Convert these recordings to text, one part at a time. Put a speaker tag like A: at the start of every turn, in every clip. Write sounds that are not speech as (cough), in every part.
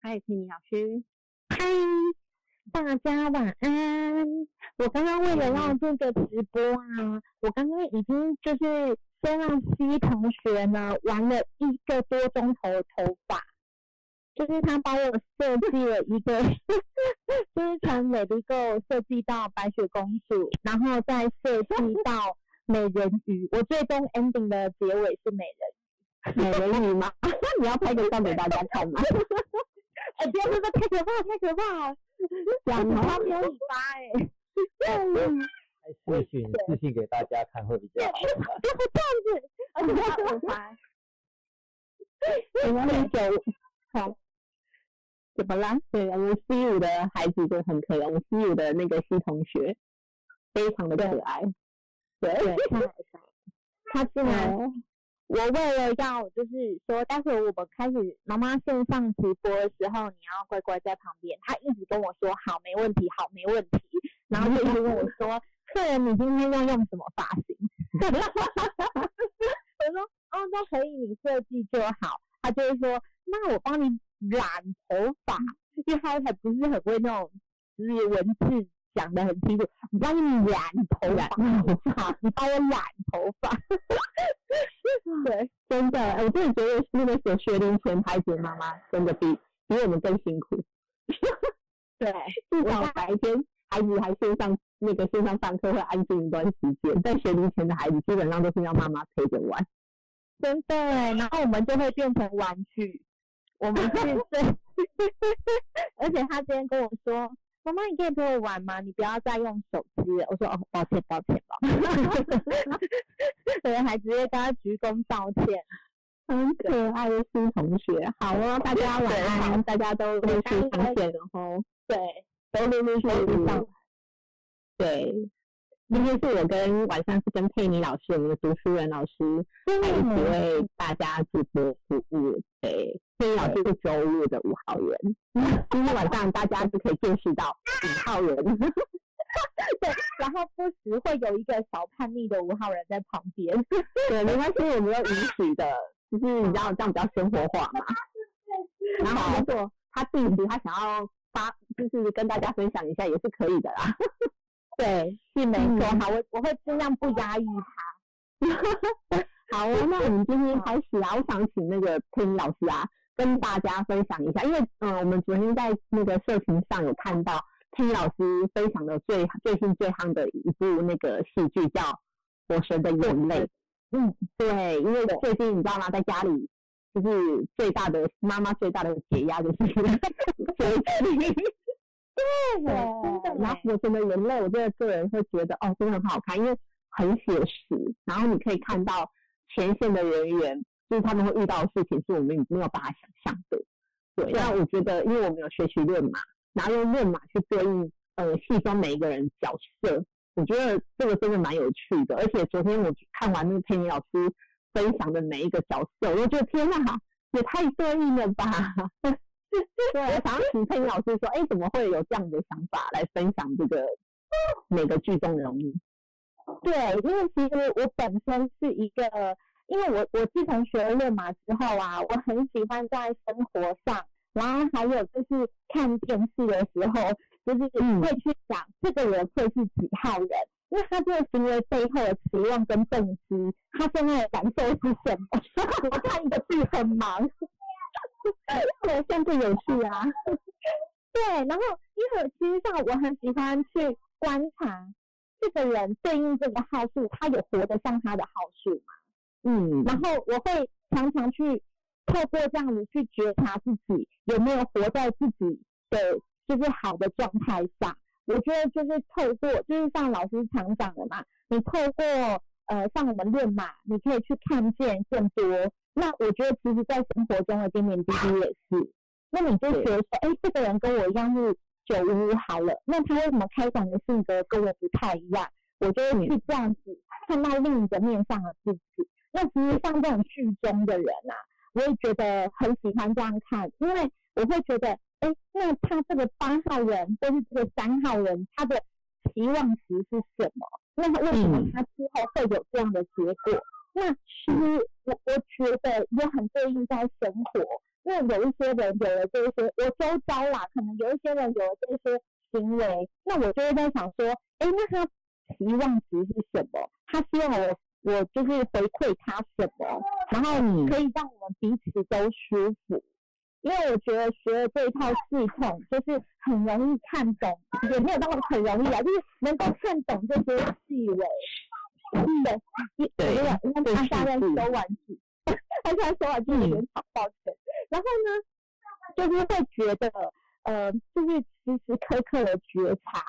A: 嗨，佩妮老师，
B: 嗨，大家晚安。我刚刚为了
A: 嗯
B: 让这 (laughs) 个直播啊，我刚刚已经就是先让西同学呢玩了一个多钟头的头发，就是他帮我设计了一个， (laughs) 就是从美丽购设计到白雪公主，然后再设计到美人鱼。我最终 ending 的结尾是美 (laughs) 人鱼，
A: 美人鱼吗？你要拍个照给大家看吗？
B: (laughs) 哎、不要说这太可怕，太可怕了！
A: 讲
B: 讲
A: 吗
B: 他没有尾巴哎、 (laughs) 欸
C: 嗯
D: 视讯视讯给大家看会比较好。
B: (laughs) 而且他耳环，
A: 我们很久，好，怎么啦？对，我们 C 五的孩子就很可爱，我们 C 五的那个 C 同学非常的可爱，对，
B: 对，太好笑了。他竟然，
A: 哦
B: 我为了要就是说，待会我们开始妈妈线上直播的时候，你要乖乖在旁边。他一直跟我说好，没问题，好，没问题，然后就一直跟我说，客人你今天要用什么发型？ (laughs) 我说哦，那可以，你设计就好。他就会说，那我帮你染头发，因为他还不是很会那种，就是文字讲的很清楚。你帮你染头发，好，你帮我染头发。对，
A: 真的，我真的觉得那个有学龄前孩子的妈妈真的比比我们更辛苦，
B: (laughs) 对，
A: 至
B: 我
A: 少
B: 看
A: 白天孩子还线上那个线上上课会安静一段时间，但学龄前的孩子基本上都是要妈妈陪着玩，
B: 真的哎，然后我们就会变成玩具，我们是
A: (laughs)
B: 对，而且他今天跟我说，妈妈，你可以陪我玩吗？你不要再用手机了。我说哦，抱歉，抱歉， (laughs) 抱歉，人还直接跟他鞠躬道歉。
A: 很可爱的 C 同学。好哦，大家晚
B: 对好
A: 安，大家都陆续上线，然后。
B: 哦对，
A: 都陆陆续续上。对，今天是我跟晚上是跟佩妮老师，我们的读书人老师，
B: 真
A: 他一起
B: 的
A: 为大家直播服务。对，佩妮老师是周日的五号人，今天晚上大家就可以见识到五号 (laughs) 人。
B: 然后不时会有一个小叛逆的五号人在旁边。
A: 对，没关系，我们有允许的，就是你知道这样比较生活化嘛。然后如果他定时他想要发，就是跟大家分享一下也是可以的啦。
B: 对，是没错。
A: 嗯
B: 好，我我会尽量不压抑
A: 好哦，那我们今天开始啊，我想请那个佩妮老师啊，跟大家分享一下，因为嗯、呃我们昨天在那个社群上有看到佩妮老师分享的最最新最夯的一部那个戏剧叫《火神的眼泪》。嗯，对，因为最近你知道吗，在家里就是最大的妈妈最大的解压就是追 (laughs) 剧。
B: 他。
A: 对，真的。然后我真的人类，我真的个人会觉得哦，真的很好看，因为很写实。然后你可以看到前线的人员，就是他们会遇到的事情，是我们没有办法想象的。对，那我觉得，因为我们有学习论码，然后用论码去对应呃戏中每一个人角色，我觉得这个真的蛮有趣的。而且昨天我看完那个佩妮老师分享的每一个角色，我就觉得天呐，也太对应了吧！对，啊我想要请佩妮老师说，哎、怎么会有这样的想法来分享这个每个剧中人物？
B: 对，因为其实我本身是一个，因为我我自从学了论马之后啊，我很喜欢在生活上，然后还有就是看电视的时候，就是
A: 嗯
B: 会去想这个人会是几号人，因为他这个行为背后的期望跟动机，他现在的感受是什么？ (laughs) 我看一个剧很忙，对，甚至有趣啊。 (laughs) 对，然后因为其实上我很喜欢去观察这个人对应这个号数，他有活得像他的号数吗？
A: 嗯，
B: 然后我会常常去透过这样子去觉察自己有没有活在自己的就是好的状态上。我觉得就是透过，就是像老师常讲的嘛，你透过呃像我们论嘛，你可以去看见更多。那我觉得其实，在生活中的点点滴滴也是。那你就觉得说，哎，这个人跟我一样是九五五好了，那他为什么开展的性格跟我不太一样？我就会去这样子看到另一个面向的自己。那其实像这种剧中的人啊，我也觉得很喜欢这样看，因为我会觉得，哎、那他这个八号人或是这个三号人，他的期望值是什么？那为什么
A: 嗯
B: 他之后会有这样的结果？那其实我我觉得也很对应在生活，因为有一些人有了这些，我周遭啦，可能有一些人有了这些行为，那我就会在想说，哎，那他期望值是什么？他希望我我就是回馈他什么，然后
A: 嗯
B: 可以让我们彼此都舒服。因为我觉得学了这一套系统，就是很容易看懂，也没有到很容易啊，就是能够看懂这些细微。嗯对，一
A: 对
B: 我跟你
A: 这
B: 讲，他
A: 是
B: 现在
A: 嗯
B: 收玩具，他现在收玩具有点吵，抱歉。然后呢，就是会觉得，呃，就是时时刻刻的觉察，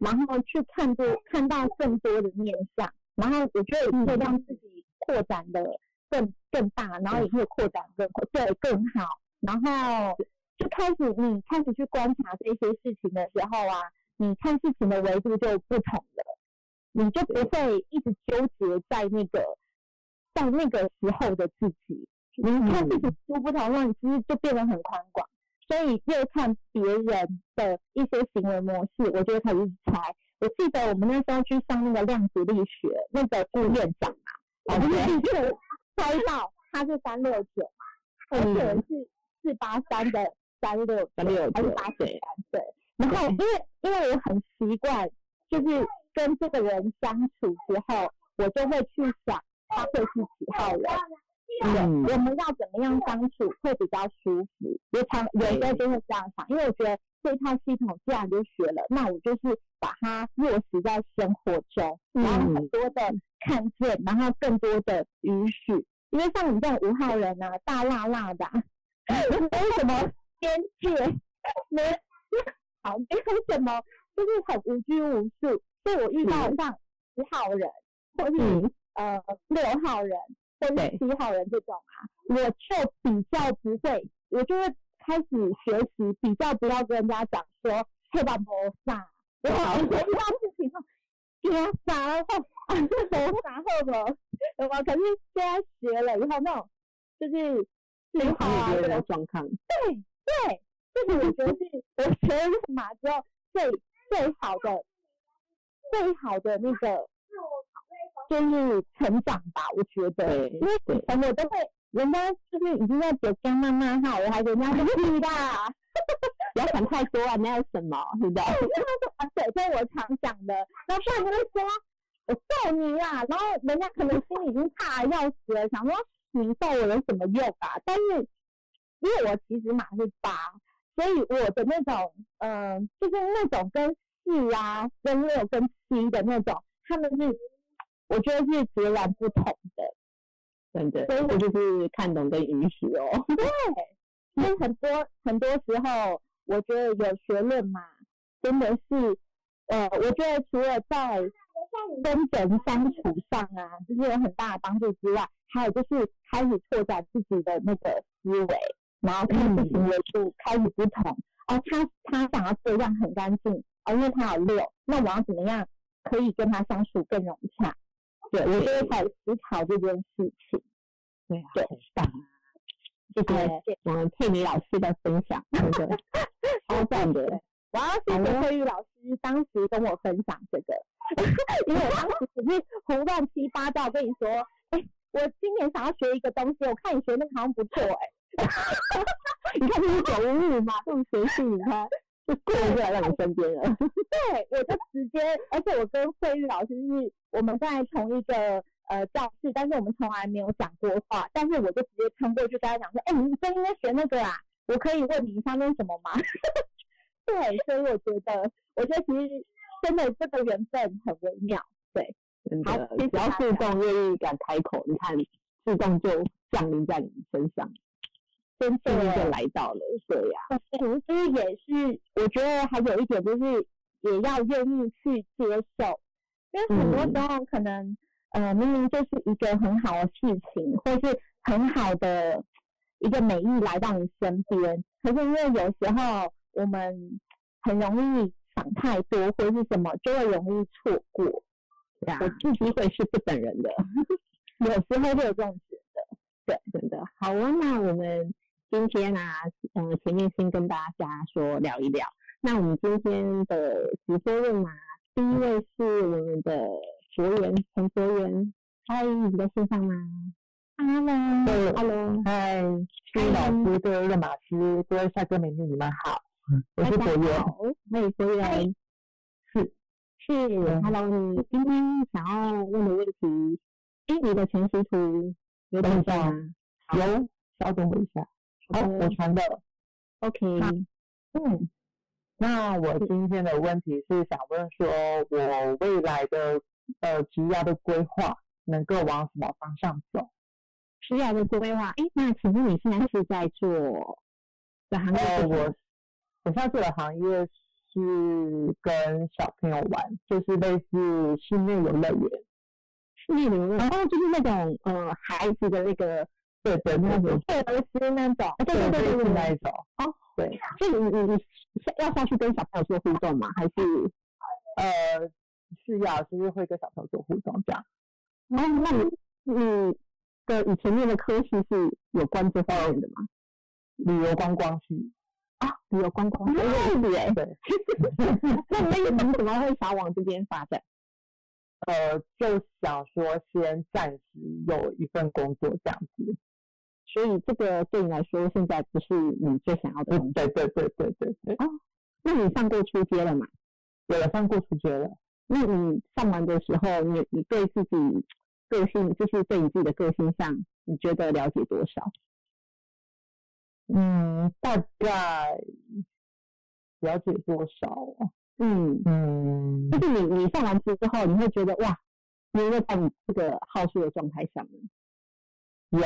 B: 然后去看多看到更多的面相，然后我觉得也会
A: 嗯
B: 让自己扩展的更更大，然后也会扩展更对更好，然后就开始你开始去观察这些事情的时候啊，你看事情的维度就不同了，你就不会一直纠结在那个在那个时候的自己，你看事
A: 嗯
B: 情都不同，让你其实就变得很宽广。所以越看别人的一些行为模式，我就会开始猜。我记得我们那时候去上那个量子力学，那个顾院长嘛，我们就猜到他是三六九，而且我是四八三的三六
A: 嗯三六
B: 还是
A: 九
B: 八九
A: 对
B: 三对。然后因为因为我很习惯，就是跟这个人相处之后，我就会去想他会是几号人。
A: 嗯
B: 对，我们要怎么样相处会比较舒服？我常有时候就会这样想，因为我觉得这一套系统既然都学了，那我就是把它落实在生活中，然后很多的看见，然后更多的允许。因为像你这种无害人啊，大辣辣的、啊， (laughs) 没有什么边界，没有好，没有什么，就是很无拘无束。所以我遇到像十号人，或是、
A: 嗯
B: 呃六号人，或是
A: 对
B: 七号人这种啊，我就比较不会，我就会开始学习比较不要跟人家讲说黑把魔法，然后遇到事情后，给他撒然后啊这魔法后么，有没有？可是现在学了以后，那种就是
A: 先
B: 十号
A: 考
B: 啊，
A: 虑别人
B: 什么
A: 的状况，
B: 对对，这是我觉得是我学了这马之后最最好的最好的那个就是成长吧，我觉
A: 对
B: 得，因为以
A: 对
B: 前我都会人家就是已经在北京骂骂他，我还人家说屁啦，
A: 不要想太多啊，哪有什么，对不对？
B: 然后说啊，对，这是我常讲的，然后不然就会说我揍你啊，然后人家可能心里已经怕得要死了，想说你揍我有什么用啊？但是因为我其实码是八，所以我的那种嗯、呃就是那种跟四啊、跟六、跟七的那种，他们是我觉得是截然不同的。
A: 真的，
B: 所以我
A: 这就是看懂跟允许哦。
B: 所以很多很多时候，我觉得有学论嘛，真的是，呃，我觉得除了在跟人相处上啊，就是有很大的帮助之外，还有就是开始拓展自己的那个思维，然后看事
A: 嗯
B: 情维度开始不同。哦，他他想要这样很干净，哦，因为他有六，那我要怎么样可以跟他相处更融洽？对，我就会开始思考这件事情。
A: 对啊，
B: 对
A: 很棒。啊谢谢
B: 哎
A: 我们佩妮老师的分
B: (laughs)
A: 享，真的超赞的。
B: 我要谢谢慧玉老师当时跟我分享这个， (laughs) 因为我当时只是胡乱七八糟跟你说，哎、我今年想要学一个东西，我看你学那个好像不错、哎，
A: (laughs) 你看这是九五五嘛，这种学性，你看就过不来到你身边了。
B: 对，我就直接，而且我跟慧玉老师是我们在同一个呃教室，但是我们从来没有讲过话，但是我就直接冲过去跟他讲说，哎、你最近在学那个啊，我可以问你一下那是什么吗？ (laughs) 对，所以我觉得，我觉得其实真的这个缘分很微妙。
A: 真
B: 好
A: 的
B: 谢谢，
A: 只要
B: 大
A: 自动愿意敢开口，你看自动就降临在你身上，
B: 真
A: 幸运
B: 的
A: 就来到了。对呀、
B: (laughs) 其实也是，我觉得还有一点就是，也要愿意去接受，因为很多时候可能，呃，明明就是一个很好的事情，或是很好的一个美意来到你身边，可是因为有时候我们很容易想太多，或是什么，就会容易错过。
A: 对呀、
B: 我自己
A: 机会是不等人的。
B: 有时候会有这种觉得，
A: 真的好啊。那我们今天啊，呃，前面先跟大家说聊一聊。那我们今天的直播问答，第一位是我们的学员陈学员，嗨，你在线上吗？
B: Hello，
A: 对
B: Hello，
A: 嗨，各位老师，各位任老师，各位帅哥美女，你们好
D: 嗯，
A: 我是
B: 大
A: 博
B: 家
A: 源。
B: 好
A: 嘿，博
B: 嗨
A: 源，
B: 是
A: 嗯
B: Hello，你
A: 今天想要问的问题，哎，你的全息图有等一下吗？
B: 嗯
A: 有，稍等我一下。好，
B: 好
A: 我传到了。OK，嗯，那我今天的问题是想问说，我未来的呃职业的规划能够往什么方向走？
B: 需要的规划。哎，那请问你现在是在做的行业
A: 呃，
B: 是什么？
A: 我我现在做的行业是跟小朋友玩，就是类似室内游乐园。
B: 室内流浪，哦，就是那种呃孩子的那个
A: 对对，那种
B: 幼儿师那种，对
A: 对
B: 对对对
A: 是
B: 对
A: 那一种。
B: 哦，
A: 对，
B: 所以你你你是要下去跟小朋友做互动吗？还是
A: 呃，是要就是会跟小朋友做互动这样。
B: 然后那你
A: 你的你前面的科系是有关这方面的吗？旅游观光系啊，旅游观光系，
B: 子哎，
A: 对， (laughs)
B: 那你为什么怎么会想往这边发展？
A: 呃，就想说先暂时有一份工作这样子。
B: 所以这个对你来说现在不是你最想要的
A: 嗯，
B: 工作。哦
A: 对对对对对对，
B: 那你上过初阶了嘛？
A: 有了上过初阶了。
B: 那你上完的时候，你你对自己个性，就是对你自己的个性上，你觉得了解多少？
A: 嗯，大概了解多少？哦
B: 嗯，
A: 嗯，
B: 就是你你上完之后，你会觉得哇，你又在你这个好学的状态上了。
A: 有，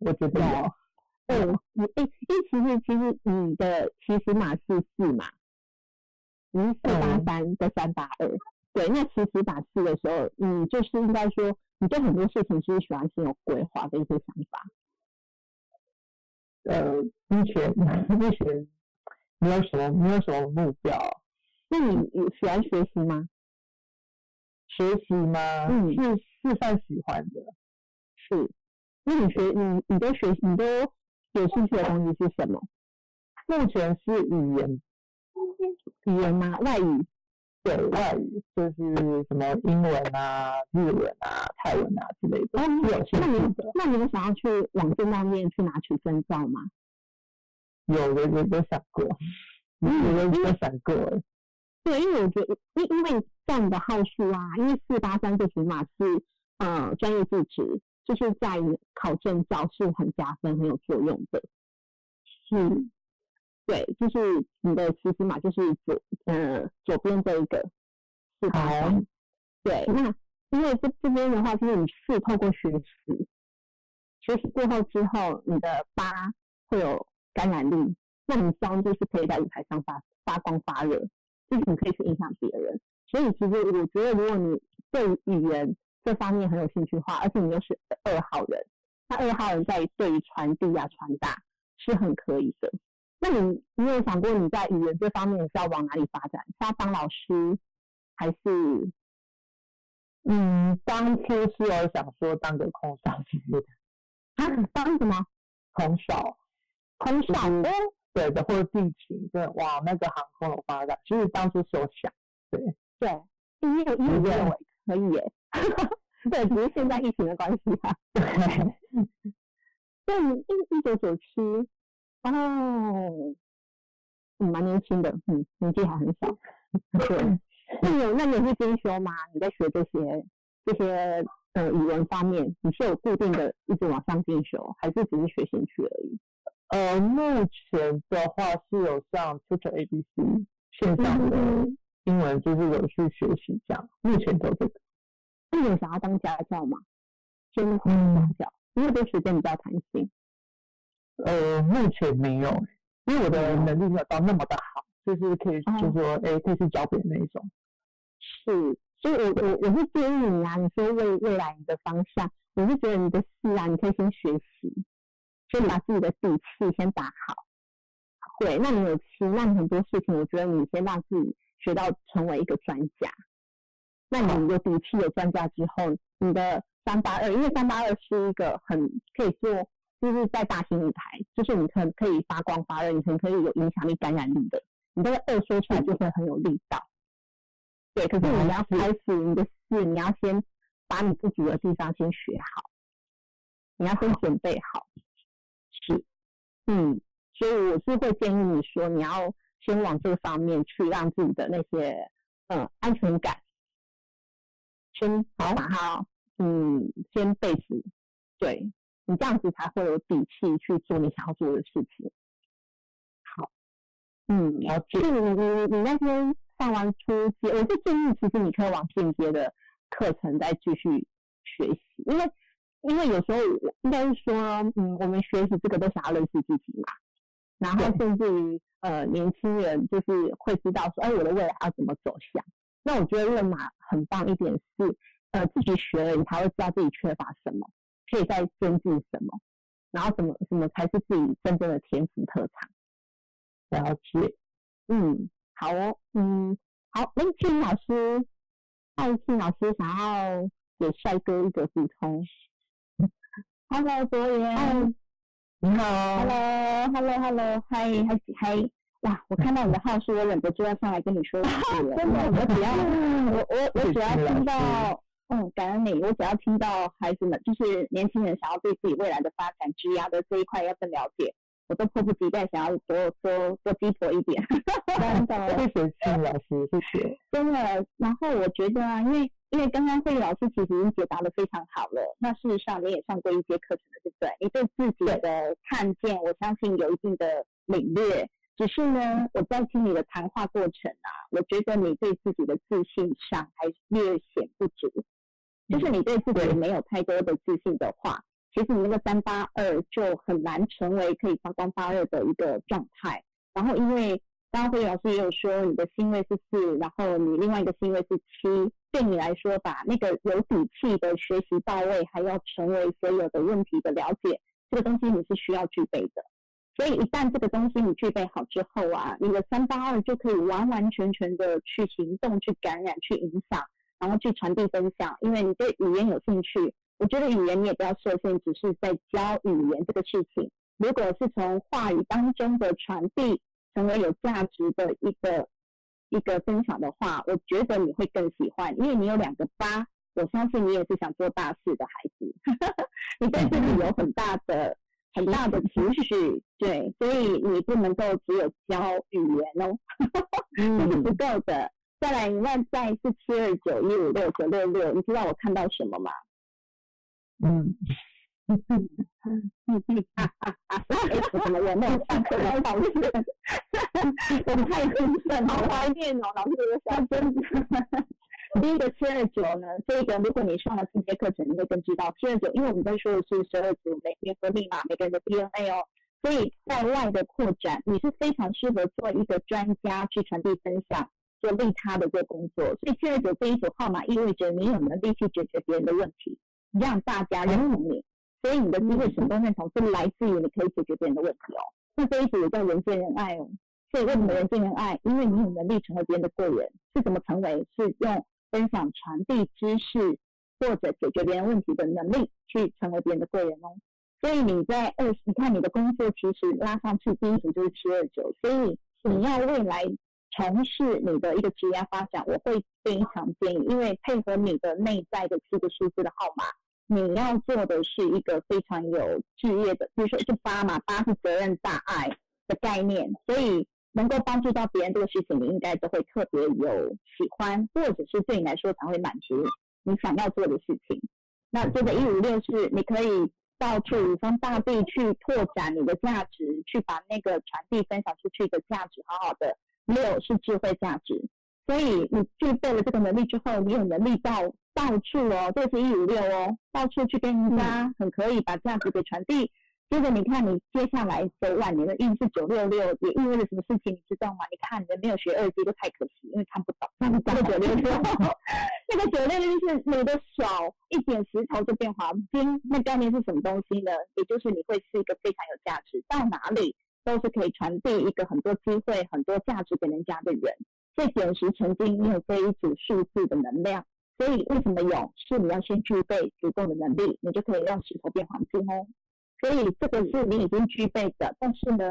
A: 我觉得有。
B: 对，哦你诶，因为其实其实你的起始码是四嘛，你是四八
A: 嗯
B: 三的三八二，对，那起始码四的时候，你就是应该说，你对很多事情其实喜欢先有规划的一些想法。
A: 呃，目前目前没有什么没有什么目标，
B: 那你你喜欢学习吗？
A: 学习吗？
B: 嗯
A: 是是算喜欢的。
B: 是，那你学你你都学你都有兴趣的东西是什么？
A: 目前是语言，
B: 语言吗？外语？
A: 对外语就是什么英文啊、日文啊、泰文啊之类的，
B: 哦，
A: 是有兴
B: 那
A: 趣
B: 你
A: 的。
B: 那你有想要去往这方面去拿取证照吗？
A: 有有有有想过，有
B: 嗯
A: 有有想过，
B: 对，因为我觉得，因因为在你的号数啊，因为四八三这起码是呃专业资质，就是在你考证照是很加分、很有作用的。是，对，就是你的起始码就是左呃左边这一个四八
A: 好
B: 三。对，那因为这这边的话，就是你是透过学习，学习过后之后，你的八会有感染力，那你三就是可以在舞台上发发光发热。就是你可以去影响别人。所以其实我觉得，如果你对语言这方面很有兴趣的话，而且你又是二号人，那二号人在于对于传递啊、传达是很可以的。那你你有想过你在语言这方面你是要往哪里发展？是要当老师，还是
A: 嗯，当初是有想说当个空少之类的，
B: 啊当什么
A: 空少，
B: 空少？哦
A: 嗯对的，或者地勤，对，哇，那个航
B: (laughs)
A: 空的发展，其实当初是有想。
B: 对，因为因为我
A: 嗯
B: 认为可以耶。对，只是现在疫情的关系啊。 (laughs) 对，一一九九七，哦，嗯，蛮年轻的，嗯，年纪还很小。对，那你有那你有去进修吗？你在学这些这些呃语文方面，你是有固定的一直往上进修，还是只是学兴趣而已？
A: 呃，目前的话是有上 Tutor ABC 线上的
B: 嗯
A: 英文，就是有去学习这样。目前都这个，
B: 那你有想要当家教吗？真的
A: 嗯，
B: 家教，因为对时间比较弹性。
A: 呃，目前没有，因为我的能力没有到那么的好，就是可以，就
B: 哦
A: 是说，哎、可以去教别人那一种。
B: 是，所以我我我是建议你啊，你说未未来你的方向，我是觉得你的事啊，你可以先学习，先把自己的底气先打好。对，那你有气，那你很多事情，我觉得你先让自己学到成为一个专家。那你有底气、有专家之后，你的三八二，因为三八二是一个很可以做，就是在大型舞台，就是你很可以发光发热，你很可以有影响力、感染力的，你这个二说出来就会很有力道。对，可是你要开始你的事，你要先把你自己的地方先学好。
E: 你要先准备好。是，嗯，所以我是会建议你说，你要先往这方面去，让自己的那些呃安全感先把它嗯先备足，对你这样子才会有底气去做你想要做的事情。好，嗯，
D: 了解
E: 就。是你你你那天上完初阶，我是建议其实你可以往进阶的课程再继续学习，因为因为有时候我应该是说，嗯，我们学习这个都想要认识自己嘛，然后甚至于呃年轻人就是会知道说，哎，我的未来要怎么走向。那我觉得热玛很棒一点是，呃，自己学了你才会知道自己缺乏什么，可以再增进什么，然后怎么什么才是自己真正的天赋特长。了解，嗯，好哦，嗯，好，那庆老师，艾庆老师想要给帅哥一个补充。
B: Hello，卓言。
E: 嗯，
D: 你好
B: Hello，Hello，Hello，嗨嗨嗨！哇，我看到你的号数，我忍不住要上来跟你说两句了。
E: 真的
B: 我只要我我我
D: 谢
B: 只要
D: 谢老
B: 听
D: 师
B: 到，嗯，感恩你，我只要听到孩子们，就是年轻人想要对自己未来的发展、职涯的这一块要更了解，我都迫不及待想要多多多鸡婆一点。 (laughs) 真的。
D: 谢谢庆老师，
C: (laughs)
D: 谢谢。
B: 真的。然后我觉得啊，因为因为刚刚慧宇老师其实已经解答的非常好了，那事实上你也上过一些课程了，对不对？你对自己的看见，我相信有一定的领略。只是呢，我在听你的谈话过程啊，我觉得你对自己的自信上还略显不足，就是你对自己没有太多的自信的话，其实你那个三八二就很难成为可以发光发热的一个状态。然后因为刚刚慧宇老师也有说，你的星位是四，然后你另外一个星位是七，对你来说，把那个有底气的学习到位，还要成为所有的问题的了解，这个东西你是需要具备的。所以一旦这个东西你具备好之后啊，你的三八二就可以完完全全的去行动、去感染、去影响，然后去传递分享。因为你对语言有兴趣，我觉得语言你也不要受限，只是在教语言这个事情。如果是从话语当中的传递，成为有价值的一个一个分享的话，我觉得你会更喜欢，因为你有两个八，我相信你也是想做大事的孩子， (laughs) 你对自己有很大的很大的期许，对，所以你不能够只有教语言哦，这是不
E: 嗯，
B: 够的。再来，你外在是七二九一五六九六六，你知道我看到什么吗？
D: 嗯，
B: 哎，怎么我没有上课来老师？我太兴奋了，好怀念哦，老师我想真的。第一个七二九呢，这个如果你上了进阶课程，你会更知道七二九，因为我们在说的是十二组每天和密码，每个人的 DNA 哦，所以在外的扩展，你是非常适合做一个专家去传递分享。做利他的这个工作，所以七二九这一组号码意味着你有能力去解决别人的问题，让大家认同你，所以你的机会成功认同是来自于你可以解决别人的问题哦。那这一组也叫人见人爱哦。所以为什么人见人爱？因为你有能力成为别人的贵人，是怎么成为？是用分享、传递知识或者解决别人问题的能力去成为别人的贵人哦。所以你在二十，你看你的工作其实拉上去第一组就是七二九，所以你要未来从事你的一个职业发展，我会非常建议，因为配合你的内在的七个数字的号码，你要做的是一个非常有置业的，比如说就八嘛，八是责任大爱的概念，所以能够帮助到别人这个事情，你应该都会特别有喜欢，或者是对你来说才会满足你想要做的事情。那这个一五六是你可以到处五方大地去拓展你的价值，去把那个传递分享出去的价值好好的。六是智慧价值，所以你具备了这个能力之后，你有能力到到处哦，这是一五六哦，到处去跟人家很可以把价值给传递。接着你看，你接下来走晚年的运是九六六，也意味着什么事情，你知道吗？你看，你没有学二阶就太可惜，因为看不懂。看不懂九六 (laughs) 六，那个九六六就是你的手一点石头就变黄金，那概念是什么东西呢？也就是你会是一个非常有价值，到哪里都是可以传递一个很多机会、很多价值给人家的人。所以点石成金，你有这一组数字的能量。所以为什么有？是你要先具备足够的能力，你就可以让石头变黄金哦。所以这个是你已经具备的，但是呢，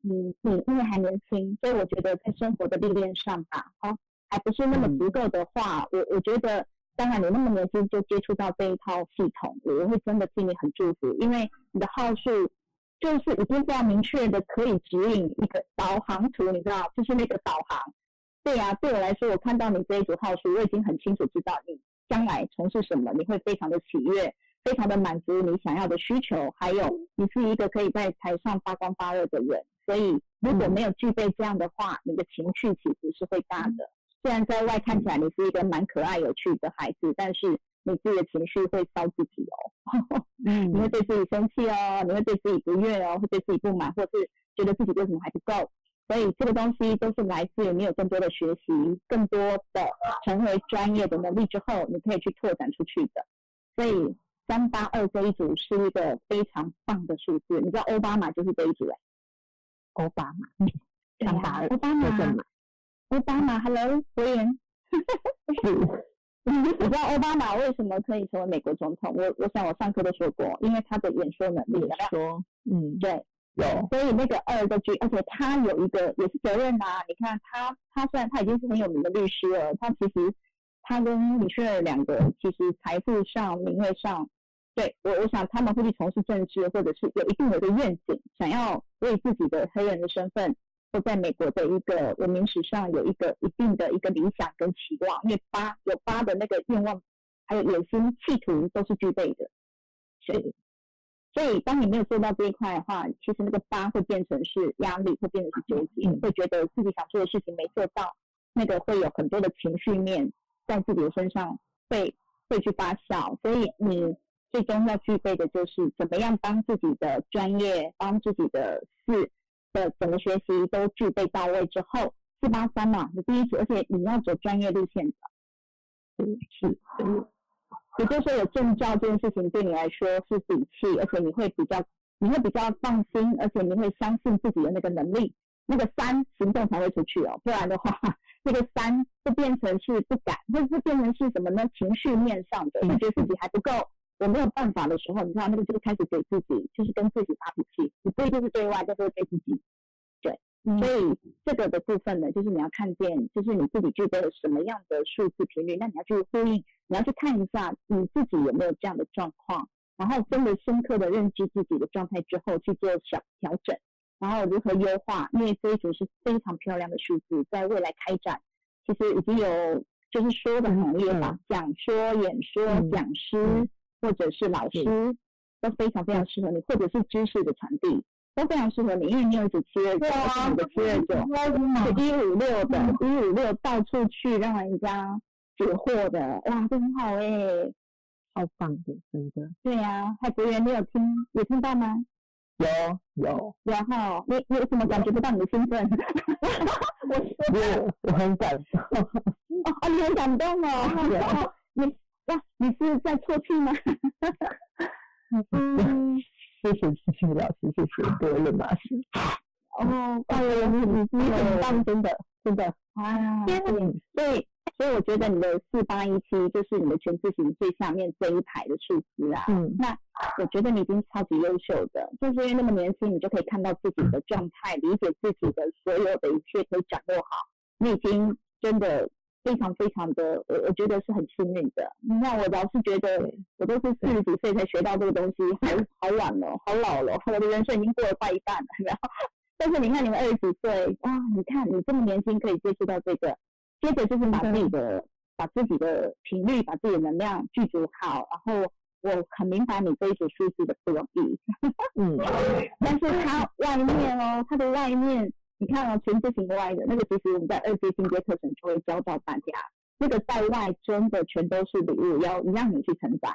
B: 你你因为还年轻，所以哦我觉得在生活的历练上吧，啊，还不是那么足够的话，我我觉得当然你那么年轻就接触到这一套系统，我会真的替你很祝福，因为你的号数就是已经非常明确的可以指引一个导航图，你知道，就是那个导航。对呀、对我来说，我看到你这一组号数，我已经很清楚知道你将来从事什么，你会非常的喜悦，非常的满足你想要的需求，还有你是一个可以在台上发光发热的人。所以，如果没有具备这样的话，你的情绪起伏是会大的。虽然在外看起来你是一个蛮可爱有趣的孩子，但是你自己的情绪会烧自己哦。 (laughs)
C: 嗯
B: 你会对自己生气哦，你会对自己不悦哦，会对自己不满，或是觉得自己为什么还不够。所以这个东西都是来自于你有更多的学习，更多的成为专业的能力之后，你可以去拓展出去的。所以三八二这一组是一个非常棒的数字，你知道奥巴马就是这一组哎，啊
C: 欧巴嘛，
B: 三
C: 三
B: 八
C: 八
B: 二，
C: 二
B: 奥巴
C: 就这
B: 马，
C: 么
B: 奥巴马，Hello，博言。
C: (laughs) 是，
B: 你知道奥巴马为什么可以成为美国总统？我我想我上课都说过，因为他的演说能力，有没有
C: 说，嗯，
B: 对，
C: 有，
B: 所以那个二的 G，而且他有一个也是责任啊。你看他，他虽然他已经是很有名的律师了，他其实他跟李雪儿两个其实财富上、名位上，对我我想他们会去从事政治，或者是有一定有一个愿景，想要为自己的黑人的身份或在美国的一个文明史上有一个一定的一个理想跟期望，因为八有八的那个愿望，还有野心、企图都是具备的，所以所以，当你没有做到这一块的话，其实那个八会变成是压力，会变成是纠结，会觉得自己想做的事情没做到，那个会有很多的情绪面在自己的身上会会去发酵。所以，你最终要具备的就是怎么样帮自己的专业、帮自己的事的整个学习都具备到位之后，四八三嘛，你第一组，而且你要走专业路线的。
C: 是，
B: 也就是说，有证照这件事情对你来说是底气，而且你会比较，你会比较放心，而且你会相信自己的那个能力。那个三行动才会出去哦，不然的话，那个三就变成是不敢，或者是变成是什么呢？情绪面上的，
C: 嗯
B: 会觉得自己还不够，我没有办法的时候，你知道那个就开始给自己，就是跟自己发脾气，你不一定是对外，但是会对自己。
A: 嗯
B: 所以这个的部分呢，就是你要看见，就是你自己具备了什么样的数字频率，那你要去呼应，你要去看一下你自己有没有这样的状况，然后真的深刻的认知自己的状态之后去做小调整，然后如何优化，因为这一组是非常漂亮的数字，在未来开展，其实已经有就是说的行业吧，讲说、演说、
C: 嗯
B: 讲师、
C: 嗯
B: 或者是老师，都非常非常适合你，或者是知识的传递。都非常适合你，因为你有一组七二九，
A: 对啊
B: 你的七二九，是一五六的，一五六到处去让人家解惑的，哇，这很好哎、
C: 超棒的，真的，
B: 对呀、啊，海博员，你有听有听到吗？
C: 有有，
B: 然后你你怎么感觉不到你的兴奋？ (laughs) 我说
C: (laughs) 我我很感
D: (laughs)
C: 动，
B: 哦哦，你很感动哦，然后你哇，你是在啜泣吗？嗯，
C: 谢谢谢谢老师，谢谢各位马师，
B: 哦，哎呦，你你你
C: 你很
B: 很棒
C: 棒，真的真的，
B: 啊！
C: 嗯，
B: 所以，所以我觉得你的四八一七就是你的全字形最下面这一排的数字啊。
C: 嗯
B: 我觉得你已经超级优秀的，就是因为那么年轻，你就可以看到自己的状态，理解自己的所有的一切，可以掌握好。你已经真的非常非常的，我我觉得是很幸运的。你看，我老是觉得我都是四十几岁才学到这个东西，好好晚哦，好老了，我的人生已经过了快一半了。然后， (laughs) 但是你看你们二十几岁，哇，你看你这么年轻可以接触到这个，接着就是把自己的把自己的频率、把自己的能量具足好，然后我很明白你这一组数字的不容易，
C: 嗯，
B: 但是它外面哦，它的外面，你看哦，全字形外的那个，其实我们在二阶进阶课程就会教到大家，那个在外真的全都是礼物，要让你去承载。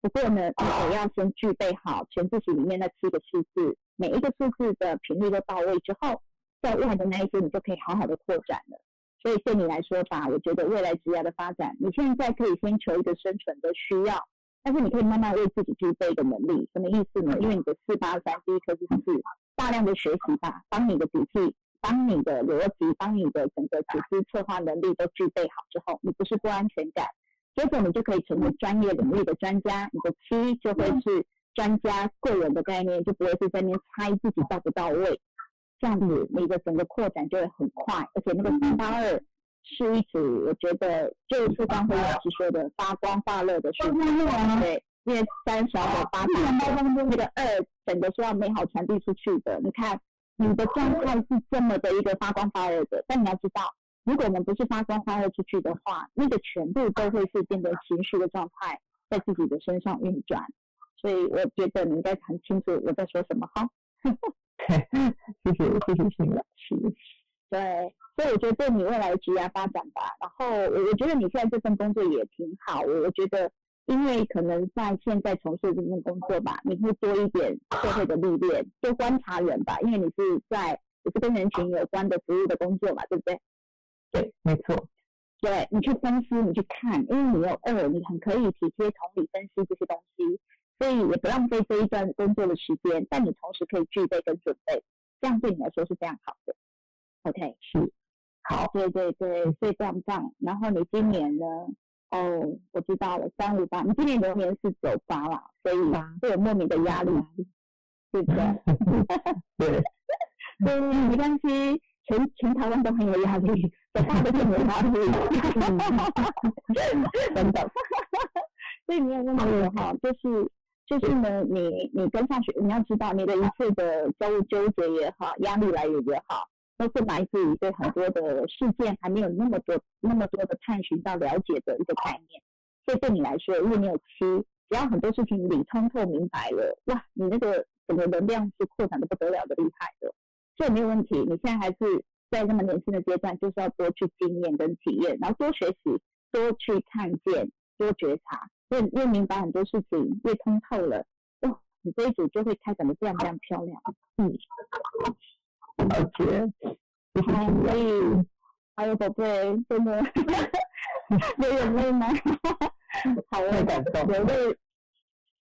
B: 不过呢，你得要先具备好全字形里面那七个数字，每一个数字的频率都到位之后，在外的那一些你就可以好好的扩展了。所以对你来说吧，我觉得未来职业的发展，你现在可以先求一个生存的需要，但是你可以慢慢为自己具备一个能力，什么意思呢？因为你的四八三第一课就是大量的学习吧，当你的底气、当你的逻辑、当你的整个组织策划能力都具备好之后，你不是不安全感，接着你就可以成为专业领域的专家，你的七就会是专家贵人的概念，就不会是在那边猜自己到不到位，这样子你的整个扩展就会很快，而且那个三八二是一组我觉得就是刚辉老师说的发光发热的数字，对，因为三小和八大包当中那个二，整个是要美好传递出去的。你看你的状态是这么的一个发光发热的，但你要知道，如果我们不是发光发热出去的话，那个全部都会是变得情绪的状态在自己的身上运转。所以我觉得你应该很清楚我在说什么哈。
C: 谢谢谢谢新老师，
B: 对，所以我觉得对你未来的职业发展吧，然后我我觉得你现在这份工作也挺好，我我觉得，因为可能在现在从事这份工作吧，你会多一点社会的历练，多观察人吧，因为你是在也是跟人群有关的服务的工作嘛，对不对？
C: 对，没错，
B: 对你去分析，你去看，因为你有二，你很可以体贴同理分析这些东西，所以也不浪费这一段工作的时间，但你同时可以具备跟准备，这样对你来说是非常好的。OK，
C: 是，好，嗯
B: 对对对，所以这样这样。然后你今年呢？哦，我知道了，三五八，你今年流年是走八啦，所以
C: 八
B: 会有莫名的压力，对不对？
C: (laughs)
B: (laughs)
C: 对，
B: 对，没关系，全全台湾都很有压力，走八都很有压力，等等。嗯 (laughs) 所以你有问到我哈，就是就是呢，你你跟上学，你要知道你的一次的纠纠结也好，压力来源也好，都是来自于对很多的事件还没有那么多那么多的探寻到了解的一个概念。所以对你来说，因为你有七，只要很多事情理通透明白了，哇，你那个整个能量是扩展的不得了的厉害的，所以没有问题。你现在还是在那么年轻的阶段，就是要多去经验跟体验，然后多学习，多去看见，多觉察，越越明白很多事情，越通透了，哇，你这一组就会开展的非常非常漂亮。啊嗯
C: 了解，谢谢新老
B: 哎所以
C: 师，
B: 哎呦，宝贝，
C: (laughs)
B: 真的流眼泪吗？好哦，
C: 太感动了
B: 流泪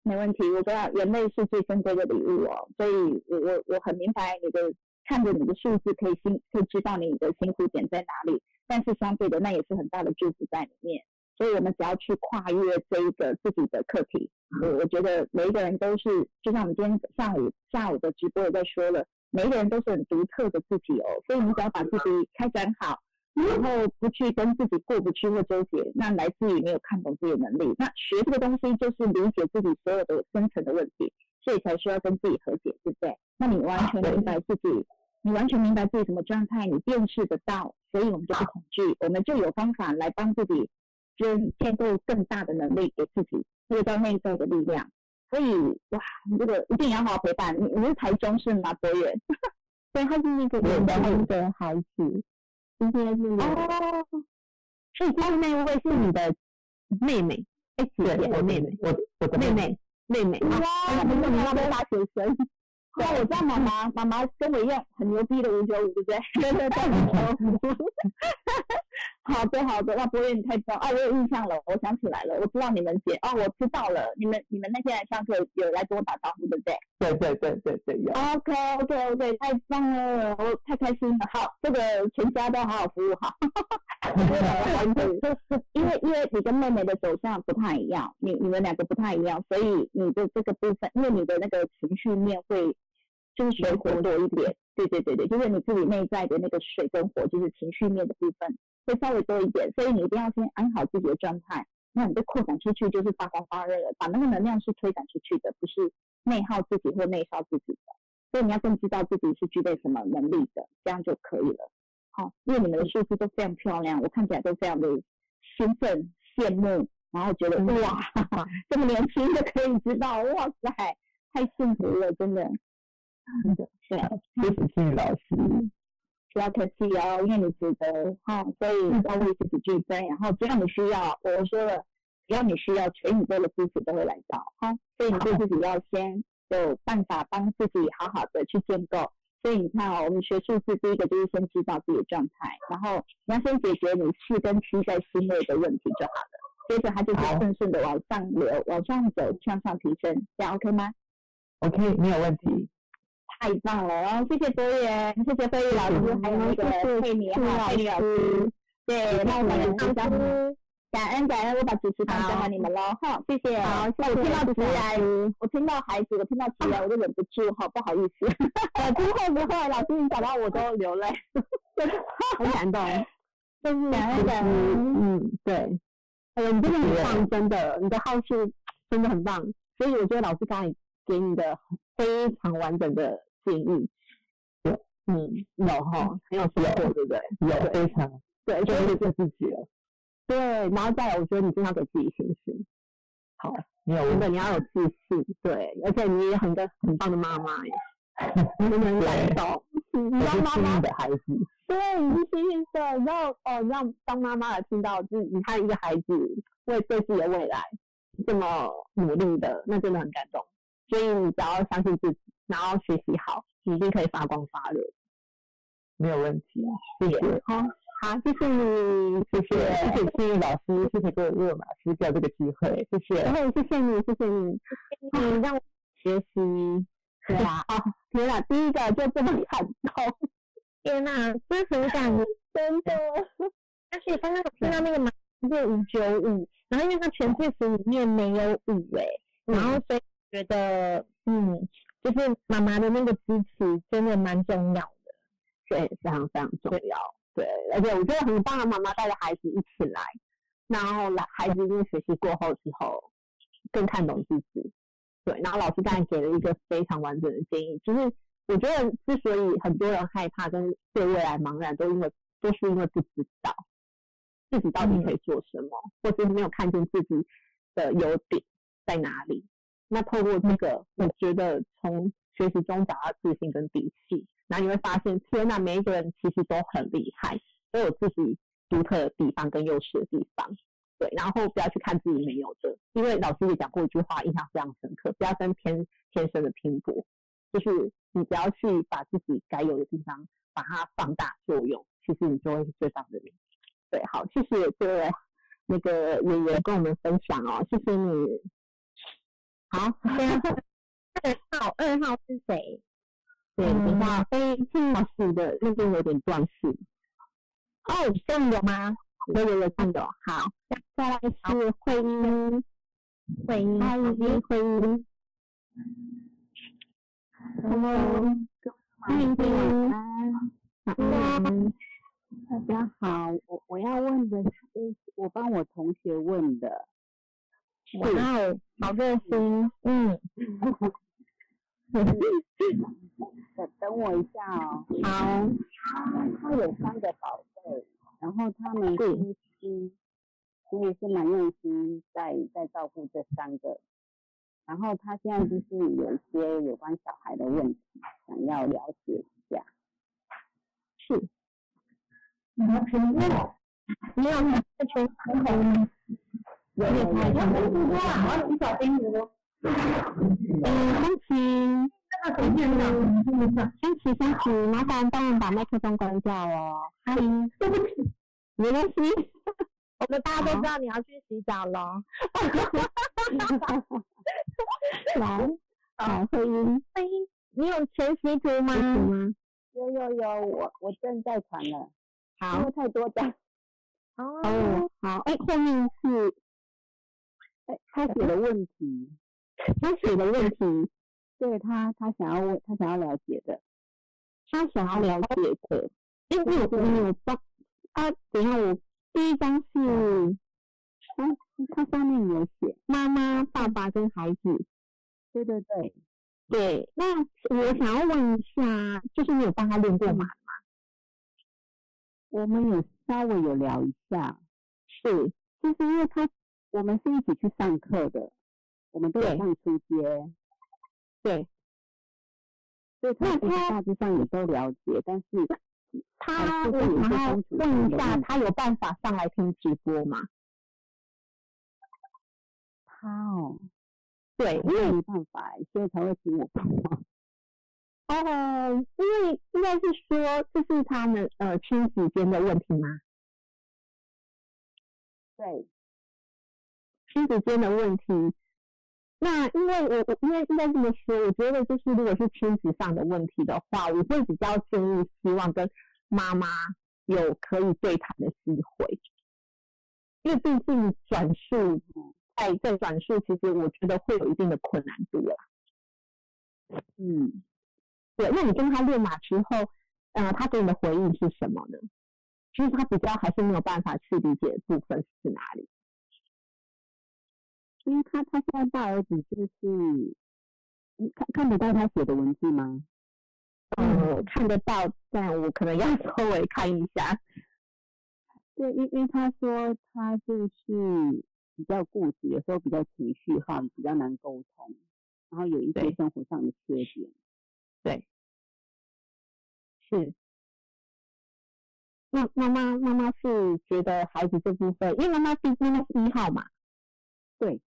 B: 没问题。我知道眼泪是最珍贵的礼物哦，所以我我我很明白你的，看着你的数字可以心可以知道你的辛苦点在哪里，但是相对的那也是很大的祝福在里面。所以我们只要去跨越这一个自己的课题，我我觉得每一个人都是，就像我们今天上午下午的直播也在说了，每一个人都是很独特的自己哦，所以你只要把自己开展好，然后不去跟自己过不去或纠结，那来自于没有看懂自己的能力。那学这个东西就是理解自己所有的深层的问题，所以才需要跟自己和解，对不对？那你
A: 啊
B: 完全明白自己，你完全明白自己什么状态，你辨识得到，所以我们就
A: 啊
B: 不恐惧，我们就有方法来帮自己，就是建构更大的能力给自己，越到内在的力量。所以哇，你这个一定要好好陪伴。你你是台中是吗？博远？ (laughs)
A: 对，他是那个
C: 对
A: 云
C: 然后
A: 南的孩子，应该是那个
B: 哦，
A: 所以他那一位是你的妹妹，哎，姐姐
C: 对，我
A: 的妹妹，
C: 我我的
A: 妹
C: 妹，
A: 妹，妹妹。
B: 哇，你怎么要被大学生？对，我知道妈妈，妈妈跟我一样很牛逼的五九五，对不 (laughs) 对？对对对，五九五。好的好的，那博远你太棒哦，我有印象了，我想起来了，我知道你们姐哦，我知道了，你们你们那天来上课有来跟我打招呼，对不对？
C: 对对对对对，有，
B: OK OK OK，太棒了，我太开心了。好，这个全家都好好服务好。因为因为你跟妹妹的走向不太一样，你你们两个不太一样，所以你的这个部分，因为你的那个情绪面会就是水火多一点。对对对对，就是你自己内在的那个水跟火，就是情绪面的部分会稍微多一点，所以你一定要先安好自己的状态。那你就扩展出去，就是发光发热了，把那个能量是推展出去的，不是内耗自己或内烧自己的。所以你要更知道自己是具备什么能力的，这样就可以了。好、因为你们的数字都非常漂亮，我看起来都非常的兴奋、羡慕，然后觉
C: 嗯
B: 得、哇， (laughs) 这么年轻就可以知道，哇塞，太幸福了，真的。
C: (laughs)
B: 真的，对，
C: 谢谢新老师，
B: 不要客气哦，因为你值得哈、所以
C: 嗯
B: 要为自己竞争，然后只要你需要，我说了，只要你需要，全宇宙的支持都会来到哈、所以你对自己要先有办法帮自己好好的去建构。所以你看哦，我们学数字第一个就是先知道自己的状态，然后你要先解决你四跟七在心内的问题就好了，接着它就是
C: 好
B: 顺顺的往上流，往上走，向上提升，这样 OK 吗？
C: (laughs) ，OK，没有问题，
B: 太棒了！哦，谢谢博远，谢谢飞宇老师，还有那个佩妮哈，佩妮老师，对，那我们非常感恩感恩，我把主持棒交给你们喽哈，谢谢。好，我听到直然，我听到孩子，我听到直然，我就忍不住哈，不好意思。呃，不会不会，老师你找到我都流泪，
A: 很感动。就是
B: 感恩
A: 觉
B: 感
A: 得
B: 恩，嗯，对。哎呀，你真的很棒，真的，你的好奇真的很棒。所以我觉得老师刚才给你的非常完整的建议，有，嗯，有哈，很有收获，对不对？
C: 有非常
B: 对，所
C: 就是
B: 以
C: 做自己了，
B: 对，然后再来，我觉得你经常给自己信心。
C: 没有问
B: 真的，
C: 题。
B: 你要有自信，对，而且你也很个很棒的妈妈
C: (laughs)
B: 耶，你能感受，你
C: 我是
B: 当妈
C: 幸
B: 妈
C: 运，的孩子，
B: 对，你是幸运的，然后哦，你让当妈妈的听到，就是你看一个孩子为对自己的未来这么努力的，那真的很感动。所以你只要相信自己，然后学习好，你一定可以发光发热。
C: 没有问题。啊
B: 谢谢，好、好，谢谢你，谢
C: 谢谢，
B: 谢
C: 谢谢幸运老师，谢谢各位魏老师给我这个机会，谢谢。
B: 然后谢谢你，谢谢你，你让我学习。对啊，哦，天哪，第一个就这么感动，
A: 天呐，真的很感
B: (laughs)
A: 人，真的。而且刚刚我听到那个马是五九五，然后因为它全字符里面没有五哎、然
B: 嗯
A: 后所以觉得嗯，就是妈妈的那个支持真的蛮重要的。
B: 对，非常非常重要。对，而且我觉得很棒啊的妈妈带着孩子一起来，然后来孩子因为学习过后之后，更看懂自己。对，然后老师刚才给了一个非常完整的建议，就是我觉得之所以很多人害怕跟对未来茫然，都因为都是因为不知道自己到底可以做什么，或是没有看见自己的优点在哪里。那透过这个，我觉得从学习中找到自信跟底气，然后你会发现，天呐，每一个人其实都很厉害，都有自己独特的地方跟优势的地方。对，然后不要去看自己没有的，因为老师也讲过一句话，印象非常深刻，不要跟天天生的拼搏，就是你只要去把自己该有的地方把它放大作用，其实你就会是最棒的你。对，好，谢谢各位那个演员跟我们分享哦，谢谢你。好， (laughs)
A: 对啊，二号二号是谁？
B: 对，
D: 嗯
B: 等一下，哎，郑老师的那边有点断续。
A: 哦，郑有吗？
B: 有有有看到，好，
A: 再来是慧英，慧英，
B: 嗨，慧英，
A: Hello，
B: 欢迎
A: 晚
B: 欢
A: 安
D: 大家好，我我要问的是，我帮我同学问的，
A: 哇哦，好热心，嗯，
D: 等等我一下哦。
A: 好，
D: 他有三个宝贝，然后他们夫妻其实是蛮用心在在照顾这三个，然后他现在就是有一些有关小孩的问题，想要了解一下。
A: 没有拿这全口红，
D: 有有有有
B: 哦嗯，恭喜，恭喜恭喜，麻烦帮我把麦克风关掉哦。嗨，对不起，没关
D: (laughs)
B: 系，
A: 我们大家都知道你要去洗澡了。
B: 来，好，慧英，
A: 嘿，哎你有全息图吗
B: 可以？吗？
D: 有有有，我我正在传了，因
B: 好，
D: 为太多张，
A: 哦，
B: 哦，好，哎，后面是
D: 哎他写的问题。
B: 他写的问题，
D: 对他，他想要问，他想要了解的，
B: 他想要了解的，因为我你有帮啊，等一下我第一张是
D: 他上面有写，
B: 妈妈、爸爸跟孩子，
D: 对对对，
B: 对，那我想要问一下，就是你有帮他练过吗？
D: 我们有稍微有聊一下，
B: 是，
D: 就是因为他我们是一起去上课的，我们都有
B: 对
D: 上初阶，
B: 对，
D: 所以他
B: 那
D: 其实
B: 他
D: 大致上也都了解，但是
B: 他
D: 还是
B: 我
D: 会有一
B: 想
D: 些
B: 要
D: 相处
B: 问
D: 上
B: 一
D: 的
B: 下，
D: 问
B: 他有办法上来听直播吗？
D: 他哦，
B: 对，因
D: 因
B: 为
D: 为没办法欸，所以才会请我帮忙。
B: 哦，因为应该是说这是他们呃亲子间的问题吗？
D: 对，
B: 亲子间的问题。那因为我我应该应该这么说，我觉得就是如果是亲子上的问题的话，我会比较建议希望跟妈妈有可以对谈的机会，因为毕竟转述在在转述，其实我觉得会有一定的困难度啦。
D: 嗯，
B: 对，那你跟他练马之后，呃，他给你的回应是什么呢？就是他比较还是没有办法去理解的部分是哪里。
D: 因为他他现在大儿子就是你看看得到他写的文字吗？哦
B: 嗯，看得到，但我可能
D: (laughs)
B: 要稍微看一下。
D: 对，因因为他说他就是比较固执，有时候比较情绪化，比较难沟通，然后有一些
B: 对
D: 生活上的缺点。
B: 是。那妈妈妈妈是觉得孩子这部分，因为妈妈毕竟妈妈是一号嘛，
D: 对，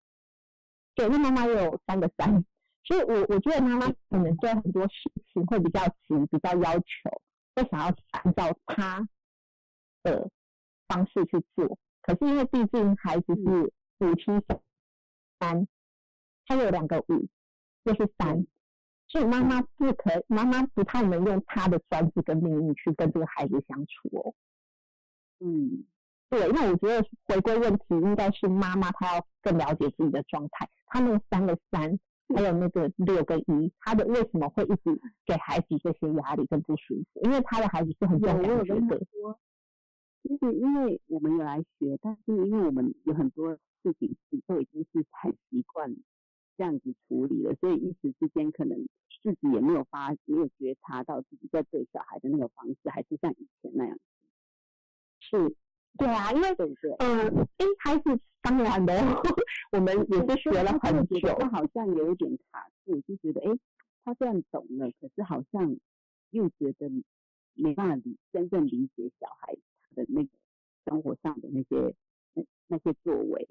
B: 对，那妈妈也有三个三，所以我我觉得妈妈可能对很多事情会比较急，比较要求，会想要按照她的方式去做。可是因为毕竟孩子是五七三，他有两个五，又是三，所以妈妈不可，妈妈不太能用她的专制跟命运去跟这个孩子相处哦。
D: 嗯，
B: 对，那我觉得回归问题应该是妈妈她要更了解自己的状态，她那个三个三，还有那个六跟一，她的为什么会一直给孩子这些压力跟不舒服？因为她的孩子是很
D: 有
B: 重
D: 我有
B: 感觉
D: 跟他
B: 的，
D: 说，就是因为我们有来学，但是因为我们有很多事情是都已经是很习惯这样子处理了，所以一时之间可能自己也没有发没有觉察到自己在对小孩的那个方式还是像以前那样，
B: 是，对啊，因为
D: 对不对？
B: 呃，因为孩子当然的， (laughs) 我们也是学了很久，
D: 他好像有一点卡住，就觉得哎，诶他虽然懂了，可是好像又觉得没办法理真正理解小孩他的那个生活上的那些那那些作为。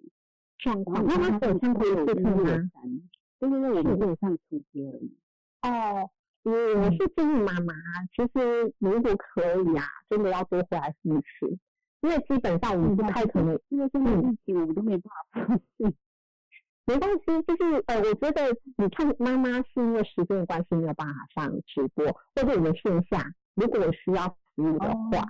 B: 状
D: 然后
B: 况。那
D: 他
B: 他手上
D: 他
B: 会有
D: 一
B: 不
D: 六
B: 同吗？
D: 三，对对对，我们只有上初阶而已。嗯
B: 哦，我我是建议妈妈，其实如果可以啊，真的要多回来复训，因为基本上我们不
D: 嗯
B: 太可能，
D: 因为现在
B: 嗯
D: 疫情，我们都没办法复训。
B: (laughs) 没关系，就是呃，我觉得你看妈妈是因为时间的关系没有办法上直播，或者我们线下如果有需要服务的
D: 哦
B: 话，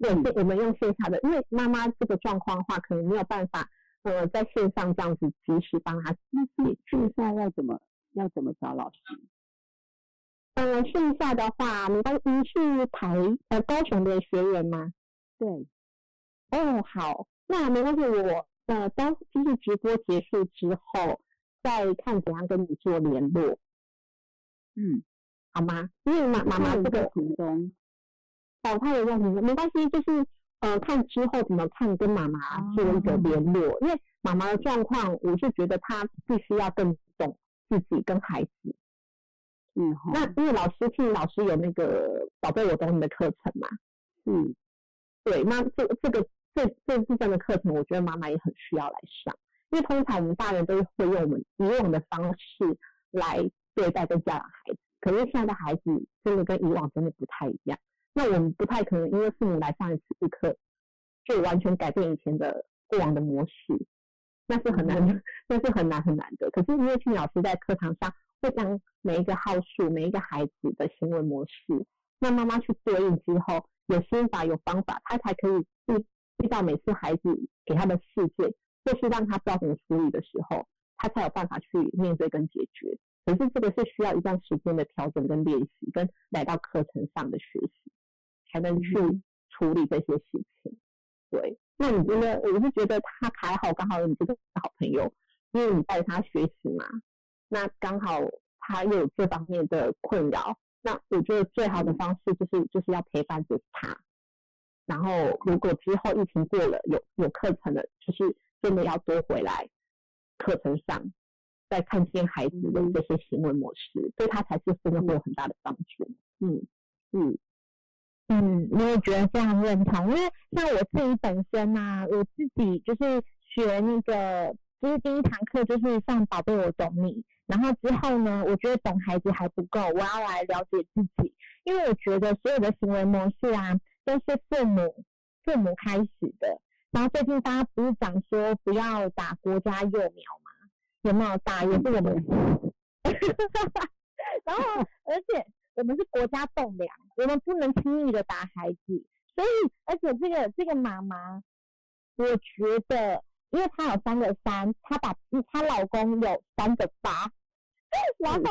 B: 对，
D: 嗯
B: 是我们用线下的，因为妈妈这个状况的话，可能没有办法呃在线上这样子及时帮她
D: 那线线下要怎么要怎么找老师？
B: 呃，剩下的话，你刚您是台呃高雄的学员吗？
D: 对，
B: 哦，好，那没关系，我呃当就是直播结束之后，再看怎样跟你做联络，
D: 嗯，
B: 好吗？因为妈妈妈
D: 那
C: 嗯
B: 这
D: 这
B: 个
D: 个途中
B: 哦，她有问题，没关系，就是呃看之后怎么看跟妈妈做一个
D: 哦
B: 联络，因为妈妈的状况，我是觉得她必须要更懂自己跟孩子。
D: 嗯哈，
B: 那因为老师替老师有那个“宝贝，我懂你”的课程嘛，嗯，对，那这这个这这部分的课程，我觉得妈妈也很需要来上，因为通常我们大人都会用我们以往的方式来对待跟教养孩子，可是现在的孩子真的跟以往真的不太一样，那我们不太可能因为父母来上一次课，就完全改变以前的过往的模式，那是很难，那是很难很难的。可是因为庆老师在课堂上会将每一个号数、每一个孩子的行为模式，那妈妈去对应之后，有心法、有方法，她才可以遇遇到每次孩子给他的事件，或是让他不知道怎么处理的时候，他才有办法去面对跟解决。可是这个是需要一段时间的调整跟练习，跟来到课程上的学习，才能去处理这些事情。对，那你觉得我是觉得他还好，刚好有你这个好朋友，因为你带他学习嘛，那刚好他又有这方面的困扰，那我觉得最好的方式就是就是要陪伴着他。然后，如果之后疫情过了，有有课程了，就是真的要多回来课程上，再看见孩子的这些行为模式，对他才是真的会有很大的帮助。嗯嗯
A: 嗯，我也觉得非常认同，因为像我自己本身呐、我自己就是学那个，就是第一堂课就是上《宝贝我懂你》，然后之后呢，我觉得懂孩子还不够，我要来了解自己，因为我觉得所有的行为模式啊，都是父母父母开始的。然后最近大家不是讲说不要打国家幼苗吗？有没有打？也是我们。 (laughs) 然后，而且我们是国家栋梁，我们不能轻易的打孩子。所以，而且这个这个妈妈，我觉得，因为她有三个三，她把
D: 嗯
A: 她老公有三个
D: (laughs)
A: 八，然后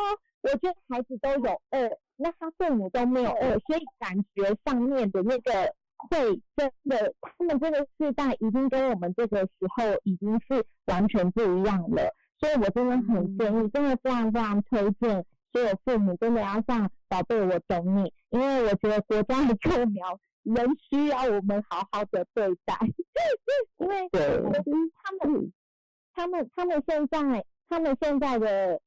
A: 我觉得孩子都有二，那她父母都没有二，所以感觉上面的那个
D: 会真的，他们这个世代已经跟我们这个时候已经是完全不一样了。所以我真的很建议，真的非常非常推荐所有父母真的要像宝贝我懂你，因为我觉得国家的疫苗仍需要我们好好的对待， (laughs) 因为
F: 对
D: 他们他们他们现在他们现在的，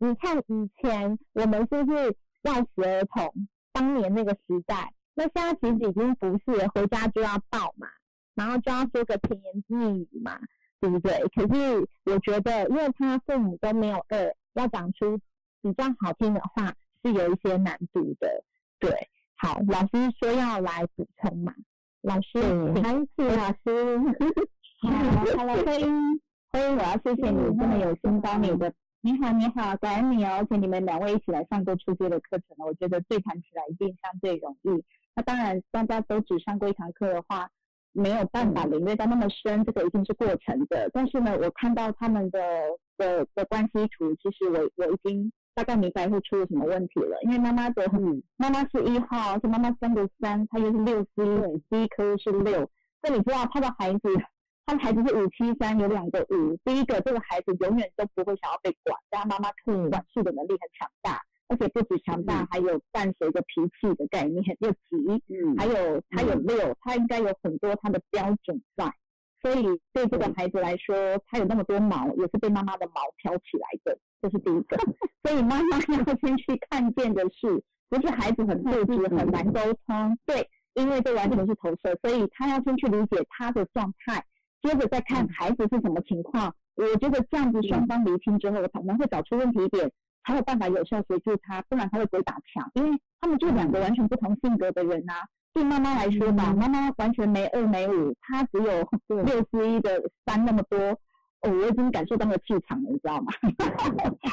D: 你看以前我们是不是外食儿童当年那个时代，那现在其实已经不是了回家就要抱嘛，然后就要说个甜言蜜语嘛，对不对？可是我觉得，因为他父母都没有饿，要讲出比较好听的话是有一些难度的。对，好，老师说要来补充嘛，老师，
F: 对
D: 请安琪老师，
B: 好了，辉辉，我要啊谢谢你，真的有心帮你的。你好，你好，感恩你哦，而且你们两位一起来上过初阶的课程了，我觉得对谈起来一定相对容易。那当然，大家都只上过一堂课的话，没有办法领略到那么深，这个一定是过程的。但是呢，我看到他们的的的关系图，其实我我已经大概明白会出了什么问题了。因为妈妈的、妈妈是一号，而且妈妈三个三，她又是六 C，第一颗又是六，这你知道她的孩子， (laughs) 她的孩子是五七三，有两个五。第一个，这个孩子永远都不会想要被管，但他妈妈可能管束的能力很强大。而且不止强大，还有伴随着脾气的概念，又急，
D: 嗯
B: 还有他有六，他应该有很多他的标准在，所以对这个孩子来说，他有那么多毛，也是被妈妈的毛挑起来的，这是第一个。所以妈妈要先去看见的是，不是孩子很固执、很难沟通，对，因为这完全是投射，所以他要先去理解他的状态，接着再看孩子是什么情况。我觉得这样子双方厘清之后，可能会找出问题点，才有办法有效协助他，不然他会鬼打墙，因为他们就两个完全不同性格的人啊。对妈妈来说吧，妈妈完全没二没五，她只有六十一的三那么多。哦，我已经感受到那个气场了，你知道吗？ (laughs)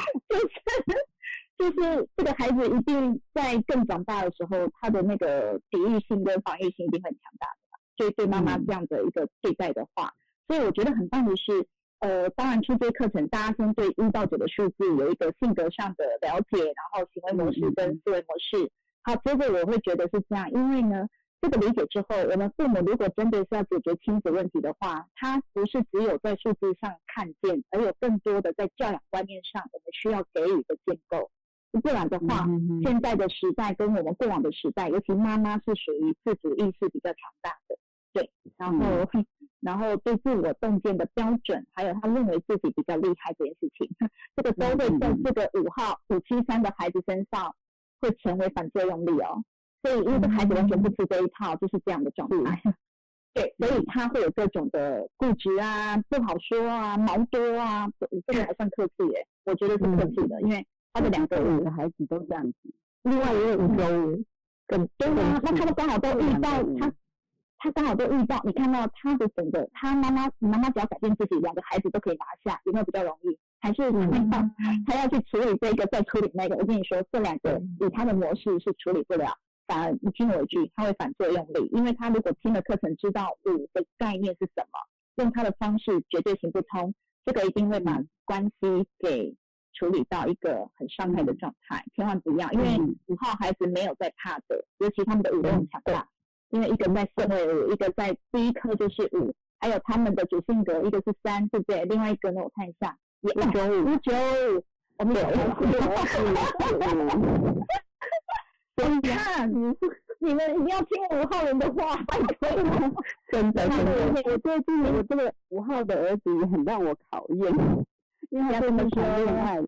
B: 就是就是这个孩子一定在更长大的时候，他的那个抵御性跟防御性一定很强大的吧，所以对妈妈这样的一个对待的话，所以我觉得很棒的是，呃，当然初阶课程，大家先对一到九的数字有一个性格上的了解，然后行为模式跟思维模式。好，接着我会觉得是这样，因为呢，这个理解之后，我们父母如果真的是要解决亲子问题的话，他不是只有在数字上看见，而有更多的在教养观念上，我们需要给予的建构。不然的话，
G: 嗯
C: 嗯
B: 现在的时代跟我们过往的时代，尤其妈妈是属于自主意识比较强大的，对，然后、
G: 嗯
B: (laughs) 然后对自我洞见的标准，还有他认为自己比较厉害这件事情， (laughs) 这个都会
G: 嗯
B: 在这个五号五七三的孩子身上会成为反作用力哦。所以，因为这孩子完
G: 嗯
B: 全不吃这一套，就是这样的状态。 (laughs) 对，所以他会有各种的固执啊、不好说啊、毛多啊，这个还算客气耶，我觉得是客气
G: 嗯
B: 的，因为他的两个
G: 我的孩子都这样子。
B: 另外一位五九五，更
D: 对啊，那他们刚好都遇到
G: 嗯
D: 他，他刚好都遇到，你看到他的整个，他妈妈，你妈妈只要改变自己，两个孩子都可以拿下，有没有比较容易？还是
B: 嗯
D: 他要、他要去处理这个，再处理那个？我跟你说，这两个以他的模式是处理不了，反而一听我一句，他会反作用力，因为他如果听了课程知道五的概念是什么，用他的方式绝对行不通，这个一定会
B: 嗯
D: 把关系给处理到一个很伤害的状态，千万不要，因为五号孩子没有在怕的，尤其他们的五都很强大，因为一个在顺位五，一个在第一颗就是五，还有他们的主性格，一个是三，对不对？另外一个呢，我看一下，也五九五，五九五，我们有了。你看，你们一定要听五号人的话，拜托你
G: (laughs)
D: 们。
F: 真的真的，
G: 我我最近我这个五号的儿子也很让我考验，因为他
D: 这
G: 跟
D: 么
G: 我谈
D: 说
G: 恋
B: (laughs)
G: 爱，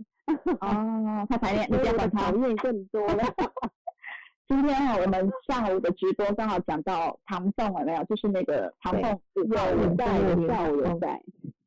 D: 哦，他谈恋爱，你
G: (laughs) 所以
D: 不要
G: 我的
D: 管他
G: 考。验更多了。
B: (laughs) 今天啊，我们上午的直播刚好讲到唐凤了没有？就是那个唐凤五号
G: 我
B: 人
G: 在，我在，我在，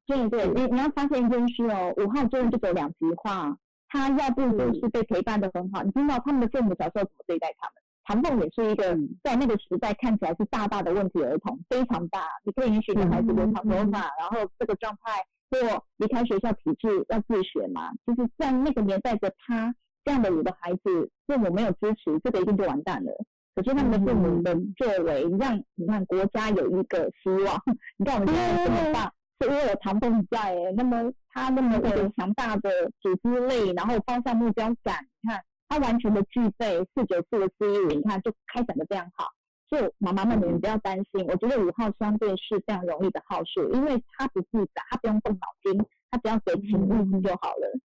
G: 嗯
B: 对对，你你要发现一件事哦，五号真的就走两极化，他要不就是被陪伴的很好，你听到他们的父母小时候怎么对待他们？唐凤也是一个在那个时代看起来是大大的问题儿童，非常大。你可以允许你的孩子留长头发，然后这个状态或离开学校体制要自学嘛？就是在那个年代的他，这样的五个孩子，父母没有支持，这个一定就完蛋了。可是他们的父母的作为，让你看国家有一个希望。 (laughs) 你看我们现在这么大，是因为有唐凤在、欸，那么他那么一个强大的组织力，然后方向目标感，你看他完全的具备四九四的思维，你看就开展的非常好。所以妈妈们你们不要担心，我觉得五号相对是非常容易的号数，因为它不复杂，它不用动脑筋， (laughs) 它只要给情欲就好了。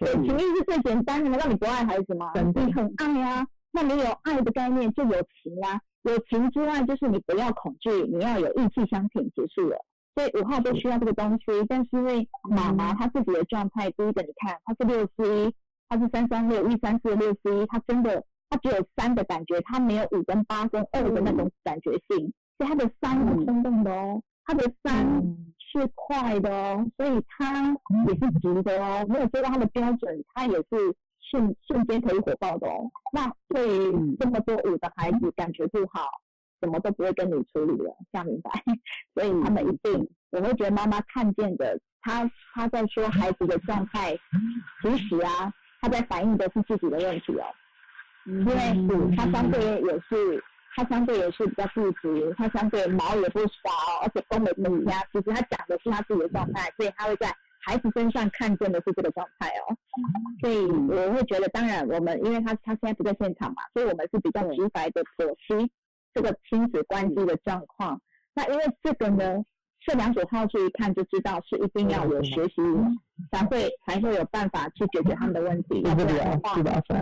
B: 给情欲是最简单的，难道你不爱孩子吗？
D: 真的
B: 你很爱啊，那没有爱的概念就有情啊，有情之外就是你不要恐惧，你要有意气相挺，结束了。所以五号都需要这个东西，但是因为妈妈她自己的状态，第一个你看她是六四一，她是三三六一三四六四一，她真的她只有三的感觉，她没有五跟八跟二的那种感觉性，所以她的三很冲动的哦，她的三是快的哦，所以她也是直的哦，没有追到她的标准，她也是瞬瞬间可以火爆的哦。那对于这么多五的孩子感觉不好，什么都不会跟你处理了，这样明白？ (laughs) 所以他们一定，我会觉得妈妈看见的，她她在说孩子的状态，其实啊，她在反映的是自己的问题哦，因为她相对也是，她相对也是比较固执，她相对毛也不少，哦而且都没增加，其实她讲的是她自己的状态，所以她会在孩子身上看见的是这个状态哦，所以我会觉得，当然我们因为她她现在不在现场嘛，所以我们是比较直白的剖析这个亲子关系的状况。那因为这个呢，这两组号数一看就知道是一定要有学习才会才会有办法去解决他们的问题，要
D: 对
B: 不
D: 对
B: 然的话
D: 是，的，是的，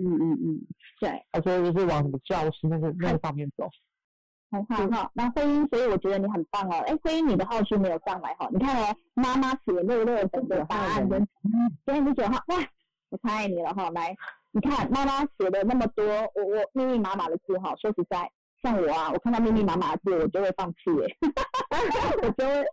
A: 嗯嗯嗯，
B: 对，
D: 啊所以就是往教师那个那个方面走。
B: 很好哈。那婚姻，所以我觉得你很棒哦。哎，婚姻你的号数没有上来哈，你看哦，妈妈写六六等的答案跟对你九号，哇，我太爱你了哈。来，你看妈妈写了那么多，我我密密麻麻的字哈，说实在，像我啊，我看到密密麻麻的字，我就会放弃耶， (laughs) 我就会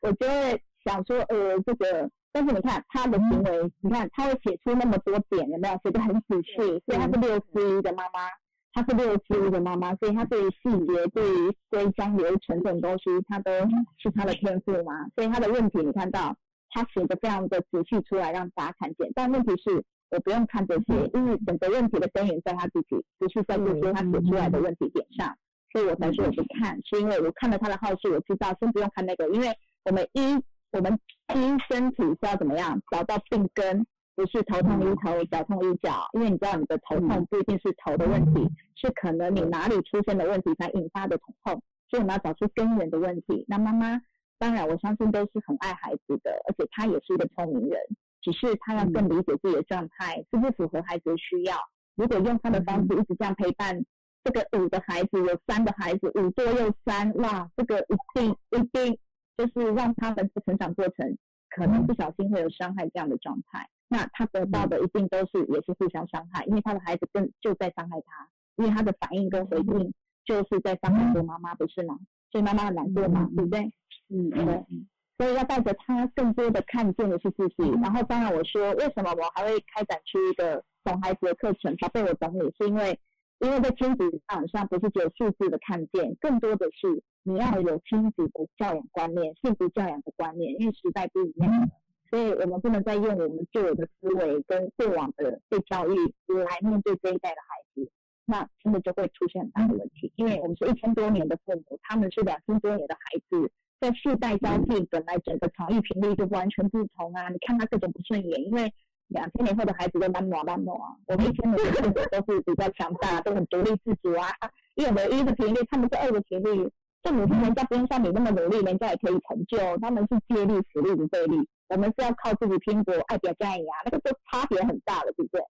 B: 我就会想说，呃，这个，但是你看他的行为，你看他会写出那么多点，有没有？写的很仔细，所以他是六四一的妈妈，她是六四一的妈妈，所以她对于细节、对于规章流程这种东西，她都是她的天赋嘛。所以她的问题，你看到她写的非常的仔细出来，让大家看见。但问题是我不用看这些，因为整个问题的根源在她自己，不是在这些她写出来的问题点上。所以我才说我不看，是因为我看了他的号数，我知道先不用看那个，因为我们医我们医身体是要怎么样找到病根，不是头痛医头，脚痛医脚，因为你知道你的头痛不一定是头的问题，是可能你哪里出现的问题才引发的头痛，所以我们要找出根源的问题。那妈妈当然我相信都是很爱孩子的，而且她也是一个聪明人，只是她要更理解自己的状态，是不是符合孩子的需要。如果用她的方式一直这样陪伴这个五的孩子，有三的孩子，五多又三，哇，这个一定一定就是让他们的成长过程可能不小心会有伤害这样的状态。那他得到的一定都是也是互相伤害，因为他的孩子更就在伤害他，因为他的反应跟回应就是在伤害着妈妈，不是吗？所以妈妈很难过嘛，对不对？
A: 嗯嗯嗯
B: 对，所以要带着他更多的看见的是自己。然后，当然我说为什么我还会开展出一个懂孩子的课程，宝贝我懂你，是因为因为在亲子教养上不是只有数字的看见，更多的是你要有亲子的教养观念、幸福教养的观念，因为时代不一样
A: 嗯
B: 了。所以我们不能再用我们旧有的思维跟过往的被教育来面对这一代的孩子，那真的就会出现很大的问题。因为我们是一千多年的父母，他们是两千多年的孩子，在世代交替，本来整个传育频率就完全不同啊！你看他各种不顺眼，因为两千年后的孩子都蛮暖蛮暖啊，我们一千年的父母都是比较强大，都很独立自主啊，因为我们一的频率，他们是二的频率。父母是人家不用像你那么努力，人家也可以成就，他们是借力使力不费力，我们是要靠自己拼搏，爱表现呀，那个都差别很大的，对不对？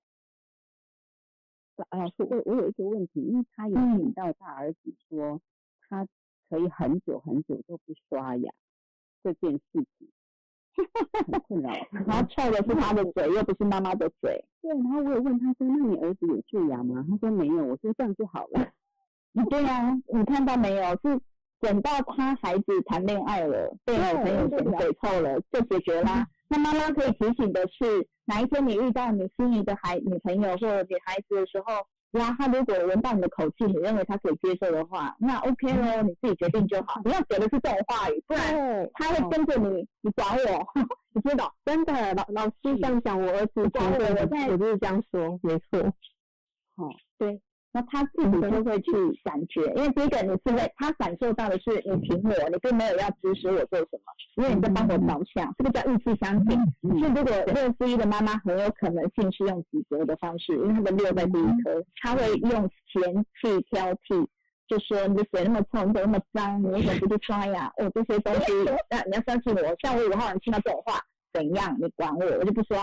A: 老师，我我有一个问题，因为他有
B: 嗯
A: 请到大儿子说，他可以很久很久都不刷牙这件事
B: (laughs)
A: 情，很困 (laughs) 扰。
B: 然后臭的是他的嘴，又不是妈妈的嘴，
A: 对，然后我有问他说，那你儿子有蛀牙吗？他说没有，我说这样就好了。
B: 对呀、你看到没有？是等到他孩子谈恋爱了，被
A: 对
B: 男朋友
A: 对
B: 嫌
A: 呀
B: 嘴臭了，就解决啦。那妈妈可以提醒的是，哪一天你遇到你心仪的孩女朋友或者女孩子的时候，呀，她如果闻到你的口气，你认为她可以接受的话，那 OK 咯，
A: 嗯
B: 你自己决定就好。不要写的是这种话语，不然
A: 对，
B: 他会跟着你，你管我， (laughs) 你知道？哦真的，老老师这样讲，我儿子管我，我在
D: 我就是这样说，没错。
B: 那他自己就会去感觉，因为第一个你是在他感受到的是你挺我，你并没有要指使我做什么，因为你在帮我着想，这个叫意气相挺。
A: 嗯
B: 是如果六四一的妈妈很有可能性是嗯用指责的方式，因为她的六在第一颗，她会用嫌弃挑剔就说你的水那么臭，你怎么那么脏，你为什么不去刷呀？哦，这些东西，那你要相信我，像我五号人听到这种话，怎样？你管我， (laughs) 我就
D: (laughs)
B: 不说。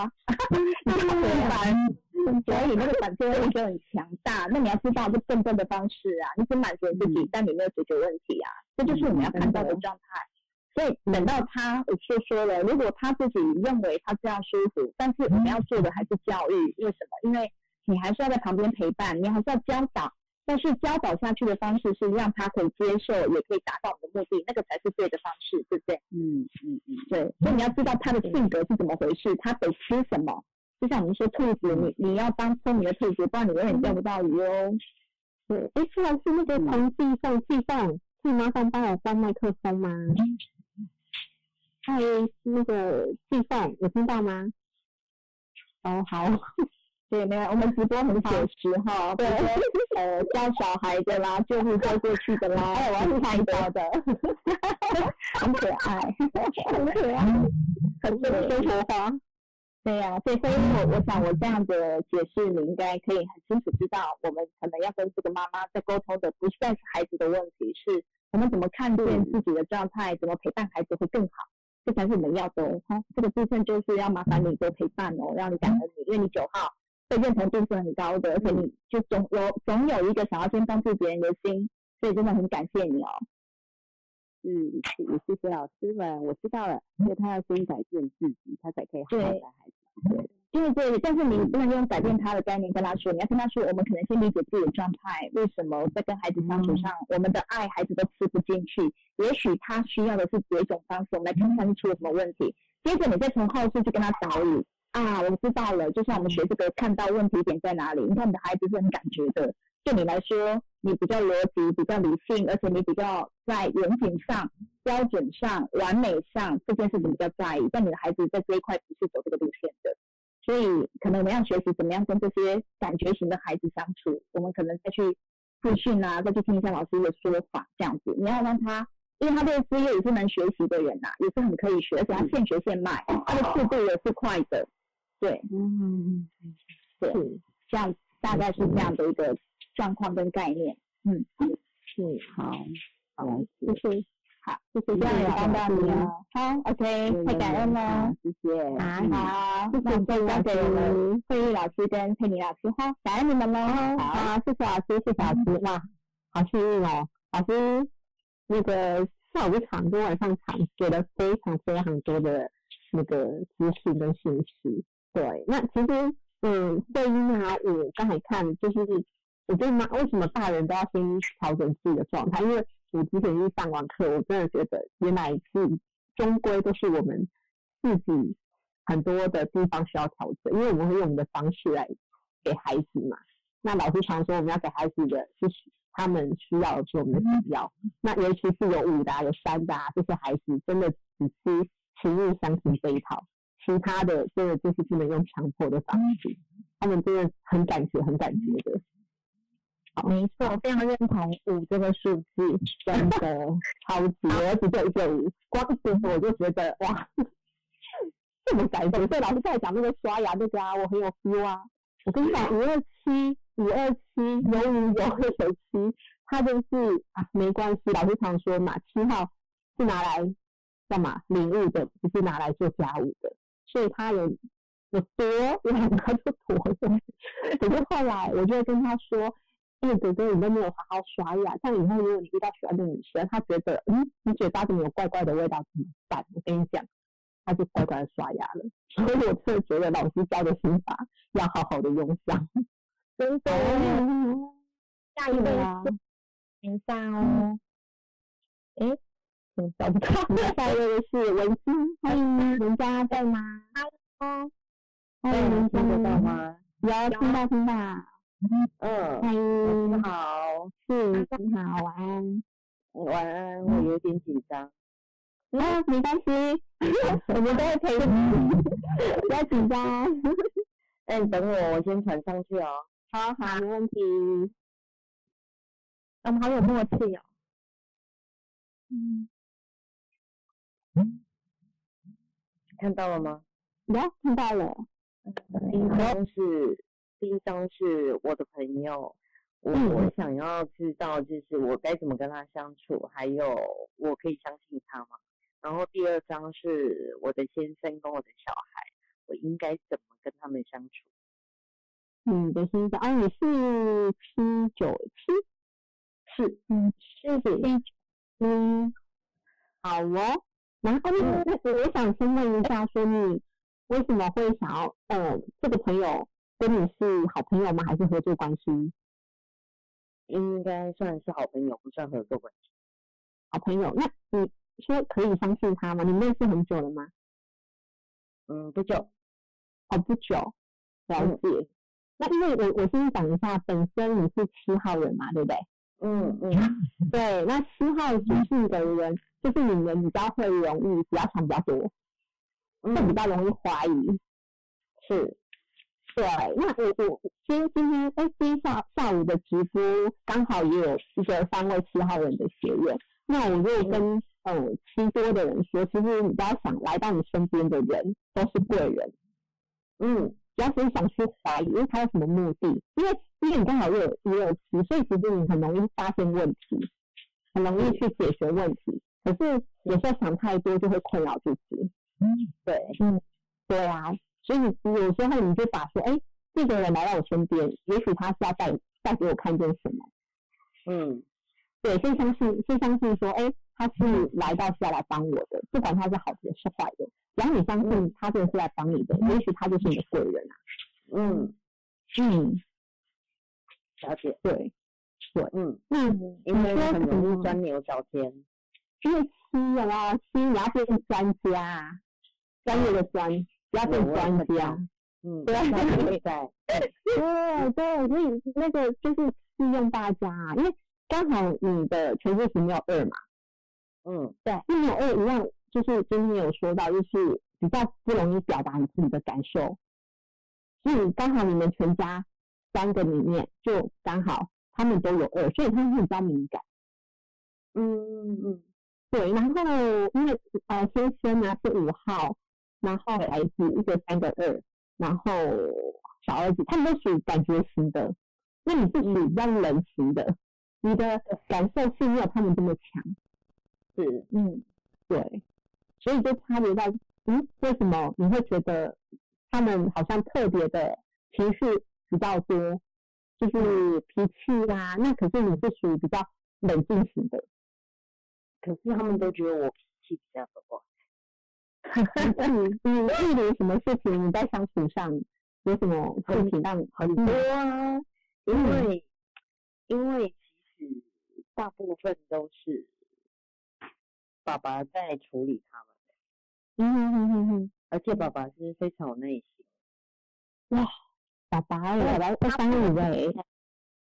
B: 很烦。所以那个反思力就很强大。那你要知道这奋斗的方式啊，你只满足自
D: 嗯
B: 己，但你没有解决问题啊，这就是我们要看到的状态。
D: 嗯
B: 所以等到他，我就说了，如果他自己认为他这样舒服，但是我们要做的还是教育。为什么？因为你还是要在旁边陪伴，你还是要教导，但是教导下去的方式是让他可以接受，也可以达到我们的目的，那个才是对的方式，对不对？
D: 嗯嗯嗯，
B: 对，所以你要知道他的性格是怎么回事，他得吃什么。就像我们说兔子，
A: 嗯
B: 你你要当聪明的兔子，不然你永远钓不嗯到鱼哦。
A: 对，哎，是然是那个从地上地上，替麻烦帮我关麦克风吗？嗨，那个地上有听到吗？哦，好，
B: (laughs) 对，没有，我们直播很写实哈，对，呃，教小孩的啦，救护车过去
A: (laughs)
B: 的啦，
A: 哎
B: 还有我要去看一包的，很可爱， (laughs) 很可爱，很多生活化。对呀、所以所以我我想我这样的解释，你应该可以很清楚知道，我们可能要跟这个妈妈在沟通的，不再是孩子的问题，是我们怎么看见自己的状态，怎么陪伴孩子会更好，这才是我们要的哦。哈、这个部分就是要麻烦你多陪伴哦，让你感恩你，因为你九号被认同度是很高的，而且你就总有总有一个想要先帮助别人的心，所以真的很感谢你哦。
D: 嗯，是也谢谢老师们，我知道了，所以他要先改变自己，他才可以好好
B: 对
D: 带孩子。
B: 对对，但是你不能用改变他的概念跟他说，你要跟他说，我们可能先理解自己的状态，为什么在跟孩子相处
D: 嗯
B: 上，我们的爱孩子都吃不进去，也许他需要的是别种方式，我们来看看是出了什么问题。接着你再从后续去跟他导语啊，我知道了，就像我们学这个，看到问题点在哪里，你看你的孩子是很感觉的，对你来说，你比较逻辑，比较理性，而且你比较在严谨上、标准上、完美上这件事情比较在意，但你的孩子在这一块不是走这个路线的。所以可能我们要学习怎么样跟这些感觉型的孩子相处，我们可能再去复训啊，再去听一下老师的说法，这样子，你要让他。因为他对事业也是能学习的人呐、也是很可以学，而且他现学现卖，他的速度也是快的，对，
D: 嗯，
B: 对，这样大概是这样的一个状况跟概念。嗯
D: 好，好，老师
B: 谢谢，好，谢谢，这样有帮到你哦。好，OK，太感恩了。，
D: 谢谢，
A: 啊
D: 嗯
B: 好，那我们再交给我们慧玉老师跟佩妮老师哈，感恩你们喽。好，谢谢老师，谢谢老师。哇，
A: 好幸运哦，老师那个下午场跟晚上场学了非常非常多的那个知识跟信息。对，那其实嗯，对于啊，我刚才看就是我觉得妈为什么大人都要先调整自己的状态，因为我之前去上完课，我真的觉得原来是终归都是我们自己很多的地方需要调整，因为我们会用我们的方式来给孩子嘛。那老师常说我们要给孩子的就是他们需要的是我们的需要。那尤其是有五的、啊、有三的、啊、这些孩子，真的只吃情欲相亲这一套，其他的真的就是不能用强迫的方式，他们真的很感觉很感觉的。
B: 没错，我非常认同五这个数字。
A: 真 (laughs) 的超级，我儿子就一个五，光一个五我就觉得哇，这么感觉。所以老师在讲那个刷牙那个啊，我很有 feel 啊。我跟你讲，五二七，五二七，有五有二有七，他就是啊，没关系。老师常说嘛，七号是拿来干嘛？领悟的，不是拿来做家务的。所以他有有多，有两个就多了。 (laughs) 可是后来我就会跟他说，因为哥哥你都没有好好刷牙，像以后如果你遇到喜欢的女生，她觉得嗯你嘴巴怎么有怪怪的味道怎么办？我跟你讲，她就乖乖的刷牙了。所以我真的觉得老师教的心法要好好的用上。
B: 真的，
A: 哦 (laughs)
B: 下一位
A: 啊
B: 是等一下哦。哎，怎么找不到？
A: (laughs) 下一位是文心，欢迎人家在吗？
B: 哦欢
A: 迎
B: 迎
A: 嗯文
B: 听得到
A: 心
B: 吗？
A: 有听到听到，
B: 嗯，
A: 欢迎，
B: 你好，
A: 是你好，晚安。
D: 晚安，我有点紧张。 (laughs)
A: 啊，没关系，
B: 我们都会陪着
A: 不要紧张。
D: (laughs) 哎，你等我，我先传上去哦。
A: 好好，没问题。
B: 我们好有默契哦。
D: 嗯看到了吗？
A: 有听到了，
D: 第一张是第一张是我的朋友，我我想要知道，就是我该怎么跟他相处，还有我可以相信他吗？然后第二章是我的先生跟我的小孩，我应该怎么跟他们相处？
B: 你的先生，哦，你是 P 九七，是，嗯，是是，嗯，好哦。然后呢，
D: 嗯
B: 那我想先问一下，说你为什么会想要，呃，这个朋友跟你是好朋友吗？还是合作关系？
D: 应该算是好朋友，不算合作关系。
B: 好朋友？那你说可以相信他吗？你们认识很久了吗？
D: 嗯，不久。嗯
B: 哦，不久，了解。那因为我我先讲一下，本身你是七号人嘛，对不对？
D: 嗯嗯，
B: (laughs) 对，那七号属性的人，就是你们比较会容易，比较想比较多，
D: 嗯
B: 会比较容易怀疑。是，对。那我我今天今天哎，今天下下午的直播刚好也有一个三位七号人的学员，那我
D: 嗯
B: 就跟呃七多的人说，其实你不要想来到你身边的人都是贵人，嗯，不要说想去怀疑，因为他有什么目的，因为因为你刚好也有也有七，所以其实你很容易发现问题，很容易去解决问题，可是有时候想太多就会困扰自己。
D: 对，
B: 对啊，所以你有时候你就把说，哎、这个人来到我身边，也许他是要带带给我看见什么。
D: 嗯
B: 对，先相信，先相信说，哎，他是来到是要来帮我的，不管他是好的是坏的，只要你相信他真的是来帮你的，也许他就是你的贵人啊。
D: 嗯，
B: 嗯，
D: 了解。
B: 对。
D: 嗯，
B: 那
D: 因为
B: 你说
D: 很
B: 什
D: 容易
B: 么
D: 钻牛角尖。
B: 因为七人啊，七你要变专家啊，专业的专，不要变
D: 我我
B: 专
D: 知
B: 家
D: 道。嗯，
B: 对啊
D: 那现在
B: 对对，所以那个就是利用大家啊，因为刚好你的全字型没有二嘛，
D: 嗯
B: 对，那没有二一样，就是今天有说到，就是比较不容易表达你自己的感受，所以刚好你们全家三个里面就刚好他们都有二，所以他们会比较敏感。
D: 嗯嗯
B: 对，然后因为呃先生呢是五号，然后孩子一个三个二，然后小儿子他们都属于感觉型的，那你是属于比较冷型的，你的感受性没有他们这么强。
D: 嗯，是
B: 嗯，对，所以就察觉到，嗯，为什么你会觉得他们好像特别的情绪比较多，就是脾气啊？那可是你是属于比较冷静型的，
D: 可是他们都觉得我脾气比较 (laughs) 多。
B: 嗯你你遇到什么事情？你在相处上有什么事情让很
D: 多啊，因为、因为其实大部分都是爸爸在处理他们，
B: 嗯嗯嗯嗯，
D: 而且爸爸是非常有耐心。
B: 爸爸哎，爸爸在帮你哎，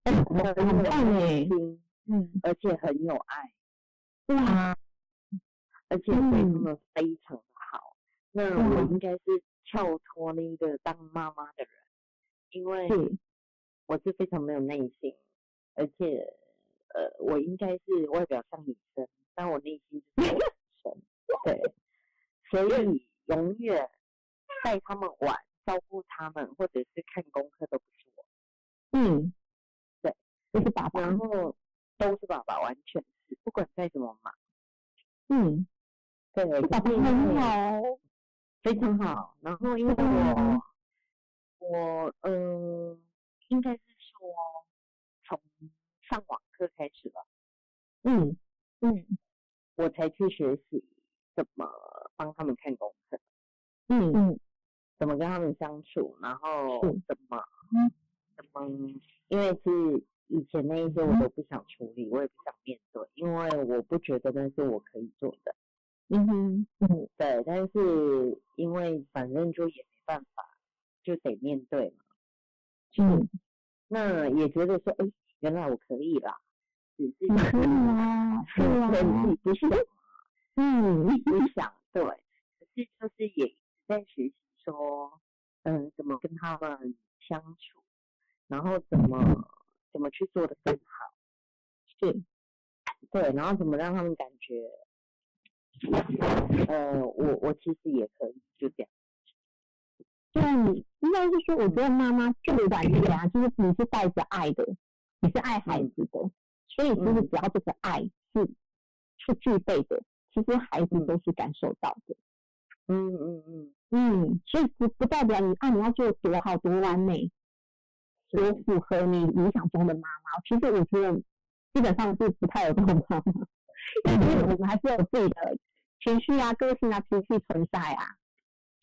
B: 哎，很棒哎，
D: 心，
B: 嗯，
D: 而且很有爱，
B: 哇，
D: 而且对他们非常的好。那我应该是跳脱那个当妈妈的人，因为
B: 是，
D: 我是非常没有耐心，而且呃，我应该是外表像女生，但我内心就是个女生，对，所以永远带他们玩，照顾他们，或者是看功课都不是我，
B: 嗯，
D: 对，
B: 就是爸爸，
D: 然后都是爸爸，完全是不管再怎么忙，
B: 嗯。
D: 对，
B: 爸爸
D: 可是因
B: 很
D: 为
B: 好，
D: 非常好。然后因为
B: 嗯
D: 我我呃，应该是说从上网课开始吧，
B: 嗯嗯
D: 我才去学习怎么帮他们看功课，
B: 嗯嗯
D: 怎么跟他们相处，然后
B: 是嗯
D: 怎么怎么，因为是以前那一些我
B: 嗯
D: 都不想处理，我也不想面对，因为我不觉得那是我可以做的。
B: 嗯哼嗯
D: 对，但是因为反正就也没办法，就得面对嘛。
B: 嗯，
D: 那也觉得说，哎，原来我可以啦，只
B: (laughs)
D: 是
B: 你可以
D: (laughs)
B: 啊，是啊，
D: 自己不是
B: 嗯
D: 不想对，可是就是也在学习说，嗯，怎么跟他们相处，然后怎么怎么去做的更好，
B: 是，
D: 对，然后怎么让他们感觉，呃，我我其实也可以，就这样，
B: 对，应该是说，我觉得妈妈最感觉啊，就是你是带着爱的，你你是爱孩子的，所以其实只要这个爱是是具备的，其实孩子都是感受到的。
D: 嗯嗯嗯，
B: 嗯，所以不不代表你啊，你要做得多好多完美，多符合你理想中的妈妈。其实我觉得基本上是不太有这种妈妈，因为
D: 嗯
B: 我们还是有自己的情绪啊、个性啊、脾气存在啊。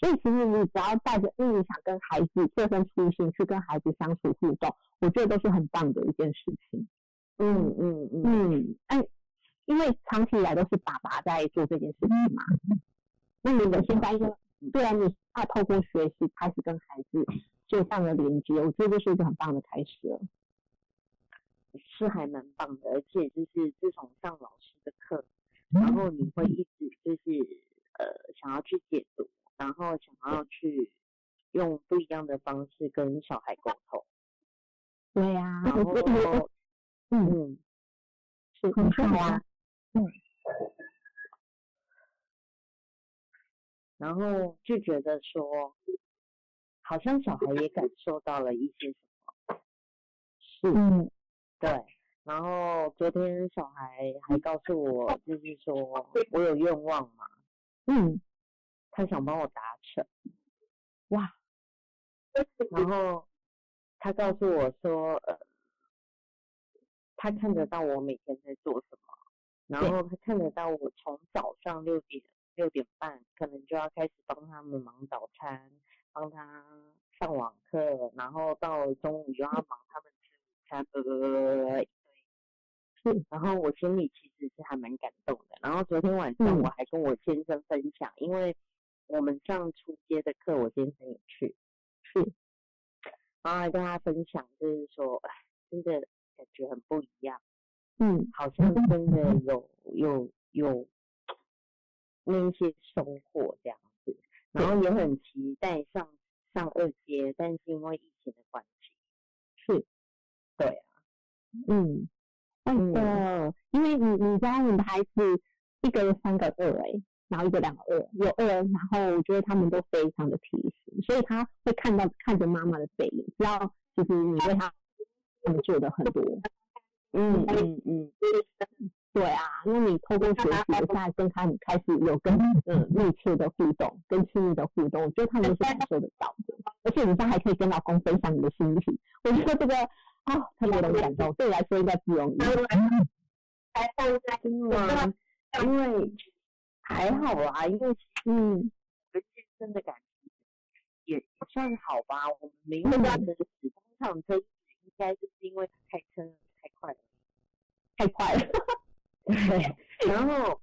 B: 所以其实你只要带着嗯，你想跟孩子设身处心去跟孩子相处互动，我觉得都是很棒的一件事情。
D: 嗯嗯嗯，
B: 嗯，哎，因为长期以来都是爸爸在做这件事情嘛，
D: 嗯
B: 那你们现在又对啊，你要透过学习开始跟孩子做上的连接，我觉得这是一个很棒的开始了。
D: 是还蛮棒的，而且就是自从上老师的课，然后你会一直就是呃想要去解读，然后想要去用不一样的方式跟小孩沟通，
B: 对呀、
D: 然
B: 啊我我我
D: 后嗯，
B: 是很好啊，
D: 然后就觉得说，好像小孩也感受到了一些什么，是
B: 嗯，
D: 对。然后昨天小孩还告诉我，就是说我有愿望嘛，
B: 嗯，
D: 他想帮我达成，哇！ (laughs) 然后他告诉我说，呃，他看得到我每天在做什么，然后他看得到我从早上六点六点半可能就要开始帮他们忙早餐，帮他上网课，然后到中午又要忙他们吃午餐，啵啵啵啵啵一堆。然后我心里其实是还蛮感动的。然后昨天晚上我还跟我先生分享，因为我们上初阶的课，我先生也去，是，然后还跟他分享，就是说，哎，真的感觉很不一样，
B: 嗯，
D: 好像真的有有有那一些收获这样子，然后也很期待上上二阶，但是因为疫情的关系，是，对啊，
B: 嗯，会
D: 嗯
B: 的，因为你你家你的孩子一个三个二哎、然后一个两个二，有二，然后我觉得他们都非常的贴心，所以他会看到看着妈妈的背影，知道就是你为他们做的很多。
D: 嗯嗯嗯，
B: 对啊，因为你透过学
D: 啊
B: 习，现在跟他们开始有更嗯密切的互动，跟亲密的互动，我觉得他们是感受得到的。而且你现在还可以跟老公分享你的心情，我觉得这个啊、特别容易感动，对我来说应该不容易。 (laughs) 啊
D: 还放在因为因为还好啊，因为
B: 嗯，
D: 跟健身的感情也也算好吧，我们没有很真实，但是很真实应该就是因为他开车太快了，
B: 太快了。
D: 对， (laughs) 然后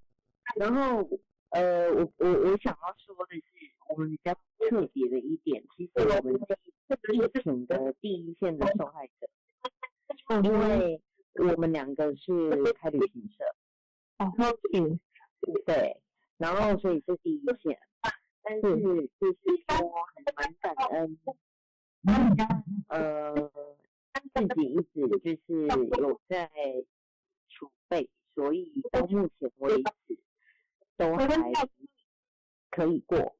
D: 然后呃，我我我想要说的是，我们比较特别的一点，其实我们是疫情的第一线的受害者，因为我们两个是开旅行社。
B: 哦，嗯，
D: 对，然后所以是第一线，但是就是说很蛮感恩，呃，自己一直就是有在储备，所以到目前为止都还可以过。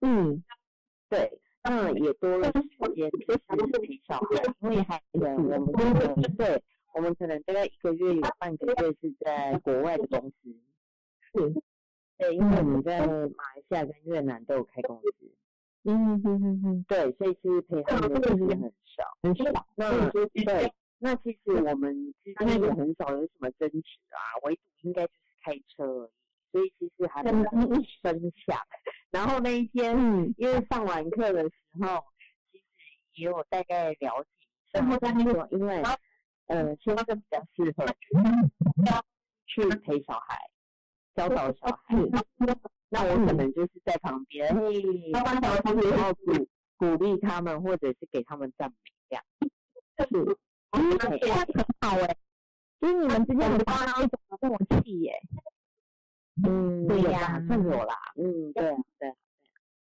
B: 嗯，
D: 对，那也多了时间就是陪小孩，因为孩子我们可能对，我们可能大概一个月有半个月是在国外的公司，
B: 是，
D: 对，因为我们在马来西亚跟越南都有开公司，
B: 嗯嗯嗯嗯，
D: 对，所以其实陪他们的时间很少。
B: 很少，
D: 那对，那其实我们之间也很少有什么争执啊，唯独应该就是开车而已，所以其实还蛮分享。然后那一天，
B: 嗯，
D: 因为上完课的时候，其实也有大概了解一下，就是说因为呃，先生比较适合去陪小孩，教导小孩。那我可能就是在旁边，嘿，然后鼓鼓励他们，或者是给他们赞美这样。是，对
B: 哦这样很好哎、就是你们之间很大的一种默契耶、
D: 嗯，
B: 对
D: 有
B: 呀
D: 啦算有啦，嗯，对啊对啊，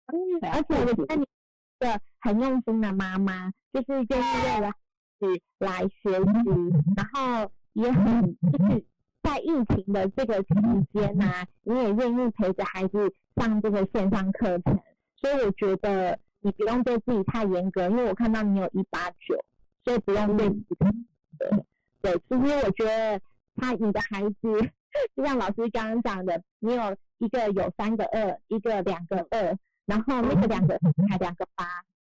B: 嗯，而且我觉得你是一个很用心的妈妈，就是愿意为了孩子来学习，然后也很就是在疫情的这个期间呐、你也愿意陪着孩子上这个线上课程，所以我觉得你不用对自己太严格，因为我看到你有一八九，所以不用对自己太严格。对，其实我觉得他你的孩子，就像老师刚刚讲的，你有一个有三个二，一个两个二，然后那个两个二还两个八，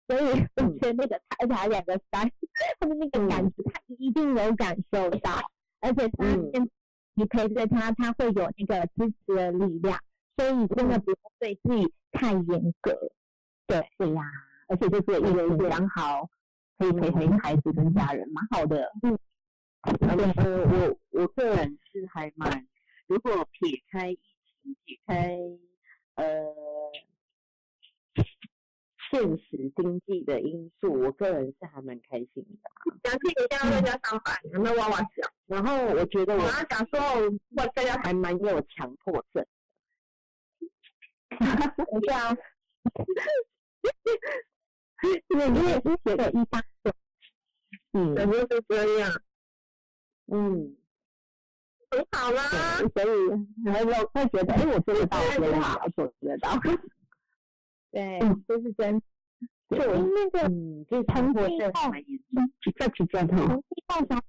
B: 所以我
A: 嗯
B: 觉得那个他而且还两个三，他的那个感觉他一定有感受到，而且他
A: 嗯
B: 跟你陪着他，他会有那个支持的力量，所以真
A: 嗯
B: 的不要对自己太严格。
A: 对对呀、而且就是一人一刚好可以陪陪孩子跟家人，蛮好的。嗯，
D: 而且我我个人是还蛮，如果撇开疫情，撇开呃现实经济的因素，我个人是还蛮开心的。
A: 想去你家在家上班，有没有哇哇笑？
D: 然后我觉得我
A: 要想说我在家
D: 还蛮有强迫症，
B: 对啊， (laughs) 因为因为有个一八九，
D: 嗯
A: 怎么是这样？
D: 嗯，
A: 很好啦，
B: 所以然后就会觉得，哎，我做得到，
A: 对
B: 我也
A: 对
B: 要做得到，
D: 对，
B: 这是真。
D: 对
B: 对，啊那个
D: 嗯，就是强迫症还蛮严重，
A: 这是真
B: 从
A: 的。
B: 地到小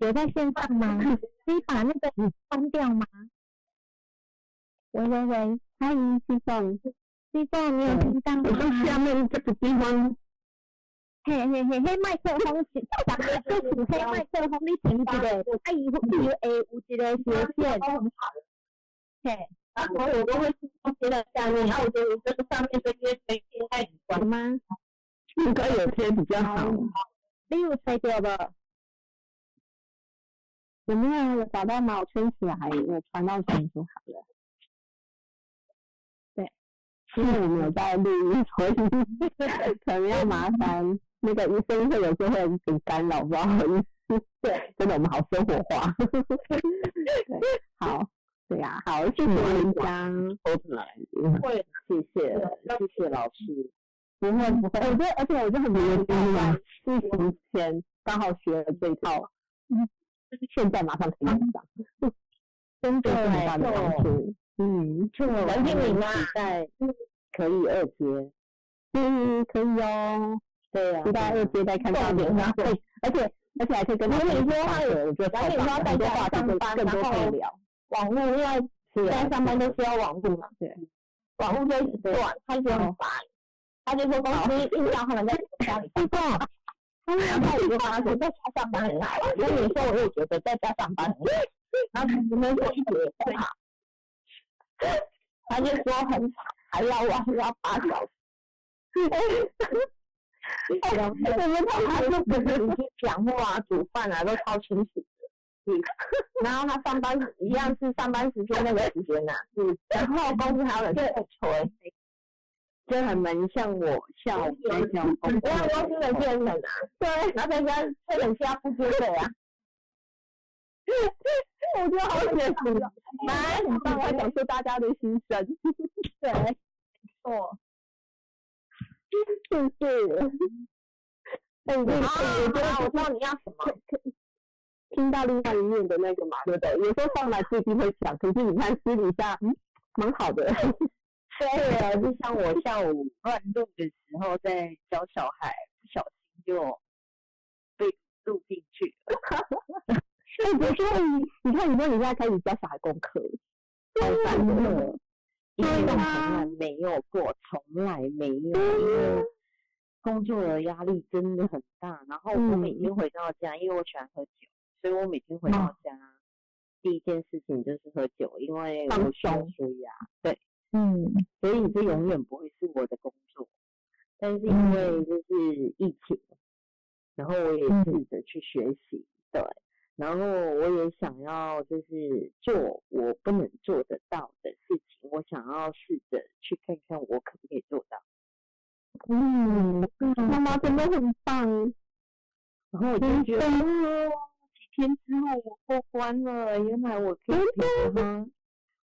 B: 有在线上吗？可以把那个关掉吗？喂喂喂，欢迎西凤，西凤，你有听到
A: 嗯我说
B: 吗？
A: 下面这个地方，
B: 嘿嘿嘿，嘿麦克风是，咱们就请黑麦克风你停一下，啊伊有有诶有一个斜线，
A: 然后我都会贴到下面，然后我觉得这个上面这些可以太短吗？应该有些比较好。
B: 你有吹到无？有没有有找到吗？我圈起来，我传到群组好了。对，因为我们有在录音， (laughs) 所以可能要麻烦那个医生会有时候会很干扰，不好意思。对，真的我们好生活化。 (laughs) 对，好，对呀、好，谢谢
D: 嗯
B: 文章。
D: 我本来
A: 会，
D: 谢谢谢谢老师，
B: 嗯
D: 嗯
B: 不会不会，我觉得，而且我就很啊明白，
A: 疫情前刚好学了这一套，
D: 嗯
B: 现在马上可以用上，
A: 真
B: 这是很大的帮助。嗯，
D: 就我
A: 梁静茹啊
D: 期待可以二阶，
B: 嗯，可以哦。
D: 对啊，
B: 期待二阶再看到你，然后可以而且而且还可以跟他们说话，我觉得
A: 然后
B: 太
A: 你说在
B: 棒了，很多
A: 家
B: 话题
A: 上
B: 更
A: 班
B: 更
A: 然
B: 多可以
A: 后
B: 聊。
A: 网络因为
D: 是
A: 现
D: 啊
A: 在上班都需要网络嘛，
D: 对，
A: 网络就一直断，他就很烦，他就说公司硬要他们在家里上班，然后我就跟他说在家上班很好啊，所以有时候我也觉得在家上班很好，然后他只能说一节不好，他就说很惨，还要网要八小时。我们同事就跟你去讲话啊、煮饭啊，都超清楚的。嗯，然后他上班一样是上班时间那个时间呐、嗯，然后公司还有人在催，
D: 这还蛮像我像我们那种工
A: 我
D: 作
A: 要公司
D: 的时
A: 人
D: 候
A: 变冷啊，对，然后人家吹冷气要付薪水啊。我觉得好辛苦，来，很棒，我想说大家的心声。对，错，是不
D: (laughs)
A: 是？哎，我
D: 啊
A: 觉得我知道你要什么。
B: 听到另外一面的那个嘛，对不对？有时候上来自己会想，可是你看私底下，嗯，蛮好的。
D: (laughs) 对啊，就像我下午乱录的时候，在教小孩，不小心就被录进去了。
B: (laughs) 哎，不是你，你看，你说你现在开始教小孩功课，
D: (laughs) 好
B: 真
D: 感
B: 的
D: 动，因为我从
B: 啊
D: 来没有过，从来没有，因为工作的压力真的很大。然后我
B: 嗯
D: 每天回到家，因为我喜欢喝酒，所以我每天回到家，第一件事情就是喝酒，因为
B: 放
D: 我需要
B: 松
D: 舒压。对，
B: 嗯，
D: 所以这永远不会是我的工作。但是因为就是疫情，然后我也
B: 嗯
D: 试着去学习，对，然后我也想要就是做我不能做得到的事情，我想要试着去看看我可不可以做到。
B: 嗯，妈妈真的很棒，
D: 然后我就觉得，哦，几天之后
B: 哦
D: 我过关了，原来我可以陪着他，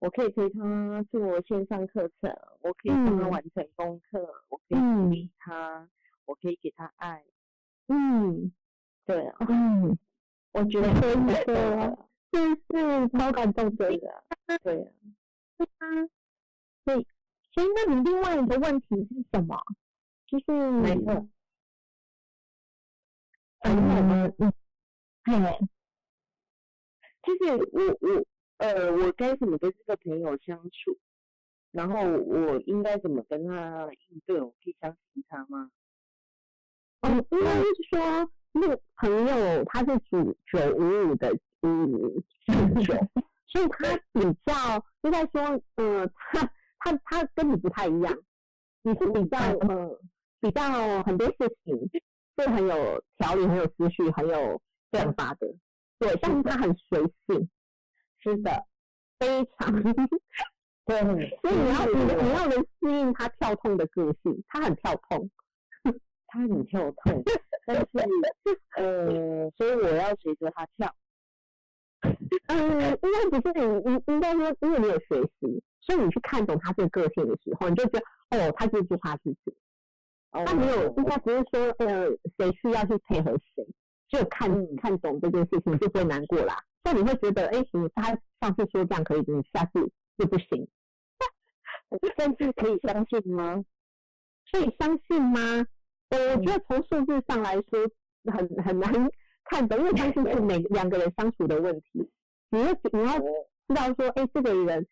D: 我可以陪他做线上课程，我可以帮他
B: 嗯
D: 完成功课，我可以鼓
B: 嗯
D: 励他，我可以给他爱，
B: 嗯
D: 对啊，
B: 嗯，
D: 我觉得
B: 真的
D: 对啊，
B: 真是超感动的
D: 对。啊，对啊，
B: 对，啊所以那你另外一个问题是什么？就是
D: 没
B: 嗯，
D: 错，
B: 嗯，对，
D: 其实我我呃，我该怎么跟这个朋友相处？然后我应该怎么跟他应对？我可以相信他吗？
H: 嗯，应该是说那个朋友他是主九五五的嗯 (laughs) 是九，所以他比较应该说呃他他他跟你不太一样，你是比较呃比较很多事情是很有条理、很有思绪、很有想法的，对，但是他很随性，是的，非常 (laughs) 对，所以你要你你要能适应他跳痛的个性，他很跳痛。
D: 他很跳痛，但是呃，所以我要随着他跳。
H: 嗯，应该不是你，你应该说，因为你有学习，所以你去看懂他这个个性的时候，你就觉得哦，他就是他自己。
D: 哦
H: 他没有，应该不是说呃谁需要去配合谁，只有看看懂这件事情就不会难过啦。但你会觉得，哎、你他上次说这样可以，你下次就不行，
D: 但是可以相信吗？
H: 所以相信吗？呃，我觉得从数字上来说很很难看懂，因为相信是每两个人相处的问题。你要你要知道说，哎、这个人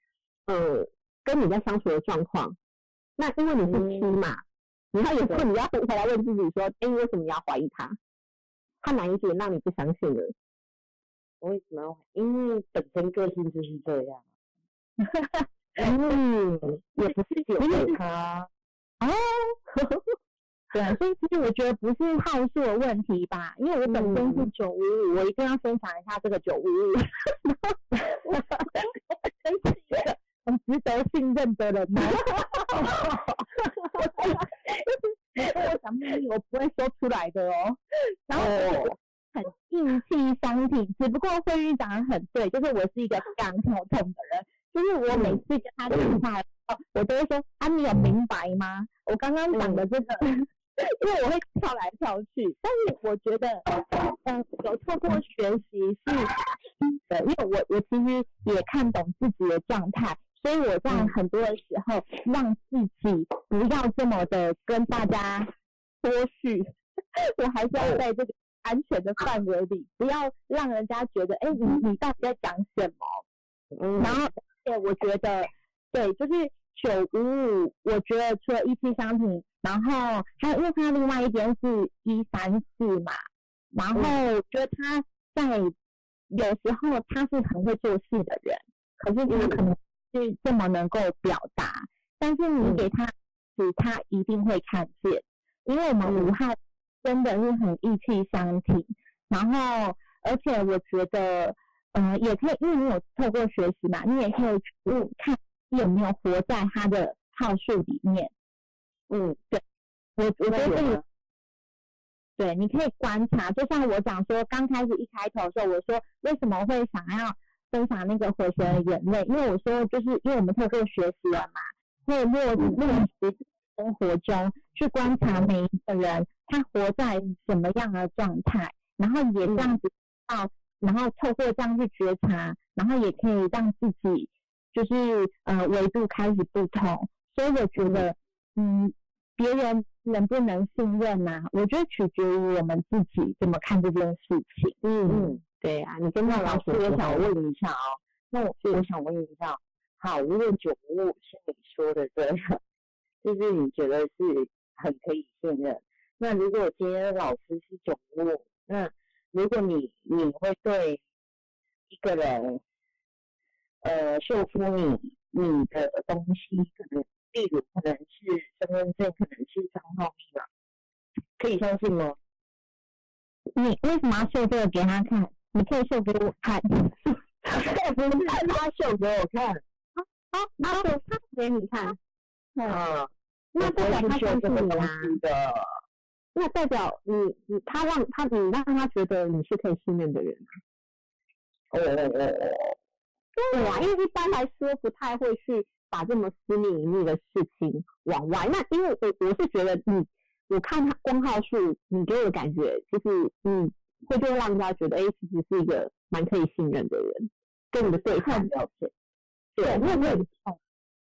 H: 呃跟你在相处的状况，那因为你是七嘛，你要有时候你要回来问自己说，哎、为什么你要怀疑他？他哪一点让你不相信了？
D: 为什么要？因为本身个性就是这样。
H: 嗯，
D: 也不是有
H: 因为
D: 给他，
B: 对，哦 (laughs) 所以其实我觉得不是号数的问题吧，因为我本身是九五五，我一定要分享一下这个九五五，真是一个很值得信任的人哦。 (laughs) 你跟我讲秘密，我不会说出来的哦。然后我很硬气相挺，只不过慧玉讲的很对，就是我是一个非常跳痛的人，就是我每次跟他讲话的时候，我都会说啊，你有明白吗？我刚刚讲的这个， (laughs) 因为我会跳来跳去，但是我觉得，嗯，有透过学习是的，因为我我其实也看懂自己的状态，所以我在很多的时候让自己不要这么的跟大家脱序， (laughs) 我还是要在这个安全的范围里，不要让人家觉得，哎、你你到底在讲什么？
D: 嗯
B: 然后，对，我觉得，对，就是九五五，我觉得除了一七商品，然后还有因为它另外一边是一三四嘛，然后我觉得他在有时候他是很会做事的人，可是他可能是这么能够表达，但是你给他指，他一定会看见，因为我们五号真的是很意气相挺，然后而且我觉得。呃，也可以，因为你有透过学习嘛，你也可以去看你有没有活在他的号数里面。嗯，对，我我觉得这个，对，你可以观察。就像我讲说，刚开始一开头的时候，我说为什么会想要分享那个火神的眼泪，因为我说就是因为我们透过学习啊了嘛，会落落实生活中去观察每一个人他活在什么样的状态，然后
H: 嗯
B: 也这样子到然后透过这样去觉察，然后也可以让自己就是呃维度开始不同。所以我觉得，嗯，别人能不能信任呐、我觉得取决于我们自己怎么看这件事情。
H: 嗯，对啊，你跟
D: 那
H: 他
D: 老
H: 老
D: 师，
H: 师
D: 我
H: 也想
D: 想
H: 问，
D: 问一下哦，那我我想问一
B: 哦
D: 下，好，如果九五是你说的对，啊就是你觉得是很可以信任。那如果今天老师是九五，那如果你你会对一个人，呃，秀出你你的东西，可能例如可能是身份证，可能是账号密码，可以相信吗？
B: 你为什么要秀这个给他看？你可以秀给我
D: (laughs)
B: 看。 (laughs)
D: 不是他秀给我看。嗯
B: 哦，然后他给你看，
D: 啊，
H: 那
D: 嗯我不
H: 代表
D: 会
H: 他
D: 去
H: 相
D: 修这
H: 信
D: 个
H: 你
D: 东
B: 啊
H: 啦
D: 西的。
H: 那代表你你他让他你让他觉得你是可以信任的人。啊
D: 哦哦
H: 对啊，因为一般来说不太会去把这么私密隐秘的事情往外。那因为我我是觉得你，我看他光号数，你给我的感觉就是你会就会让人家觉得，哎、其实是一个蛮可以信任的人，跟你的对象了解。对，那我也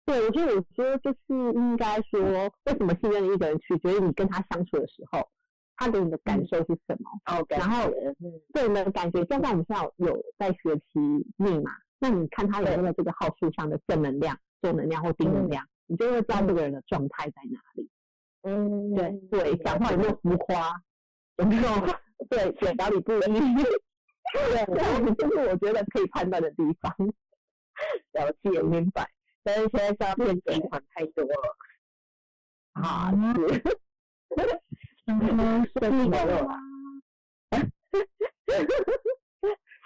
H: 对，我觉得我觉得就是应该说，为什么信任一个人，取决于你跟他相处的时候，
B: 他给你的感受是什么？
D: 哦，
B: 然后对你的感觉，就算你现在有在学习密码，那你看他有没有这个号数上的正能量、正能量或低能量，你就会知道这个人的状态在哪里。
D: 嗯，
B: 对对，讲话有没有浮夸，有 (laughs) 没有对对表里不一， (laughs) 对，这是我觉得可以判断的地方。 (laughs)
D: 了解明白。但是现在诈骗集团太多了，
B: 啊，
C: 嗯，
B: (laughs) 对，是没有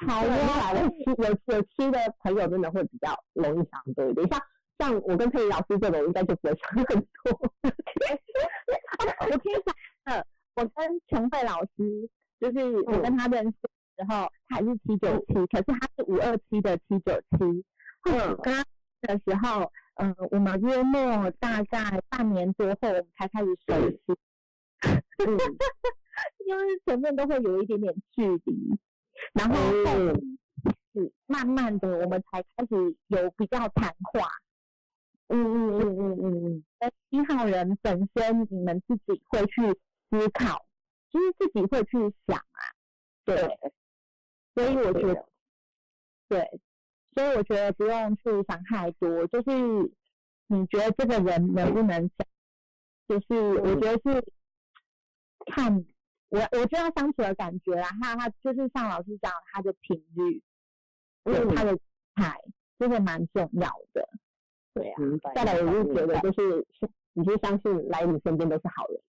A: 好啊
B: 对，
A: 呀，
B: 来了七有有七的朋友真的会比较容易想多一点，像像我跟佩仪老师这种，应该就不会想很多。
A: (laughs) 我听说的，呃我跟琼慧老师，就是
B: 嗯
A: 我跟他认识的时候，他也是七九七，可是他是五二七的七九七。嗯，跟他的时候，嗯、我们约莫大概半年多后，我们才开始熟
B: 嗯
A: 悉， (laughs) 因为前面都会有一点点距离，然后后面是慢慢的，我们才开始有比较谈话。嗯嗯嗯嗯嗯嗯。而一号人本身，你们自己会去思考，就是自己会去想啊。对，所以我觉得，对，所以我觉得不用去想太多，就是你觉得这个人能不能讲，就是
D: 嗯
A: 我觉得是看我，我觉得相处的感觉啦，还有他就是像老师讲的他的频率，嗯，他的姿态，这个蛮重要的。
D: 对啊。明白
B: 再来，我就觉得就是是你就相信来你身边都是好人，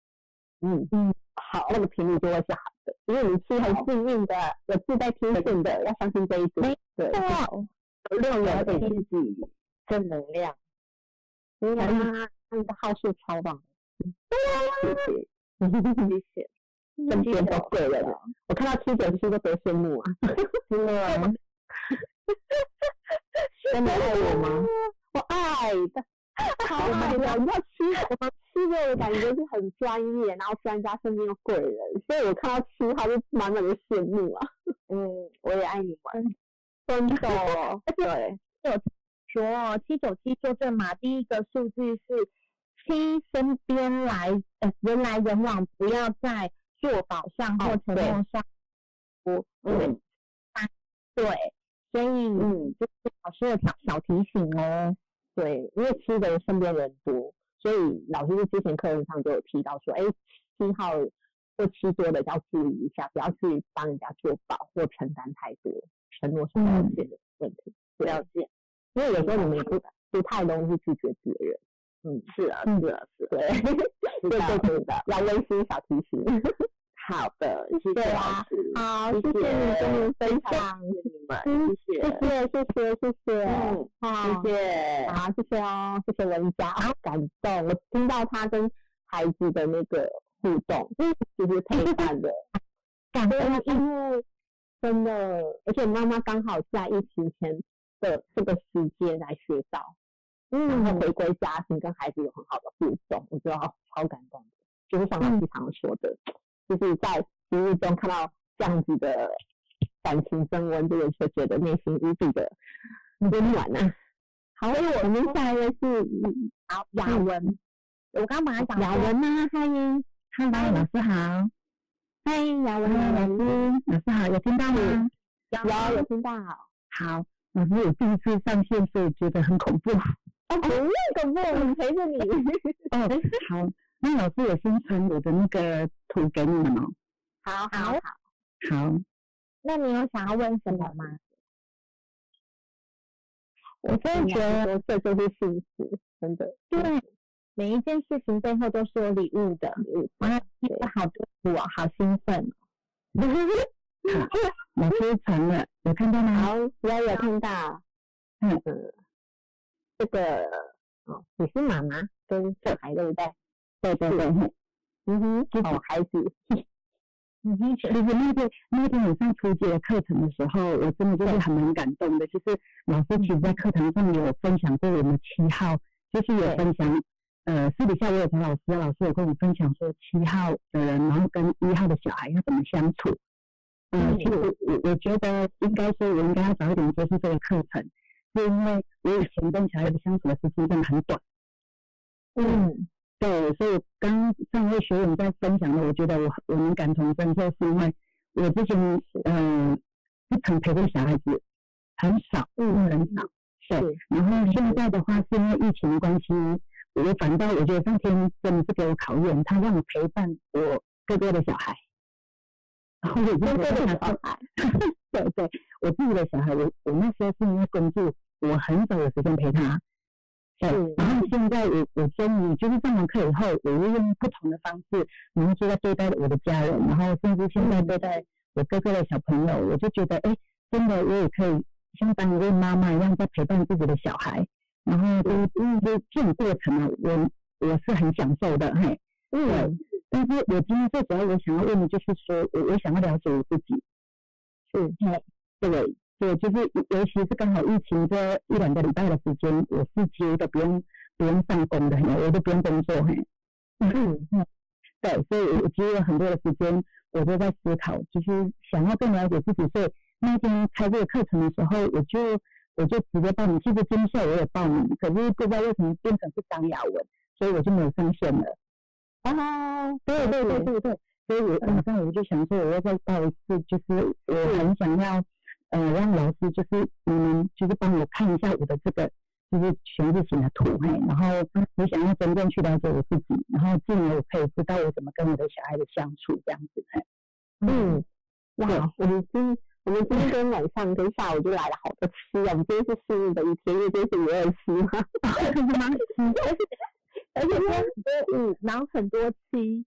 B: 嗯
A: 嗯，
B: 好，那个频率就会是好的，因为你是很幸运的，有自带天线的，要相信这一点。对，
A: 哦，
B: 六
D: 了
B: 人
D: 解
B: 可以，
D: 自己正能量，
B: 对呀，那个号数超棒，嗯
D: 谢谢谢谢，
B: 身边都贵人，我看到七九七都多羡慕啊！
D: 真的吗？
B: 真的爱我吗？我爱 (laughs) 的，好爱的。你知道七，我们七个的感觉是很专业，然后专家身边有贵人，所以我看到七号就满满的羡慕啊。
D: 嗯，我也爱你们，
B: 真的哦，
D: 对，
A: 说七九七纠正码，第一个数据是七身边来，呃，人来人往，不要在做保上或承
B: 对
A: 诺上。
D: 哦嗯
A: 对，所以
B: 嗯，
A: 这是老师的小小提醒哦。
B: 对，因为七的人身边人多，所以老师之前课文上就有提到说，哎，七号或七多的要注意一下，不要去帮人家做保或承担太多承诺上要解的问题，
D: 嗯了解，
B: 因为有时候你们也不不太容易拒绝别人。嗯
D: 是啊是啊是啊，
B: 对， (laughs) 对对对的，要温馨小提醒。
D: 好的，呃谢谢
A: 对
D: 老
A: 啊
D: 师，
A: 好，
D: 谢
A: 谢谢你
D: 谢
A: 跟我们分享，
D: 谢谢你
B: 嗯
D: 们，谢
A: 谢
D: 谢，
A: 谢谢谢谢谢，
D: 嗯，
A: 好，
D: 谢谢，
B: 好，谢谢哦，谢谢文佳，好感动，我听到他跟孩子的那个互动，就是陪伴的，
A: (laughs) 感
B: 对
A: 恩
B: 啊，因为真的，而且妈妈刚好在疫情前的这个时间来学到，然后
A: 嗯，
B: 回归家庭，跟孩子有很好的互动，我觉得好超感动的，就是像老师常说的，
A: 嗯
B: 就是在节日中看到这样子的感情升温，这个就觉得内心无比的温暖啊。
A: 好，所以我们下一位是嗯好雅文，我刚把它讲啊
B: 雅
A: 错
B: 文啊，嗨，
C: 嗨，老师好，
A: 嗨，雅文
C: 嗨，
A: 老
C: 老
A: 师，
C: 师，老师好，有听到吗？
B: 有有听到？
C: 好，老师，我第一次上线，所以觉得很恐怖。
B: 哦，不用恐怖，我们陪着你。
C: (laughs) 哦，好，那老师我先传我的那个图给你们哦。
B: 好
A: 好，
C: 好，
A: 那你有想要问什么吗？
B: 我真的觉得这就是幸福，真的。
A: 对，每一件事情背后都是有礼物的。哇，听得好多苦哦，好兴奋哦！
B: (laughs)
C: 老师传了，有看到吗？
B: 好，我有看到，
C: 嗯
B: 嗯，这个哦，你是妈妈跟小孩对不对？
C: 对对对，
B: 嗯哼，好孩子，
C: 其实那个那天我上初级的课程的时候，我真的就是还蛮感动的。就是老师其实在课堂上有分享过我们七号，就是有分享，呃，私底下我有找老师，老师有跟我分享说七号的人，然后跟一号的小孩要怎么相处。呃，其实我我我觉得应该说，我应该要早一点接触这个课程，是因为我以前跟小孩的相处的时间真的很短。
B: 嗯，
I: 对，所以刚上位学员在分享的，我觉得我我能感同身受，是因为我之前嗯、呃、不曾陪过小孩子，很少，嗯，很少。对，然后现在的话是因为疫情的关系，我反倒我觉得上天真的是给我考验，他让我陪伴我哥哥的小孩，然后我就陪伴他小孩。 (laughs) 对对，我自己的小孩，我我那时候是因为工作，我很少有时间陪他。对，然后现在我我终于就是上完课以后，我又用不同的方式，然后就在对待我的家人，然后甚至现在对待我哥哥的小朋友，我就觉得哎，真的我也可以像当一位妈妈一样在陪伴自己的小孩，然后都就这种过程啊，我我是很享受的嘿。嗯，但是我今天最主要我想要问的就是说，我我想要了解我自己，是对对。对，就是尤其是刚好疫情这一两个礼拜的时间，我是几乎都不用不用上工的，嘿我都不用工作，嘿，嗯嗯， (laughs) 对，所以我其实有很多的时间，我都在思考，就是想要更了解自己。所以那天开这个课程的时候，我就我就直接报名，其实今校我也报名，可是不知道为什么变成是张雅文，所以我就没有上线了。啊，对对对对对，所以我马上我就想说，我要再报一次，就是我很想要。呃，让老师就是你们、嗯、就是帮我看一下我的这个就是全字形的图嘿，然后我想要真正去了解我自己，然后进而我可以知道我怎么跟我的小孩子相处这样子嘿。
B: 嗯，哇，我们今我们今天晚上跟下午就来了好多吃啊，我们今天是幸运的一天，因为今天是五二七嘛，
A: (laughs)
B: (laughs) 而
A: 而
B: 且
A: 且说五，然后嗯很多七，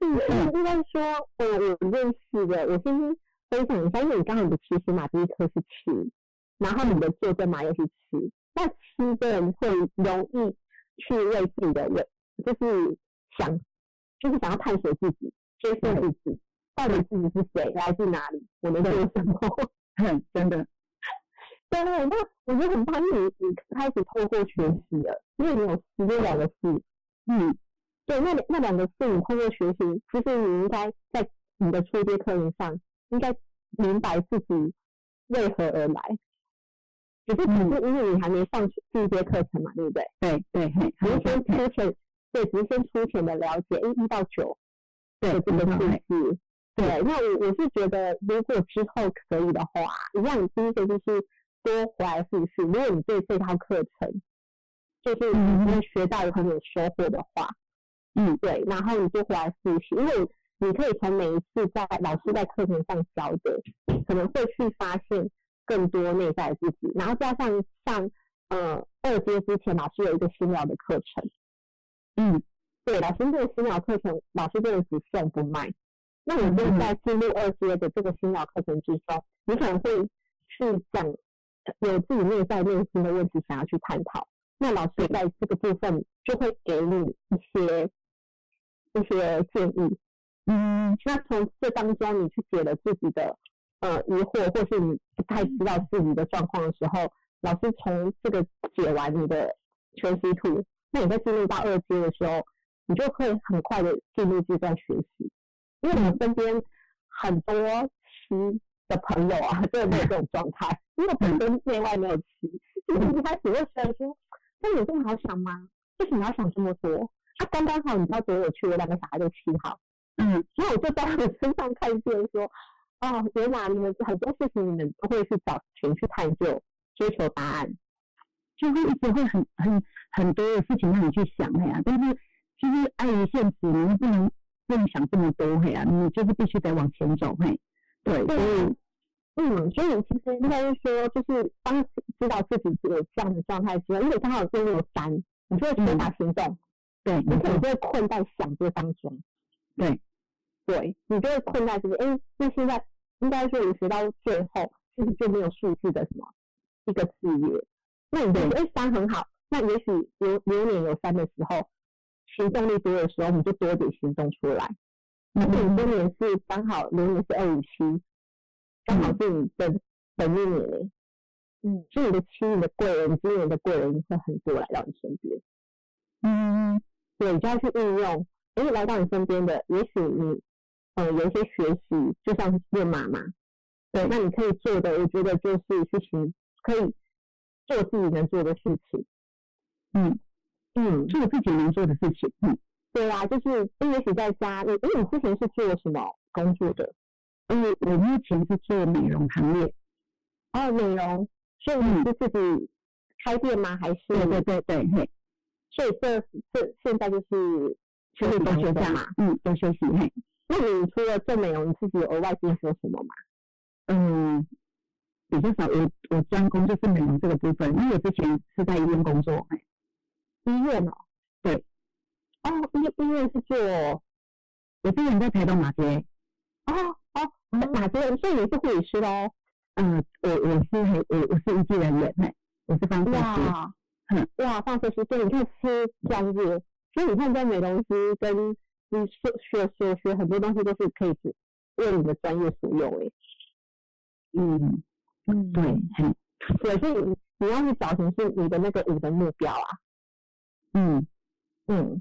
B: 嗯，应该说我我认识的，我先。分享一下，因为你刚刚你的起始码第一颗是七，然后你的坐针码又是七，那七的人会容易去为自己的人，就是想，就是想要探索自己，接受自己，到底自己是谁，来自哪里，我能做什么？
I: (laughs) 嗯，真的。
B: (laughs) 对，那我觉得很棒，因为你开始透过学习了，因为你有十六两个四，嗯，对，那那两个四你通过学习，其实你应该在你的初阶课程上。应该明白自己为何而来，只是只是因为你还没上第一节课程嘛，对不对？
I: 嗯对对，
B: 只是先粗浅，对，只是先粗浅的了解一一到九的这个数字。对，那我我是觉得，如果之后可以的话，一样第一个就是多回来复习。如果你对这套课程就是你学到有很有收获的话，嗯，对，然后你就回来复习，因为。你可以从每一次在老师在课程上教的，可能会去发现更多内在自己，然后加上上呃二阶之前，老师有一个私疗的课程，嗯，对，老师这个私疗课程，老师真的只送不卖。那我就在进入二阶的这个私疗课程之中，你可能会去讲有自己内在内心的问题想要去探讨，那老师在这个部分就会给你一些一些建议。嗯，那从这当中你去解了自己的呃疑惑，或是你不太知道自己的状况的时候，老师从这个解完你的全息图，那你在进入到二阶的时候，你就可以很快的进入这段学习。因为我们身边很多七的朋友啊，真的没有这种状态，因为本身内外没有七，就是一开始会觉得说，那有这么好想吗？为什么要想这么多？啊，刚刚好，你知道多有趣，我两个小孩都七号。嗯，所以我就在你身上看见说，哦，原来你们很多事情你们都会去找寻去探究、追求答案，
I: 就会一直会很很很多的事情让你去想的呀、啊。但是就是碍于现实，你不能不能想这么多嘿啊，你就是必须得往前走嘿。对，所以
B: 啊嗯，所以其实应该是说，就是当知道自己有这样的状态之后，因为刚好进入三，你就会缺乏行动，
I: 嗯对，
B: 而且你就会困在想这当中，
I: 对。
B: 对你就会困在这个，哎，那现在应该说你学到最后，其实就没有数字的什么一个制约。那你觉得哎三很好，那也许流流年有三的时候，行动力多的时候，你就多点行动出来。而且
I: 嗯
B: 你今年是刚好流年是二五七，刚
I: 嗯
B: 好是你的本命年，嗯，所以你的七，你的贵人，今年的贵人会很多来到你身边。
I: 嗯，
B: 对，你就要去运用，哎，来到你身边的，也许你。呃，有一些学习就像是做妈妈，对，那你可以做的，我觉得就是去行，可以做自己能做的事情，
I: 嗯，
D: 嗯，
A: 做自己能做的事情。嗯，
D: 对啊，就是也许在家，你因为你之前是做什么工作的？
A: 因为我目前是做美容行业，
D: 哦，美容，所以你是自己开店吗？还是
A: 嗯对对对对，嘿，
D: 所以这这现在就是全
A: 所以
D: 部
A: 都
D: 都
A: 休
D: 休假
A: 假
D: 嘛？，
A: 嗯，都休息，嘿，
D: 那你除了做美容，你自己有额外进修什么吗？
A: 嗯，比较少，我我专攻就是美容这个部分，因为我之前是在医院工作，嘿，
D: 医院哦，
A: 对，
D: 哦，医医院是做
A: 我之前在台东马街，
D: 哦哦，哪边？所以你是护理师喽？
A: 嗯，我我是嘿我我是一技人员，嘿，我是方设师，
D: 哇
A: 嗯，
D: 哇，放射师，对，你看是专业，所以你看在美容师跟你学学学学很多东西都是可以为你的专业所用诶。
A: 嗯
D: 嗯，
A: 对，嘿，
D: 对，所以你你要去找寻是你的那个舞的目标啊，
A: 嗯，
D: 嗯，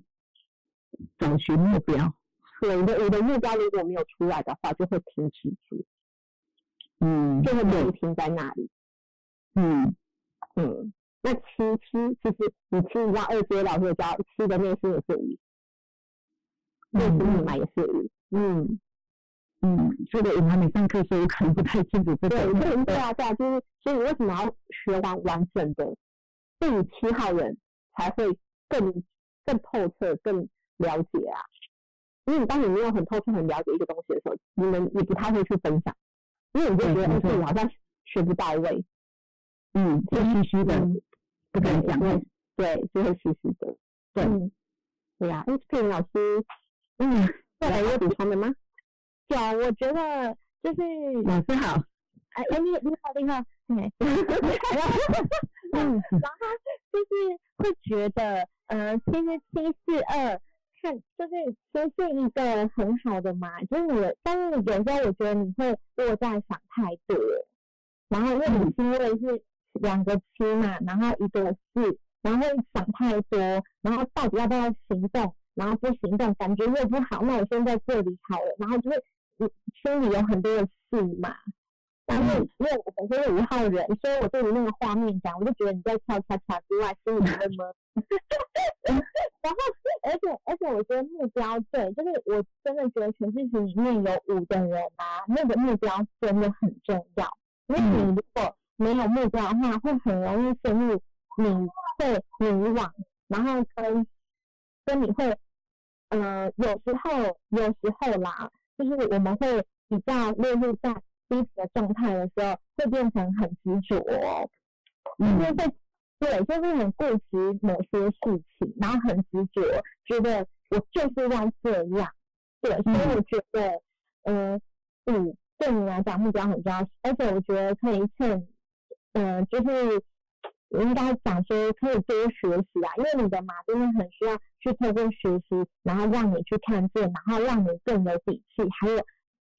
A: 找寻目标，
D: 对，你的舞的目标如果没有出来的话，就会停止住，
A: 嗯
D: 就会停停在那里。
A: 嗯，
D: 嗯，那七七其实你七，你像二阶老师有教七的内心也是五，内心密码也是五。嗯，
A: 嗯，这个我还没上课，所以我可能不太清楚这
D: 对，
A: 个。
D: 所以对啊，对啊，就是所以你为什么要学完完整的，对于七号人才会更更透彻、更了解啊。因为你当你没有很透彻、很了解一个东西的时候，你们你不太会去分享，因为你就觉
A: 对没
D: 得哎，这
A: 错
D: 个好像学不到位，
A: 嗯，就虚虚的，不敢讲。
D: 对对，就会虚虚的。
A: 对
D: 嗯对呀、啊，哎，佩玲老师，
A: 嗯，
D: 再来有补充的吗？
B: 有，啊我觉得就是
A: 老师好，
B: 哎哎，你你好，你好，
D: (laughs)
B: 哎，嗯，然后就是会觉得，呃，其实七四二看就是其实是一个很好的嘛，就是你的，但是有时候我觉得你会落在想太多了，然后因为你因为是两个七嘛，然后一个四，然后会想太多，然后到底要不要行动，然后不行动感觉又不好，那我先在这里好了，然后就是你心里有很多的事嘛。但是因为我本身是五号人，所以我对于那个画面感，我就觉得你在跳恰恰之外，心里会闷。 (laughs) 然后，而且而且，我觉得目标对，就是我真的觉得全世界里面有五的人啊，那个目标真的很重要。因为你如果没有目标的话，会很容易陷入你会迷惘，然后跟跟你会，呃，有时候有时候啦，就是我们会比较落入在低级的状态的时候，会变成很执着、哦，
A: 嗯
B: 就是会对，就是很固执某些事情，然后很执着，觉得我就是要这样，对，所以我觉得，嗯嗯，对你来讲目标很重要，而且我觉得可以趁，嗯、就是我应该讲说可以多学习啊，因为你的马真的很需要去透过学习，然后让你去看见，然后让你更有底气，还有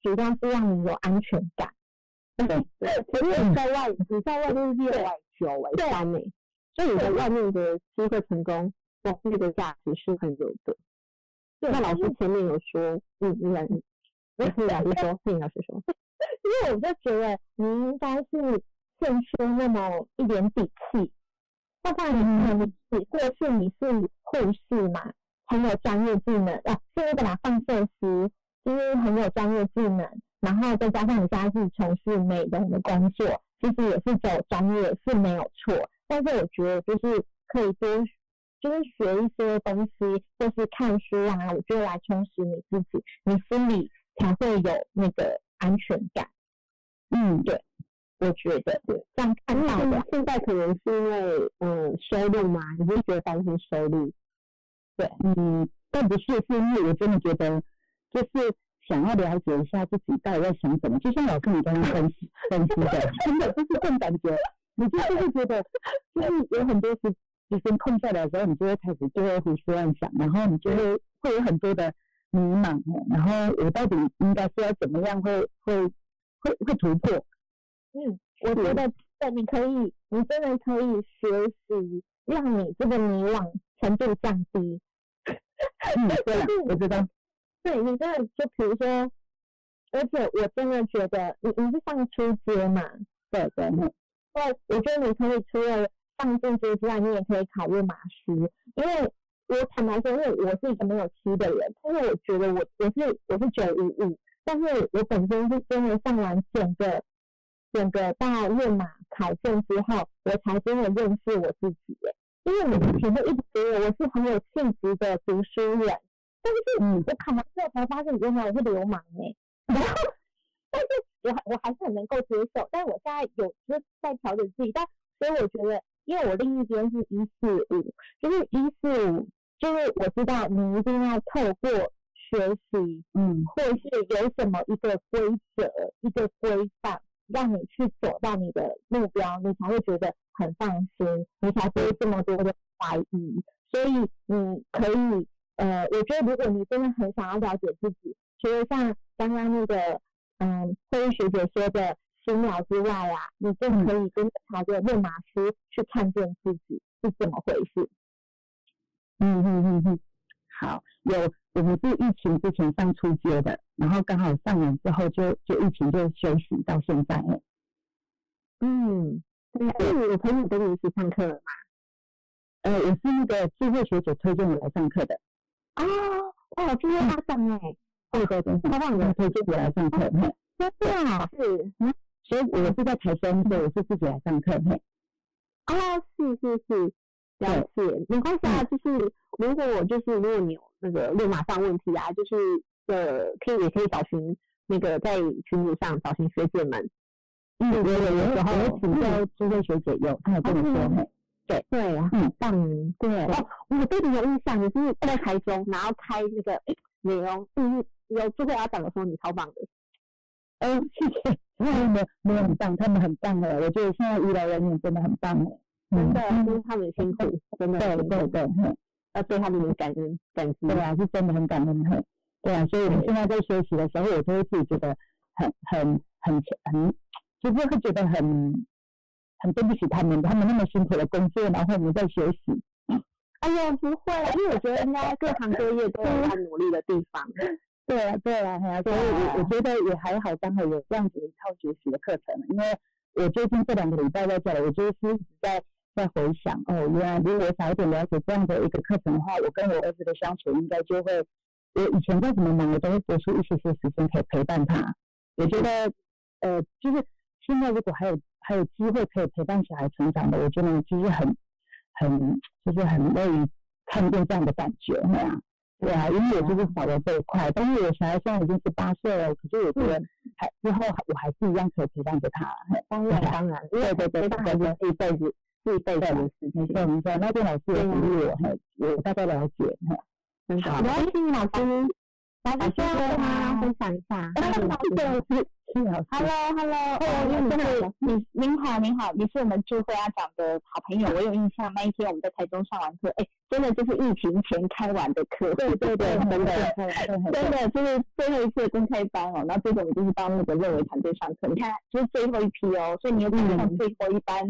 B: 主要是让你有安全感。
D: 因为你在外，你在外面是越外久为
B: 对
D: 三年，所以你的外面的机会成功，往那个价值是很有的。那老师前面有说，嗯，你来，你你老师说，佩玲老师说，
B: 因为我就觉得你应该是欠缺那么一点底气，要不然你可能你过去你是护士嘛，很有专业技能，啊，是那个啦，放射师，就是很有专业技能，然后再加上你家是从事美容的工作，其实也是走专业是没有错，但是我觉得就是可以多。就是学一些东西，或是看书啊，我觉得来充实你自己，你心里才会有那个安全感。
A: 嗯，
B: 我觉得这样看到
D: 嗯
B: 的，
D: 现在可能是因为嗯收入嘛，你就觉得担心收入，
A: 嗯，但不是，是因为我真的觉得，就是想要了解一下自己到底在想什么。就像老师你刚刚分析分析
B: (laughs)
A: 的，真的就是这种感觉，你就是会觉得， (laughs) 就是有很多时时间空下来的时候，你就会开始就会胡思乱想，然后你就
B: 嗯
A: 会会有很多的迷茫，哦然后我到底应该是要怎么样会会会会突破？
B: 嗯我觉得对，你可以，你真的可以学习，让你这个迷惘程度降低。
A: 嗯，对了，
B: (laughs) 就是
A: 我知道，
B: 对你真的就比如说，而且我真的觉得你你是上初阶嘛，
A: 对对，
B: 对，我觉得你可以除了
J: 上正桌之外，你也可以考问马师，因为我坦白说，因为我是一个没有七的人，但是我觉得我我是我是九五五，但是我本身是真的上完整个整个大论马考证之后，我才真的认识我自己耶。因为我之前都一直觉得我是很有气质的读书人，但是我考完之后才发现，原来我是流氓哎、 (laughs) 然后，但是我还我还是很能够接受，但我现在有就是在调整自己，但所以我觉得，因为我另一边是一四五，就是一四五，就是我知道你一定要透过学习，嗯，或是有什么一个规则、一个规范，让你去走到你的目标，你才会觉得很放心，你才不会这么多的怀疑。所以你可以，呃，我觉得如果你真的很想要了解自己，除了像刚刚那个，嗯，慧玉学姐说的十秒之外啊，你就
K: 嗯
J: 可以跟着朝着练马师去看见自己是怎么回事。
K: 嗯嗯嗯嗯，好，有我们是疫情之前上初阶的，然后刚好上完之后就就疫情就休息到现在了。
A: 嗯，那你有朋友跟你一起上课了
K: 呃，我是那个智慧学姐推荐我来上课的，
A: 吗？哦，哇，今天发展哎，
K: 对嗯哦对嗯对，她让我推荐我来上课，嘿
A: 真的啊是
K: 所以我是在台中，所以我是自己来上课，嘿
A: 哦，是是是，了解，没关系
K: 嗯
A: 啊。就是如果我就是如果你有那个论马上问题啊，就是呃，可以也可以找寻那个在群组上找寻学姐们。
K: 嗯，我有
A: 有
K: 有
A: 时候嗯
K: 有
A: 哦
K: 请教智慧学姐有，她有跟我说，嘿
A: 对啊，
K: 嗯
A: 很棒，对哦，我对你有印象，你是在台中，然后开那个诶美容，嗯，有智慧阿长的时候，你超棒的。哦
K: 嗯，谢谢。没有没有没有很棒，他们很棒的，我觉得现在医疗人员真的很棒的，
A: 真
K: 嗯
A: 的，就是他们很辛苦，真的很
K: 对
A: 辛苦，
K: 对对，嘿
A: 要对他们有感恩感激。
K: 对啊，是真的很感恩很，对啊，所以我们现在在休息的时候，我就会自己觉得很很很很，就是会觉得很很对不起他们，他们那么辛苦的工作，然后我们在休息，
A: 哎呦，不会，因为我觉得应该各行各业都有他努力的地方。
K: (laughs) 对啊，对啊，对啊，所以我我觉得也还好，刚好有这样子一套学习的课程，因为我最近这两个礼拜在家里，我就是一直在在回想，哦，原来如果我早一点了解这样的一个课程的话，我跟我儿子的相处应该就会，我以前再怎么忙，我都会多出一些些时间可以陪伴他。我觉得，呃，就是现在如果还有还有机会可以陪伴小孩成长的，我觉得就是很很就是很乐于看见这样的感觉，那样。对啊，因为我就是少了这一块，但是我小孩现在已经十八岁了，可是我觉得还之后还我还是一样可以陪伴着他。嘿
A: 嗯当然当然，因为
K: (laughs) 对对对，
A: 陪伴孩子
K: 是一辈子，是一辈子的事情。对，没错，那边老师也鼓励我，嘿，我大概了解。嘿
A: 啊真的
K: 好
A: 然后心理老师，来老师
K: 老师
A: 跟大家
K: 好
A: 分享一下。
K: 哎
A: 心理老师
K: 对，是是老师。
B: Hello，Hello，
A: 哦
B: 我
A: 你好
B: 是你，您好，您好，你是我们智慧阿长的好朋友，我有印象。那一天我们在台中上完课，哎，真的就是疫情前开完的课，对对对，真的。真的就是最后一次的公开班哦，然后这次我们就是到那个认为团队上课，你看就是最后一批哦，所以你有赶上最后一班，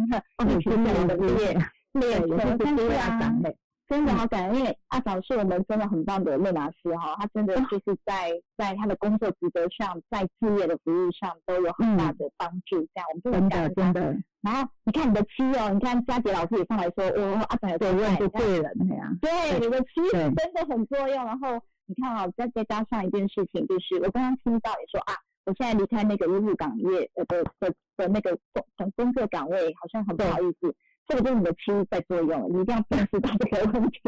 B: 你是这哦样的列列
A: 对也是
B: 但
A: 对
B: 是
A: 啊
B: 阿长的，真的好感恩，因为阿长是我们真的很棒的乐老师哈、他真的就是在在他的工作职责上，在事业的服务上都有很
A: 嗯
B: 大的帮助，这样我们就
K: 真
B: 很感
K: 的真
B: 恩他。
K: 的，
B: 然后你看你的七哦，你看佳杰老师也上来说，我、哦、阿长有在问
K: 就对人那样。
B: 对，你的其实
K: 对
B: 真的很作用。然后你看啊，再再加上一件事情，就是我刚刚听到你说啊，我现在离开那个医务岗业呃的的的那个工工工作岗位，好像很不好意思。这个就是你的七在作用了，你一定要辨识到这个问题，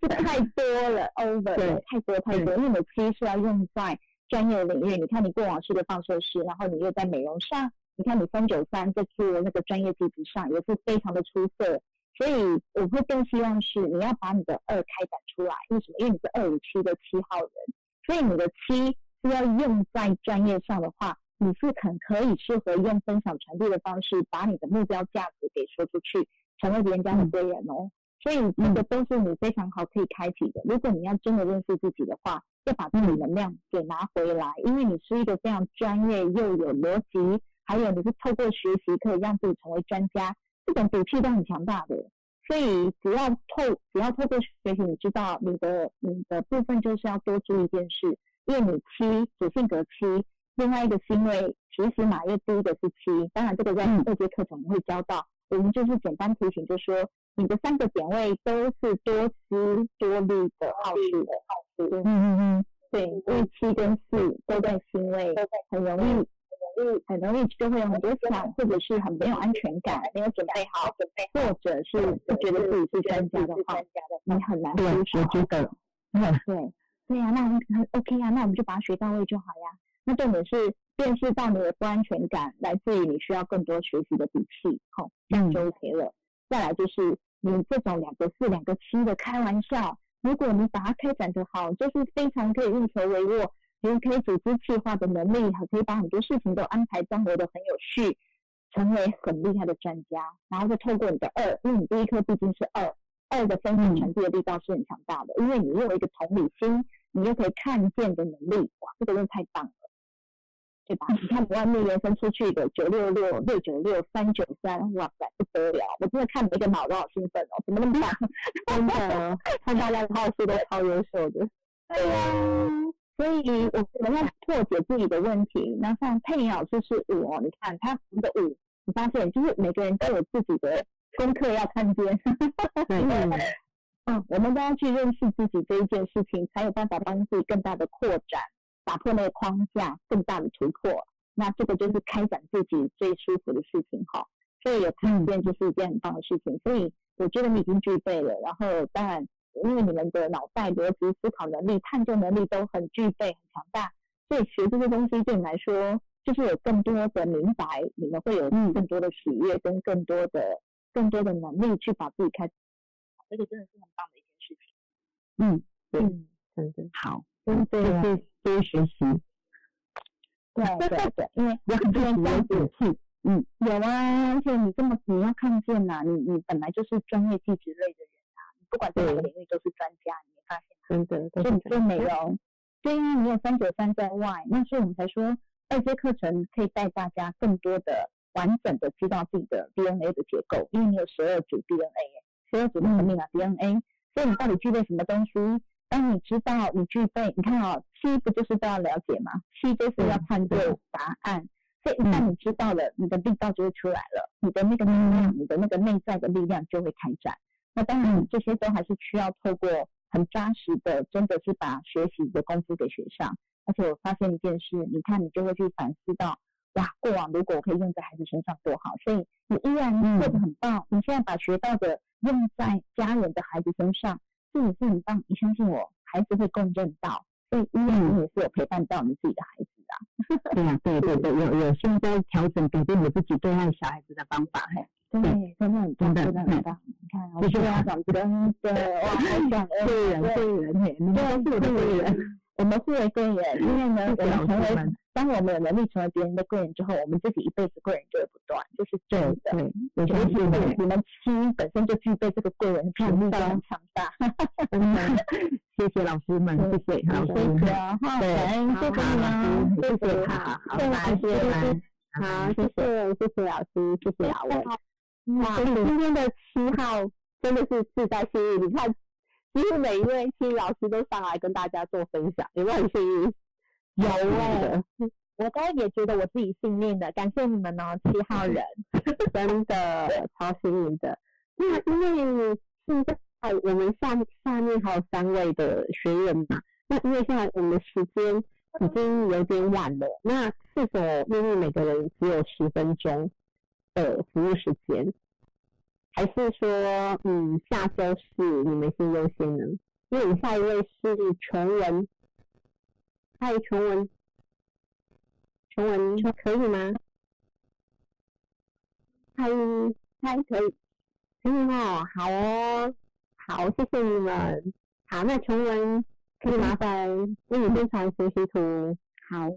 B: 这太多了，over 了
K: 对，
B: 太多太多。因为你的七是要用在专业领域，你看你过往是个放射师，然后你又在美容上，你看你三九三在做那个专业地图上也是非常的出色，所以我会更希望是你要把你的二开展出来，为什么？因为你是二五七的七号人，所以你的七是要用在专业上的话，你是很可以适合用分享传递的方式，把你的目标价值给说出去，成为别人家的贵人哦。所以这个都是你非常好可以开启的。如果你要真的认识自己的话，要把自己能量给拿回来，因为你是一个非常专业又有逻辑，还有你是透过学习可以让自己成为专家，这种底气都很强大的。所以只要透只要透过学习，你知道你的你的部分就是要多注意一件事，因为你七主性格七，另外一个是因为其实马月第一个是七，当然这个在
K: 嗯
B: 二阶课程会教到，我们就是简单提醒，就说你的三个点位都是多思多虑的好处的好处。嗯嗯嗯，对，因为七跟四都在心位，很容易。很容易就会有很多想，或者是很没有安全感，没有准备好，或者是不觉得自己是专家的话，你很难
D: 对，
B: 出
D: 我
B: 手。
D: 觉得，嗯，
B: 对，对呀、那很很 OK 呀、那我们就把它学到位就好呀。那重点是辨识到你的不安全感来自于你需要更多学习的底气，好、这
D: 嗯
B: 样就 OK 了。再来就是你这种两个四、两个七的开玩笑，如果你把它开展得好，就是非常可以运筹帷幄，你可以组织计划的能力，还可以把很多事情都安排张罗的很有序，成为很厉害的专家。然后再透过你的二，因为你第一颗毕竟是二，二的分享传递的力道是很强大的，因为你又有一个同理心，你又可以看见的能力，哇，这个真的太棒了，对吧？你看外面延伸出去的九六六、六九六、三九三，哇塞，不得了！我真的看每个脑都好兴奋哦，怎么那么 (laughs) 棒？真的，哦看大家的号数都超优秀的。对呀、所以我们要破解自己的问题。那像佩妮老师是五哦，你看他五的五，你发现就是每个人都有自己的功课要看见。
D: 对，
B: 嗯，我们都要去认识自己这一件事情，才有办法帮自己更大的扩展，打破那个框架，更大的突破。那这个就是开展自己最舒服的事情哈。所以有看见就是一件很棒的事情。所以我觉得你已经具备了，然后当然，因为你们的脑袋、逻辑思考能力、探究能力都很具备、很强大，所以学这些东西对你来说，就是有更多的明白，你们会有更多的喜悦跟更多的、更多的能力去把自己开这个真的是很棒的一件事情。
D: 嗯，对
B: 嗯，
L: 真的
D: 好，
B: 真
D: 就
B: 的，
D: 是多学习，
B: 对对对，因为
D: 有很多
B: 这样
D: 样
B: 子
D: 子气，
B: 有啊，而且你这么你要看见呐、你你本来就是专业技职类的人啊，你不管在哪个领域都是专家，你没发现吗？
L: 真的，
B: 就你做美容，对呀、你有三九三在外，那所以我们才说二阶课程可以带大家更多的完整的知道自己的 DNA 的结构，因为你有十二组 DNA，十二组的生命啊 DNA，所以你到底具备什么东西？当你知道你具备，你看哦，七不就是都要了解吗？七就是要判对嗯答案。所以一旦你知道了，你的力道就会出来了，你的那个力量，你的那个内在的力量就会开展。那当然，这些都还是需要透过很扎实的，真的是把学习的功夫给学上。而且我发现一件事，你看你就会去反思到，哇，过往如果我可以用在孩子身上多好，所以你依然
D: 嗯
B: 做得很棒。你现在把学到的用在家人的孩子身上，这也是很棒。你相信我，孩子会共振到，所以依然你也是有陪伴到你自己的孩子啊。
D: 嗯对呀，对对对，有有现在调整改变我自己对待小孩子的方法，
B: 对
D: 对，
B: 真的很棒，
D: 真的嗯
B: 真的很棒。你看，我
D: 谢谢
B: 对家
D: 大
B: 长真的哇，好感恩。
D: (laughs) 对人对人嘿，你们都是我的贵人，
B: 我们互为贵人，因为呢，我
D: (laughs) 谢谢老
B: 们成
D: 师
B: 为
D: 们，
B: 当我们有能力成为别人的贵人之后，我们自己一辈子贵人就会不断，这是真
D: 对
B: 的。
D: 对，我
B: 尤
D: 相
B: 其
D: 信
B: 是
D: 的，
B: 你们七本身就具备这个贵人频率非常强大，
D: 谢谢老师们，谢谢老师
B: 谢
D: 们，
B: 谢啊，哈，
D: 对
B: 感恩，谢
D: 好
B: 谢你啊，
L: 好，啊
B: 谢谢谢谢
D: 老师谢谢，好，好，拜拜。
L: 谢谢谢谢老师，谢谢雅文。
B: 嗯
L: 哇，今天的七号真的是志在幸运，你看，几乎每一位七老师都上来跟大家做分享，有没有很幸运？有哎、
B: 哦 (laughs) 我刚刚也觉得我自己幸运的，感谢你们哦，七号人，
L: (laughs) 真的超幸运的。那因为现在我们下下面还有三位的学员嘛，那因为现在我们的时间已经有点晚了，那是否命运每个人只有十分钟的服务时间？还是说，嗯，下周是你们先优先呢？因为我们下一位是琼文，嗨，琼文，琼文可以吗？嗨，嗨，可以，可以哦，好哦，好，谢谢你们。好，那琼文，可以麻烦为你宣传学习图。
B: 好，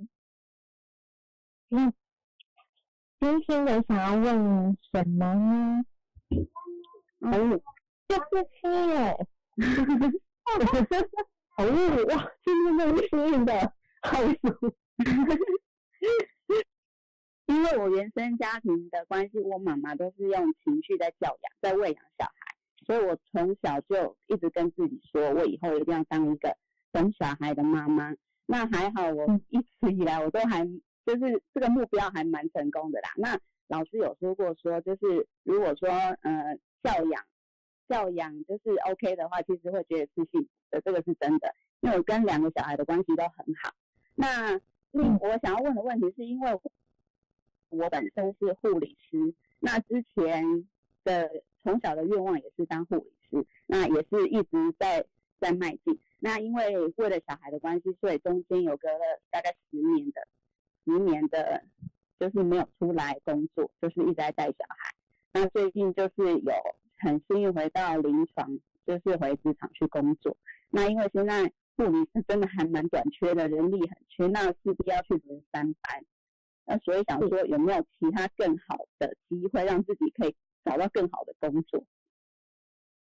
B: 那真心的想要问什么呢？
L: 哦，
B: 就是七耶，
L: 哦，哇，今天真的是幸运的，好爽，
M: 因为我原生家庭的关系，我妈妈都是用情绪在教养，在喂养小孩，所以我从小就一直跟自己说，我以后一定要当一个懂小孩的妈妈。那还好，我一直以来我都还就是这个目标还蛮成功的啦。那
B: 老师有说过说，就是如果说呃教养教养就是 OK 的话，其实会觉得自信的，这个是真的。因为我跟两个小孩的关系都很好。那另我想要问的问题是因为我本身是护理师，那之前的从小的愿望也是当护理师，那也是一直在在迈进。那因为为了小孩的关系，所以中间有隔了大概十年的十年的，就是没有出来工作，就是一直在带小孩。那最近就是有很幸运回到临床，就是回职场去工作。那因为现在护理是真的还蛮短缺的，人力很缺，那势必要去轮三班。那所以想说，有没有其他更好的机会，让自己可以找到更好的工作？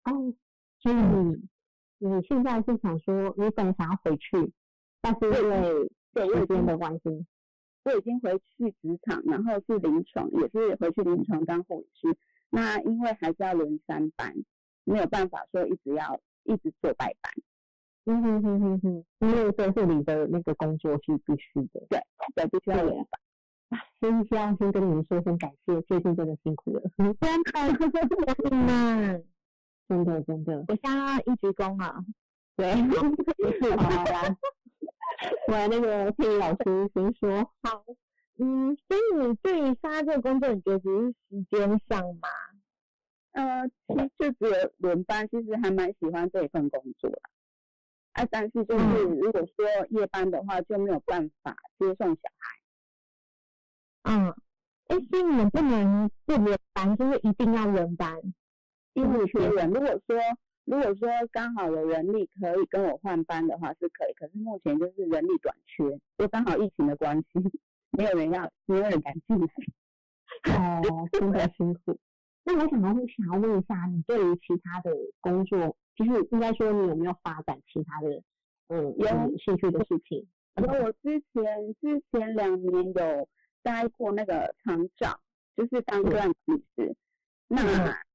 D: 哦，所以你你现在是想说，你本来想要回去，但是因为
B: 对，我
D: 时
B: 已
D: 间
B: 经
D: 的关系，
B: 我已经回去职场，然后是临床，也是回去临床当护理师。那因为还是要轮三班，没有办法说一直要一直做白班。
D: 嗯哼哼哼哼，因为对护理的那个工作是必须的。
B: 对，对，必须要轮班。
D: 先需要先跟你们说声感谢，最近真的辛苦了，真的，真的们，真的真的，
N: 我现在一鞠躬啊，
D: 对， (laughs) 不
B: (laughs)
D: 是好啦，我那个佩仪老师先说，
A: 好，嗯，所以你对于现在这个工作，你觉得只是时间上吗？
B: 呃，其实就只有轮班，其实还蛮喜欢这一份工作的。啊，但是就是
D: 嗯
B: 如果说夜班的话，就没有办法接送小孩。
A: 嗯，哎，所以你们不能不轮班，就是一定要轮班。
B: 因为缺人，如果说如果说刚好有人力可以跟我换班的话是可以，可是目前就是人力短缺，又刚好疫情的关系，没有人要，没有人敢进来。
D: 哦，真的辛苦。那我想要想要问一下，你对于其他的工作，就是应该说你有没有发展其他的，嗯，
B: 有
D: 有兴趣的事情？
B: 然后我之前之前两年有待过那个厂长，就是当个案律师，那、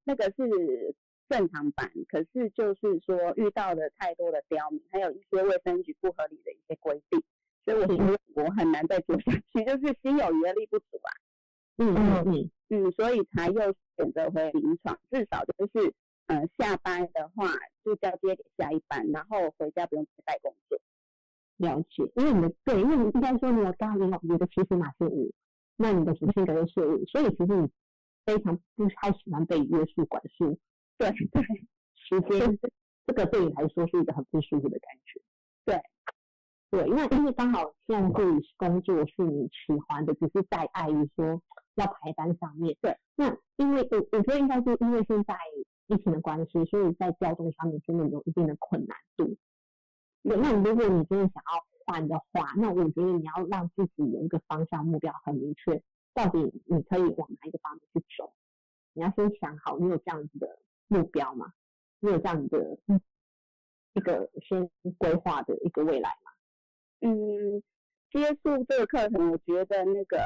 B: 那个是正常版，可是就是说遇到了太多的刁民，还有一些卫生局不合理的一些规定，所以我觉得我很难再做下去，就是心有余而力不足啊。
D: 嗯嗯嗯，
B: 嗯，所以才又选择回临床，至少就是呃下班的话就交接给下一班，然后回家不用再工作。
D: 了解，因为你的对，因为你应该说你有刚刚你的起始码是五，那你的主性格又是五，所以其实你非常不太喜欢被约束管束，
B: 对对
D: 时间这个对你来说是一个很不舒服的感觉。
B: 对，
D: 对，因为因为刚好现在对于工作是你喜欢的，只是在碍于说要排班上面。
B: 对，
D: 那因为我我觉得应该是因为现在疫情的关系，所以在调动上面真的有一定的困难度。对，那如果你真的想要换的话，那我觉得你要让自己有一个方向目标很明确，到底你可以往哪一个方面去走。你要先想好，你有这样子的目标吗？你有这样的
B: 嗯
D: 一个先规划的一个未来吗？
B: 嗯，接触这个课程，我觉得那个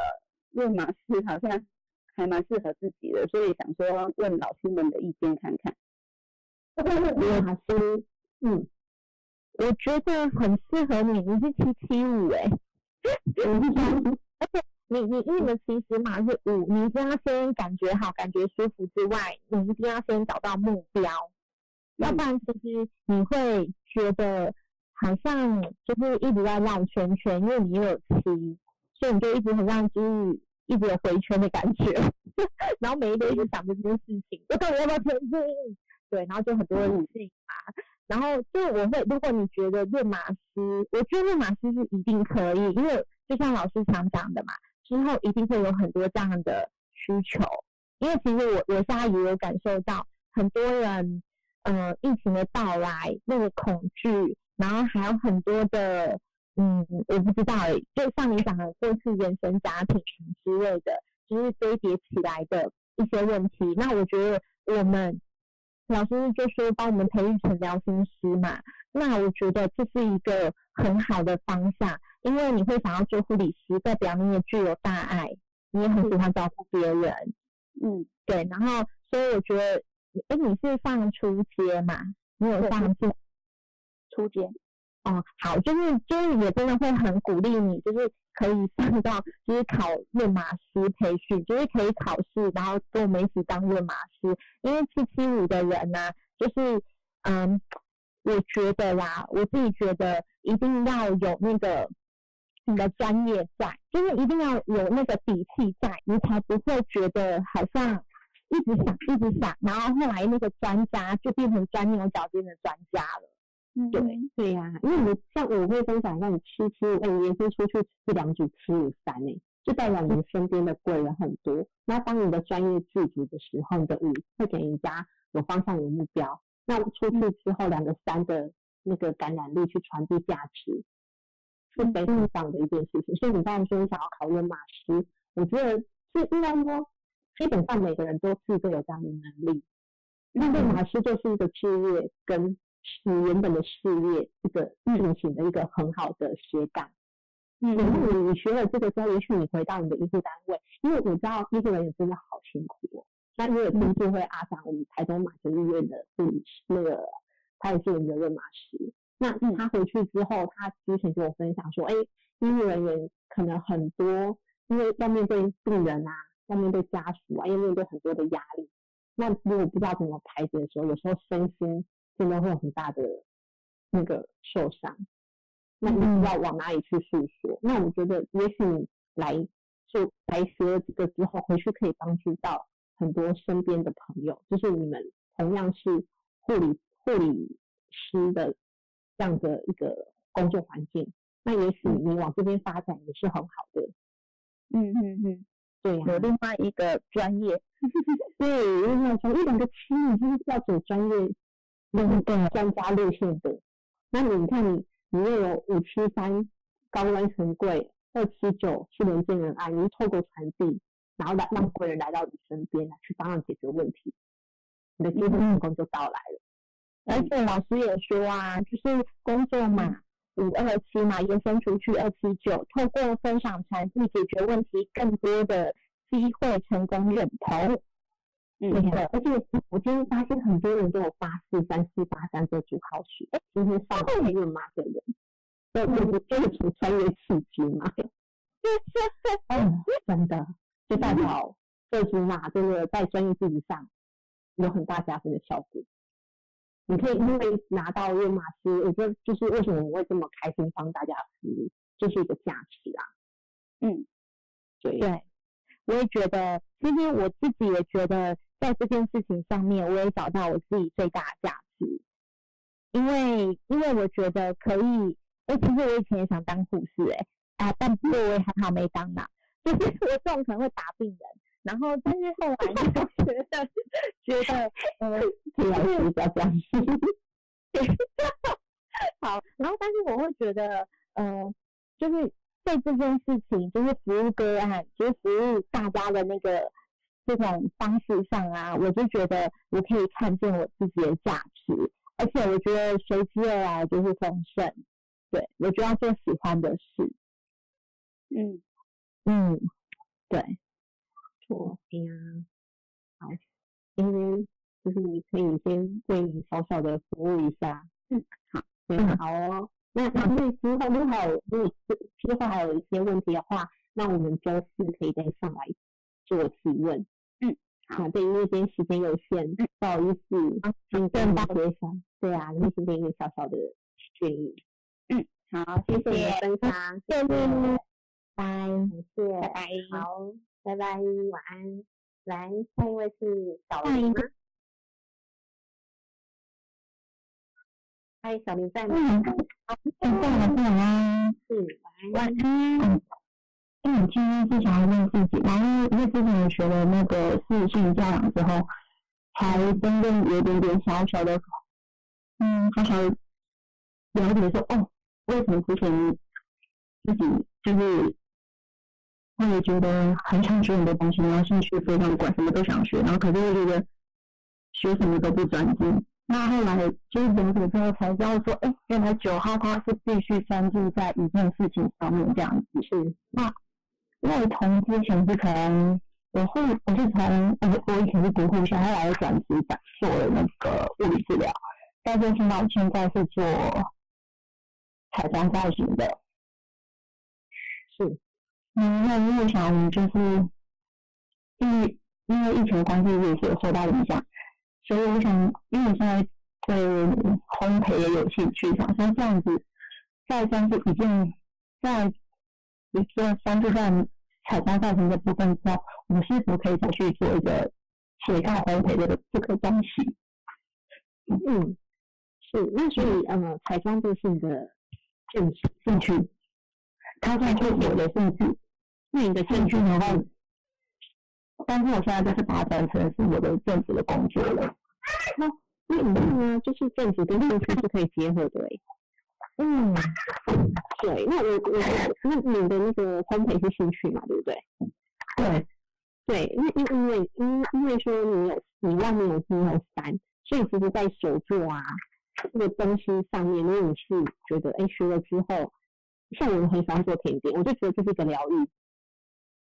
B: 论马师 (laughs) 好像还蛮适合自己的，所以想说问老师们的意见看看。
A: (laughs)
D: 我还是
A: 嗯我觉得很适合你，你是七七五哎，你你因为你们其实嘛是五，你一定要先感觉好、感觉舒服之外，你一定要先找到目标，要不然其实你会觉得好像就是一直在绕圈圈，因为你又有七，所以你就一直很像就是一直有回圈的感觉， (laughs) 然后每一个一直想着这件事情， (laughs) 我到底要不要前进？对，然后就很多事情嘛。然后就我会，如果你觉得论马师，我觉得论马师是一定可以，因为就像老师常讲的嘛，之后一定会有很多这样的需求。因为其实我我现在也有感受到很多人，呃，疫情的到来那个恐惧，然后还有很多的，嗯，我不知道诶，就像你讲的过去原生家庭之类的，就是堆叠起来的一些问题。那我觉得我们老师就说帮我们培育成疗心师嘛，那我觉得这是一个很好的方向，因为你会想要做护理师，代表你也具有大爱，你也很喜欢照顾别人，
B: 嗯，
A: 对，然后所以我觉得，哎，你是上初阶嘛？你有
B: 对
A: 上进
B: 初阶。
A: 哦，好，就是就是也真的会很鼓励你，就是可以上到就是考论马师培训，就是可以考试，然后跟我们一起当论马师。因为七七五的人呢、就是嗯，我觉得啦，我自己觉得一定要有那个你的专业在，就是一定要有那个底气在，你才不会觉得好像一直想一直想，然后后来那个专家就变成钻牛角尖的专家了。
D: 对，
B: 对呀、因为我像我会分享一下，你七七五，哎，你也是出去一两组七五三哎，就代表你身边的贵人很多。那当你的专业具足的时候，你的五会给人家有方向、有目标。那出去之后，两个三的那个感染力去传递价值，是非常棒的一件事情。所以你刚才说你想要考验马师，我觉得是应该说，基本上每个人都具备有这样的能力。那对马师就是一个职业跟你原本的事业一个进行的一个很好的斜杠。嗯，然后你你学了这个之后，也许你回到你的医护单位，因为我知道医护人员真的好辛苦哦。那因为有听就会阿长，我们台中马偕医院的护理师那个，他也是我们的任马师。那他回去之后，他之前跟我分享说，哎，医护人员可能很多，因为要面对病人啊，要面对家属啊，要面对很多的压力。那如果不知道怎么排解的时候，有时候身心真的会有很大的那个受伤，那你不知道往哪里去诉说。那我觉得，也许你来就来学了这个之后，回去可以帮助到很多身边的朋友，就是你们同样是护理护理师的这样的一个工作环境，那也许你往这边发展也是很好的。
D: 嗯嗯嗯，
B: 对呀、
D: 有另外一个专业，
B: (laughs) 对，因为从一两个区域就是要走专业
D: 嗯
B: 那个专家路线的。那你看你，你又有五七三高温神贵，二七九去人见人爱，你是透过传递，然后来让贵人来到你身边来去帮忙解决问题，你的机会成功就到来
D: 嗯
B: 了。
A: 而且老师也说啊，就是工作
D: 嗯
A: 嘛，五二七嘛，延伸出去二七九，透过分享传递解决问题，更多的机会成功认同。
B: 嗯，对。而且我今天发现很多人都有八四三四八三这组好曲，哎，今天上了一个马的人，对，就是就是从穿越契机嘛。嗯，真的，就代表这组马真的在专业自己上有很大加分的效果。你可以因为拿到约马师，我觉得就是为什么我会这么开心帮大家服务，这是一个价值啊。
D: 嗯，
B: 对，
A: 对，我也觉得，其实我自己也觉得，在这件事情上面，我也找到我自己最大的价值。因为，因为我觉得可以，哎、其实我以前也想当护士、欸，哎，啊，但不过我也还好没当啦。就是我这种可能会打病人，然后但是后来就觉得，觉得，呃，
B: 对啊，是不要这样。
A: 好，然后但是我会觉得，呃，就是对这件事情，就是服务个案，就是服务大家的那个这种方式上啊，我就觉得我可以看见我自己的价值，而且我觉得随之而来就是丰盛，对我就要做喜欢的事，
D: 嗯，
A: 嗯，对，
B: 错哎呀，好，今
A: 嗯
B: 天就是你可以先为你小小的服务一下，嗯，好，嗯，好哦。那那对之后如果还有如果之之后还有一些问题的话，那我们周四可以再上来做提问。
D: 嗯，
B: 好，对，因为今天时间有限，不好意思，嗯，跟大家分享。对啊，因为今天有小小的建议。
D: 好，谢
B: 谢谢你的
D: 谢，
B: 分享，
A: 谢谢，拜。
B: 感谢，
D: 拜拜。
B: 好，拜拜，晚安。来，下一位是小
A: 下一
B: 林吗？嗨，小林在吗？
O: 嗯，哎，过来过来啊！
B: 嗯，
O: 晚安。嗯，因为我今天是想要问自己，然后因为之前我学了那个视讯教养之后，还真正有一点点小小的，嗯，小小的了解说，哦，为什么之前自己就是会觉得很想学很多东西，然后兴趣非常广，什么都想学，然后可是又觉得学什么都不专精。那后来就是了解之后才知道说，哎，原来九号它是必须专注在一件事情上面这样子。是。那外同之前是可能我会我是从我我以前是读护校，后来我转职转做了那个物理治疗，但是现到现在是做采光造型的。
B: 是
C: 嗯，那目前我们就是因为因为疫情的关系也是有受到影响，所以我想，因为我现在对烘焙也有兴趣，想说这样子，在算是已经在一个三部分采光造成的部分之后，我们是否可以再去做一个斜杠烘焙的这个东西？
B: 嗯，是，那所以呃，彩妆就是你的兴趣，兴趣，
C: 它算是我的兴趣，
B: 那你的兴
C: 兴
B: 趣
C: 趣
B: 的
C: 的
B: 话
C: 话，但是我现在就是把它当成是我的正职的工作了。
B: 那你看呢，就是正职跟兴趣是可以结合的、欸。嗯，对，那我我那你的那个烘焙是兴趣嘛，对不对？
C: 对，
B: 对，因为因为因因为说你有你外面有你有三，所以其实在手作啊这个东西上面，如果你是觉得哎学了之后，像我很喜欢做甜点，我就觉得这是一个疗愈。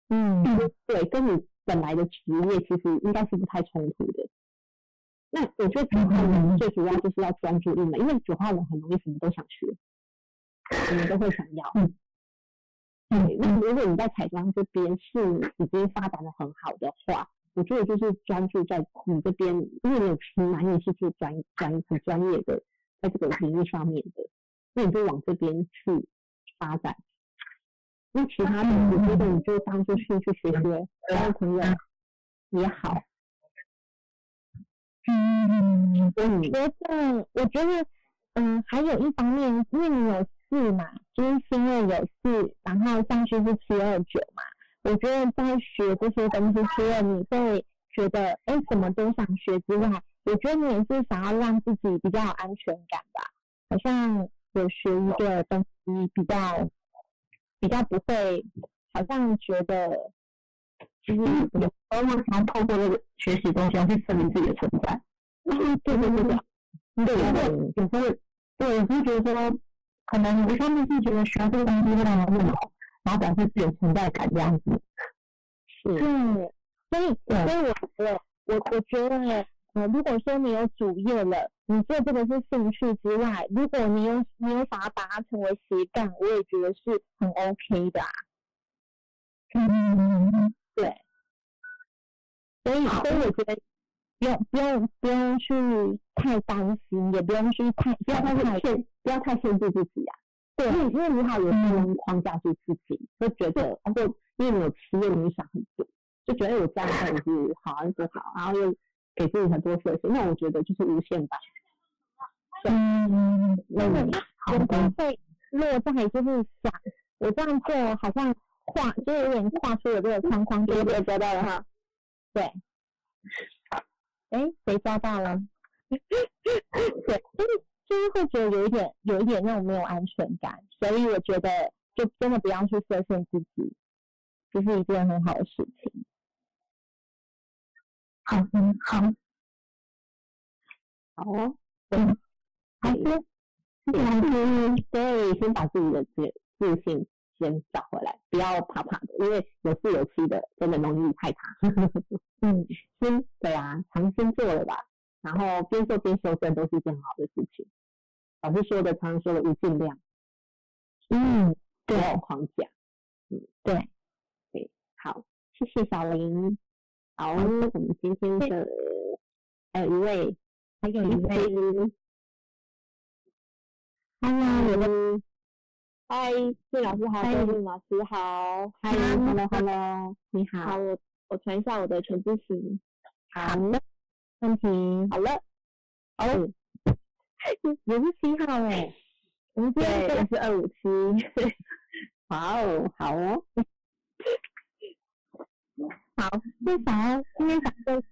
B: 嗯，对，跟你本来的职业其实应该是不太冲突的。那我觉得彩
A: 嗯
B: 虹
C: 嗯
B: 人最主要就是要专注一门，因为九号人很容易什么都想学，什么都会想要。对，那如果你在彩妆这边是已经发展的很好的话，我觉得就是专注在你这边，因为你有皮嘛，你也是做专专很专业的，在这个领域上面的，那你就往这边去发展。那其他的，我觉得你就当做兴趣学学，交朋友也好。
C: 嗯，
B: 嗯，
A: 觉得，我觉得，嗯，还有一方面，因为你有四嘛，就是星月有四，然后上去是七二九嘛。我觉得在学这些东西之后，你会觉得，哎，什么都想学之外，我觉得你也是想要让自己比较有安全感吧。好像有学一个东西比较比较不会，好像觉得
C: 就是有时候我想透过这个学习东西，然后去证明自己的存在。
B: 对对对对，
C: 嗯对，然后有时候对，有时候觉得说，可能有的时候就是觉得学这个东西会让人认同，然后表示自己的存在感这样子。
B: 是
A: 对，所以
C: 对
A: 所以我觉得，我我觉得，呃，如果说你有主业了，你做这个是兴趣之外，如果你有你有想要把它成为斜杠，我也觉得是很 OK 的啊。
C: 嗯，
A: 所以所以我觉得不用不用不用去太担心，也不用去太不
B: 不
A: 要
B: 要
A: 太
B: 太
A: 太
B: 限，不要太限制自己啊。
A: 对
B: 因为因为你好有时候容易框架住自己，就觉得啊，对，因为你有企业你想很多，就觉得哎我这样这样子好像不好，然后又给自己很多设限。那我觉得就是无限吧。
C: 嗯，
B: 那
A: 对
B: 你好
A: 有时候
B: 的，
A: 会落在就是想，我这样做好像跨，就有点跨出了这个框框，对不对？抓到了哈。对。哎，谁抓到了？对，就是就是会觉得有一点有一点那种没有安全感，所以我觉得就真的不要去设限自己，这是一件很好的事情。
C: 好，嗯，好，
B: 好哦，
C: 还是
B: 对，先把自己的自自信先找回来，不要怕怕的，因为有事有气的，真的容易
A: (laughs)
B: 害怕。嗯，先对啊，尝先做了吧，然后边做边修正都是一件很好的事情。老师说的，常常说的无尽量，嗯，不要有框架，嗯，对，对，好，谢谢小林。好，我们今天的还有一位，还有一位，Hello，有位。
D: 嗨，谢老师好，
B: 嗨
D: 各位老师好，
B: 嗨，hello hello，你
D: 好，
B: 好，
D: 我我传一下我的全字形。
B: 好的，问题
D: 好了，
B: 好，也是七号哎，我们今天
D: 对
B: 这个是二五七，哇哦，好哦，
A: 那想要今天想问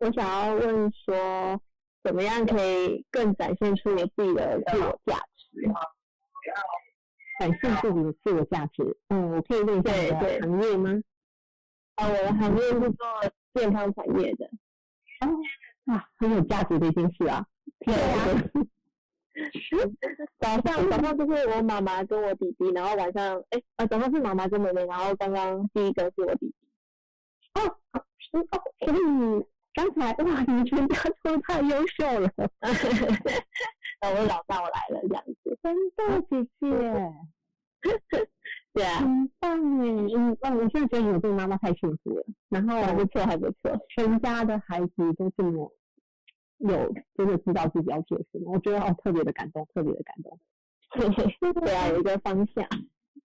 D: 我想要问说，怎么样可以更展现出我自己的自我价值？
B: 展现自己的自我价值，嗯，我可以问一下
D: 对
B: 你的
D: 对
B: 行业吗？
D: 啊，我的行业是做健康产业的，哦
B: 啊，很有价值的一件事啊，对啊，
D: 早上早上就是我妈妈跟我弟弟，然后晚上哎啊早上是妈妈跟妹妹，然后刚刚第一个是我弟哦弟。
B: 所以刚才哇，你们全家都太优秀了，
D: 然后我老大我来了这样子，
B: 嗯真的姐姐，
D: 对啊
B: 后还不错，还不错，全家的孩子都这么有，真的知道自己要做什么，我觉得哦，特别的感动，特别的感动。对啊，有一个方向。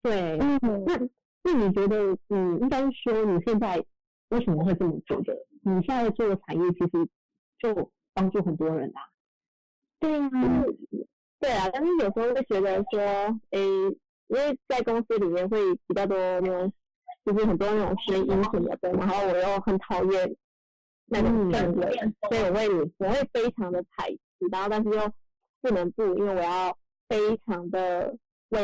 B: 对，
A: 嗯
B: 那那你觉得，嗯，应该说你现在为什么会这么做的？你现在做的产业其实就帮助很多人啊。
A: 对啊，
B: 对啊，但是有时候会觉得说，诶，因为在公司里面会比较多那种，就是很多那种声音什么的，然后我又很讨厌那种氛围，所以我会我会非常的排斥，然后但是又不能不，因为我要非常的为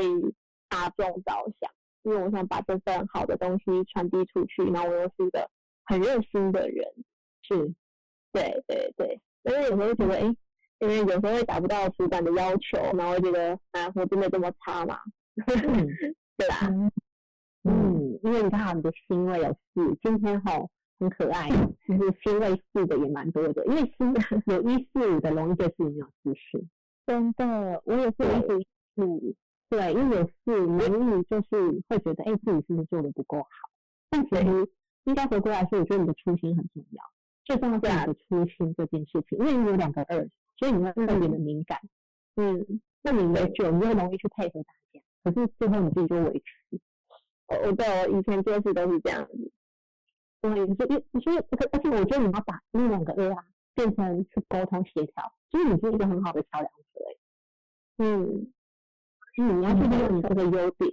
B: 大众着想，因为我想把这份好的东西传递出去，然后我又是一个很热心的人，是，对对对，但是有时候会觉得，诶。因为有时候会达不到主管的要求，然后会觉得啊，我真的这么差吗？ (laughs) 对吧？
I: 嗯
B: 嗯，因为你看你的星位有四，今天吼很可爱，其实星位四的也蛮多的，因为星有一四五的容易对自己没有自信。
A: 真的，我也是一直
B: 嗯，对，因为有四容易就是会觉得，哎、自己是不是做的不够好？但其实应该回过来说，我觉得你的初心很重要，最重要是你的初心这件事情，因为你有两个二，所以你会特别的敏感。嗯，那你的九，你就容易去配合大家，可是最后你自己就委屈。我我对我以前做事都是这样子。对，你说，你说，而且我觉得你要把那两个二啊变成去沟通协调，就是你是一个很好的桥梁者。哎嗯，嗯，你要去利用你这个优点。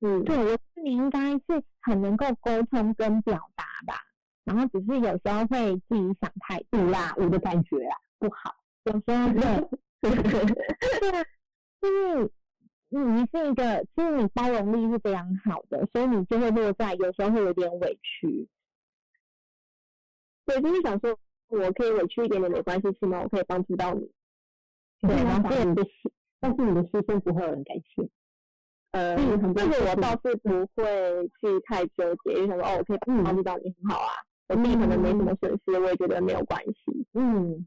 B: 嗯，
A: 对，我觉得你应该是很能够沟通跟表达吧，然后只是有时候会自己想太多啦，
B: 我的感觉啊 (laughs) 不好。
A: 有时候对，就是嗯你是一个，就是你包容力是非常好的，所以你就会落在有时候会有点委屈。
B: 对，就是想说，我可以委屈一点点没关系，起码我可以帮助到你。对，啊
A: 嗯
B: 然
A: 然后
B: 后你的牺，但是你的牺牲不会有人感谢。呃，
A: 嗯
B: 这个我倒是不会去太纠结，因为想说，哦，我可以帮助到你，很好啊。我自己可能没什么损失，我也觉得没有关系。嗯，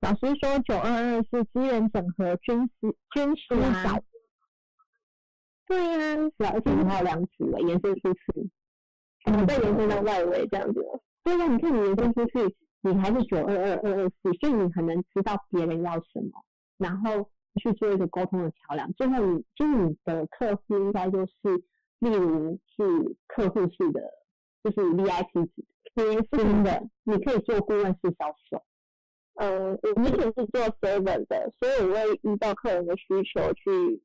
A: 老师说九二二是资源整合军事军事
B: 啊
A: 小，对呀、
B: 是啊，而且你还有两组了，延伸出去，然后再延伸到外围这样子。嗯哦对啊呀，你看你延伸出去，你还是九二二二二四，所以你很能知道别人要什么，然后去做一个沟通的桥梁。最后你就是你的客户应该就是，例如是客户式的，就是 VIP 级贴心的，你可以做顾问式销售。嗯，我目前是做 servant 的，所以我会依照客人的需求去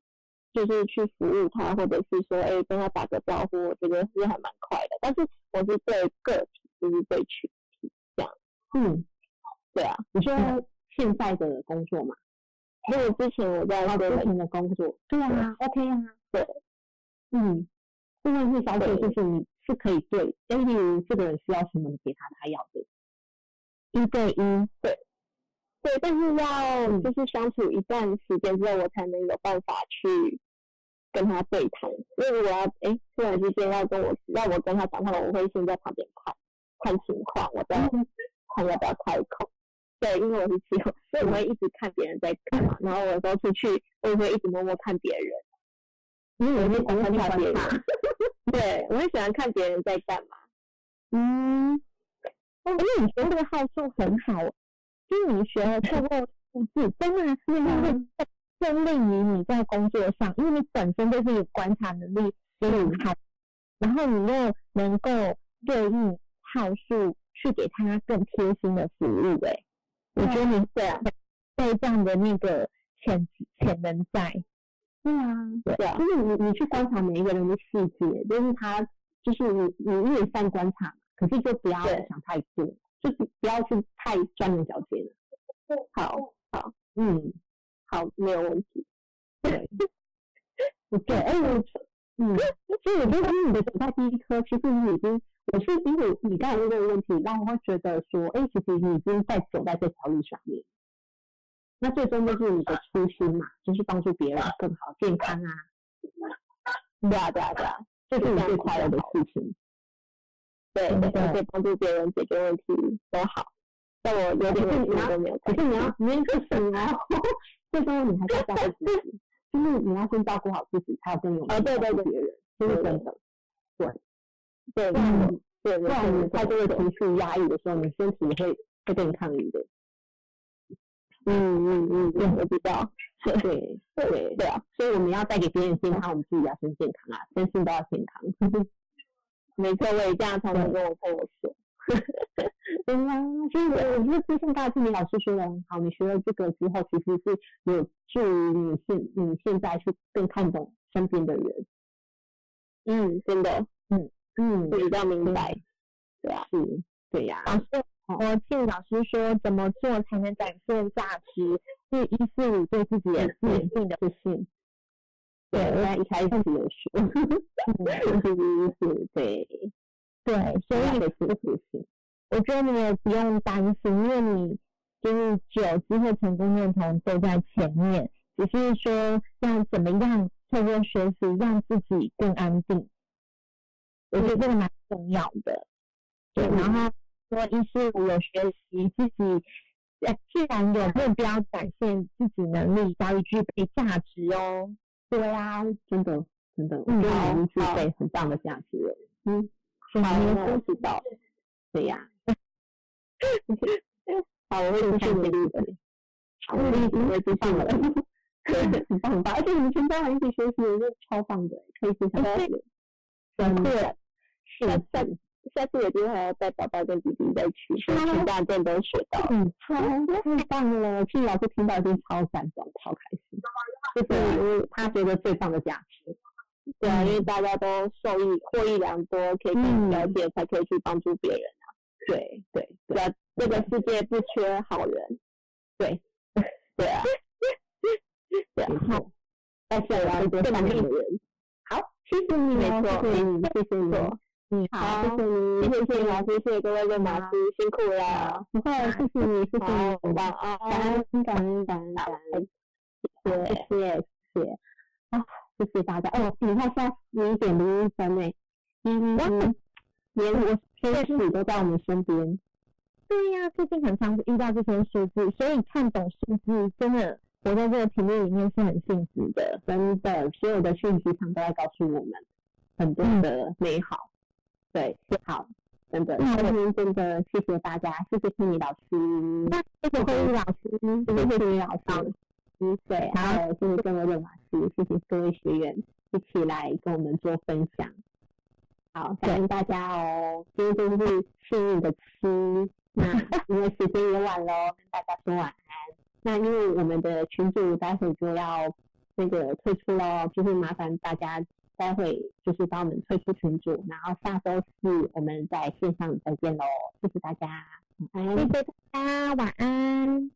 B: 就是去服务他，或者是说，哎、跟他打个招呼，我觉得是还蛮快的。但是我是对个体，不是对群体这样。嗯，对啊。你说现在的工作嘛？因为之前我在那个之前的工作，
A: 对啊，OK 啊，
B: 嗯，顾问是小姐，就是你是可以对，哎，例如这个人需要什么，你给他他要的。
A: 一对一，
B: 对，但是要
A: 嗯
B: 就是相处一段时间之后，我才能有办法去跟他对谈。因为如果要哎突然之间要跟我让我跟他讲话，我会先在旁边看看情况，我再
A: 嗯
B: 看要不要开口。对，因为我是气
A: (laughs)
B: 候，所以我会一直看别人在干嘛。然后我有时候出去，我也会一直默默看别人，因为我会观察别人。 (laughs) 对，我会喜欢看别人在干嘛。
A: 嗯，哦，因为你学这个号数很好，就是你学了透过数字，真的是
B: 啊
A: 会更利于你在工作上，因为你本身就是有观察能力
B: 嗯
A: 很好，然后你又能够对应号数去给他更贴心的服务、欸，哎，我觉得你
B: 对啊，
A: 有这样的那个潜潜能在，
B: 对啊，对啊，就是你你去观察每一个人的细节，就是他就是你你你也善观察，可是就不要想太多，就是不要去太钻牛角尖了。好，好，嗯，好，没有问题。 (laughs) 对，对，哎，我嗯，所以我觉得你的走到第一科，其实你已经，我是因为你刚才问这个问题，让我会觉得说，哎，其实你已经在走在这条路上面。那最终就是你的初心嘛，就是帮助别人更好、健康啊。对啊，对啊，对啊，这是你最快乐的事情。对，对对，可以帮助别人解决问题都好。但我有点问题都没有。可是你要，你要醒 (laughs) 哦。最终你还是要照 (laughs) 哦顾自己，就是你要先照顾好自己，才有更有。啊，对对对，别人，这是真的。准。对，嗯、对，不然他就会情绪压抑的时候，你身体会会更抗议的。嗯嗯嗯，我知道。对对对啊，所以我们要带给别人健康，我们自己要先健康啊，身心都要健康。没错，我也这样才能跟我朋友说。对啊，其实我我觉得就像大志明老师说的很好，你学了这个之后，其实是有助于你现你现在去更看懂身边的人。
C: 嗯，真的，
B: 嗯嗯，
C: 我比较明白。对啊，
B: 是，对呀。
A: 老师，我听老师说怎么做才能展现价值？是一四五对自己的自信的自信。
B: 对，我在一开始有说，就是是，对
A: 对，所以
B: 对是自信。
A: 我觉得你也不用担心，因为你就是有机会成功念头都在前面，只是说要怎么样透过学习让自己更安定，我觉得这个蛮重要的。对，然后说一是我有学习自己。呃，既然有目标，展现自己能力，才会具备价值哦。
B: 对啊，真的真的，我觉得你具备很棒的价值了。嗯，好，那我知道。对 (laughs) 呀。好，我会继续努力的。好，我已经会最棒了。 (laughs) 很棒很棒，而且你们全班一起学习，我觉得超棒的，可以分享给我。
C: 真的，嗯下下下次有机会还要带宝宝跟弟弟再去，全大家都学到。
B: 嗯，太棒了！其实老师听到已经超感动，超开心。就是他觉得最棒的价值，
C: 对啊，因为大家都受益获益良多，可以更了解，才可以去帮助别人啊。
B: 对对
C: 嗯对啊，这个世界不缺好人， (laughs)
B: 对
C: 对啊， (laughs) 对啊，
B: 好，
C: 但是要多善良的人。
B: 好，谢谢你，
C: 没错，
B: 谢谢你，谢谢你，嗯，
C: 好，
B: 谢谢你，
C: 谢谢谢老师，谢谢各位任老师，辛苦了，
B: 不会，谢谢你，谢谢你，
C: 好，晚安，
B: 感恩感恩感恩。谢谢谢谢啊，谢谢大家哦！你看现在十一点零一分呢，嗯
A: 哦
B: 嗯，连我天使都在我们身边。
A: 对呀、啊，最近很常遇到这些数字，所以看懂数字真的活在这个频率里面是很幸福的，
B: 真的，所有的讯息场都在告诉我们很多的美好。嗯、对，好，真
A: 嗯
B: 的，今天真的谢谢大家，谢谢佩妮老师，
A: 嗯谢谢慧宇老师，
B: 谢谢慧宇老师。嗯，对，还有谢谢各位的老师，谢谢各位学员一起来跟我们做分享。好，感谢大家哦。今天就是幸运的七，
A: (laughs)
B: 那因为时间也晚喽，跟大家说晚安。那因为我们的群主待会就要那个退出喽，就是麻烦大家待会就是帮我们退出群组，然后下周四我们在线上再见喽。谢谢大家，晚安，
A: 谢谢大家，晚安。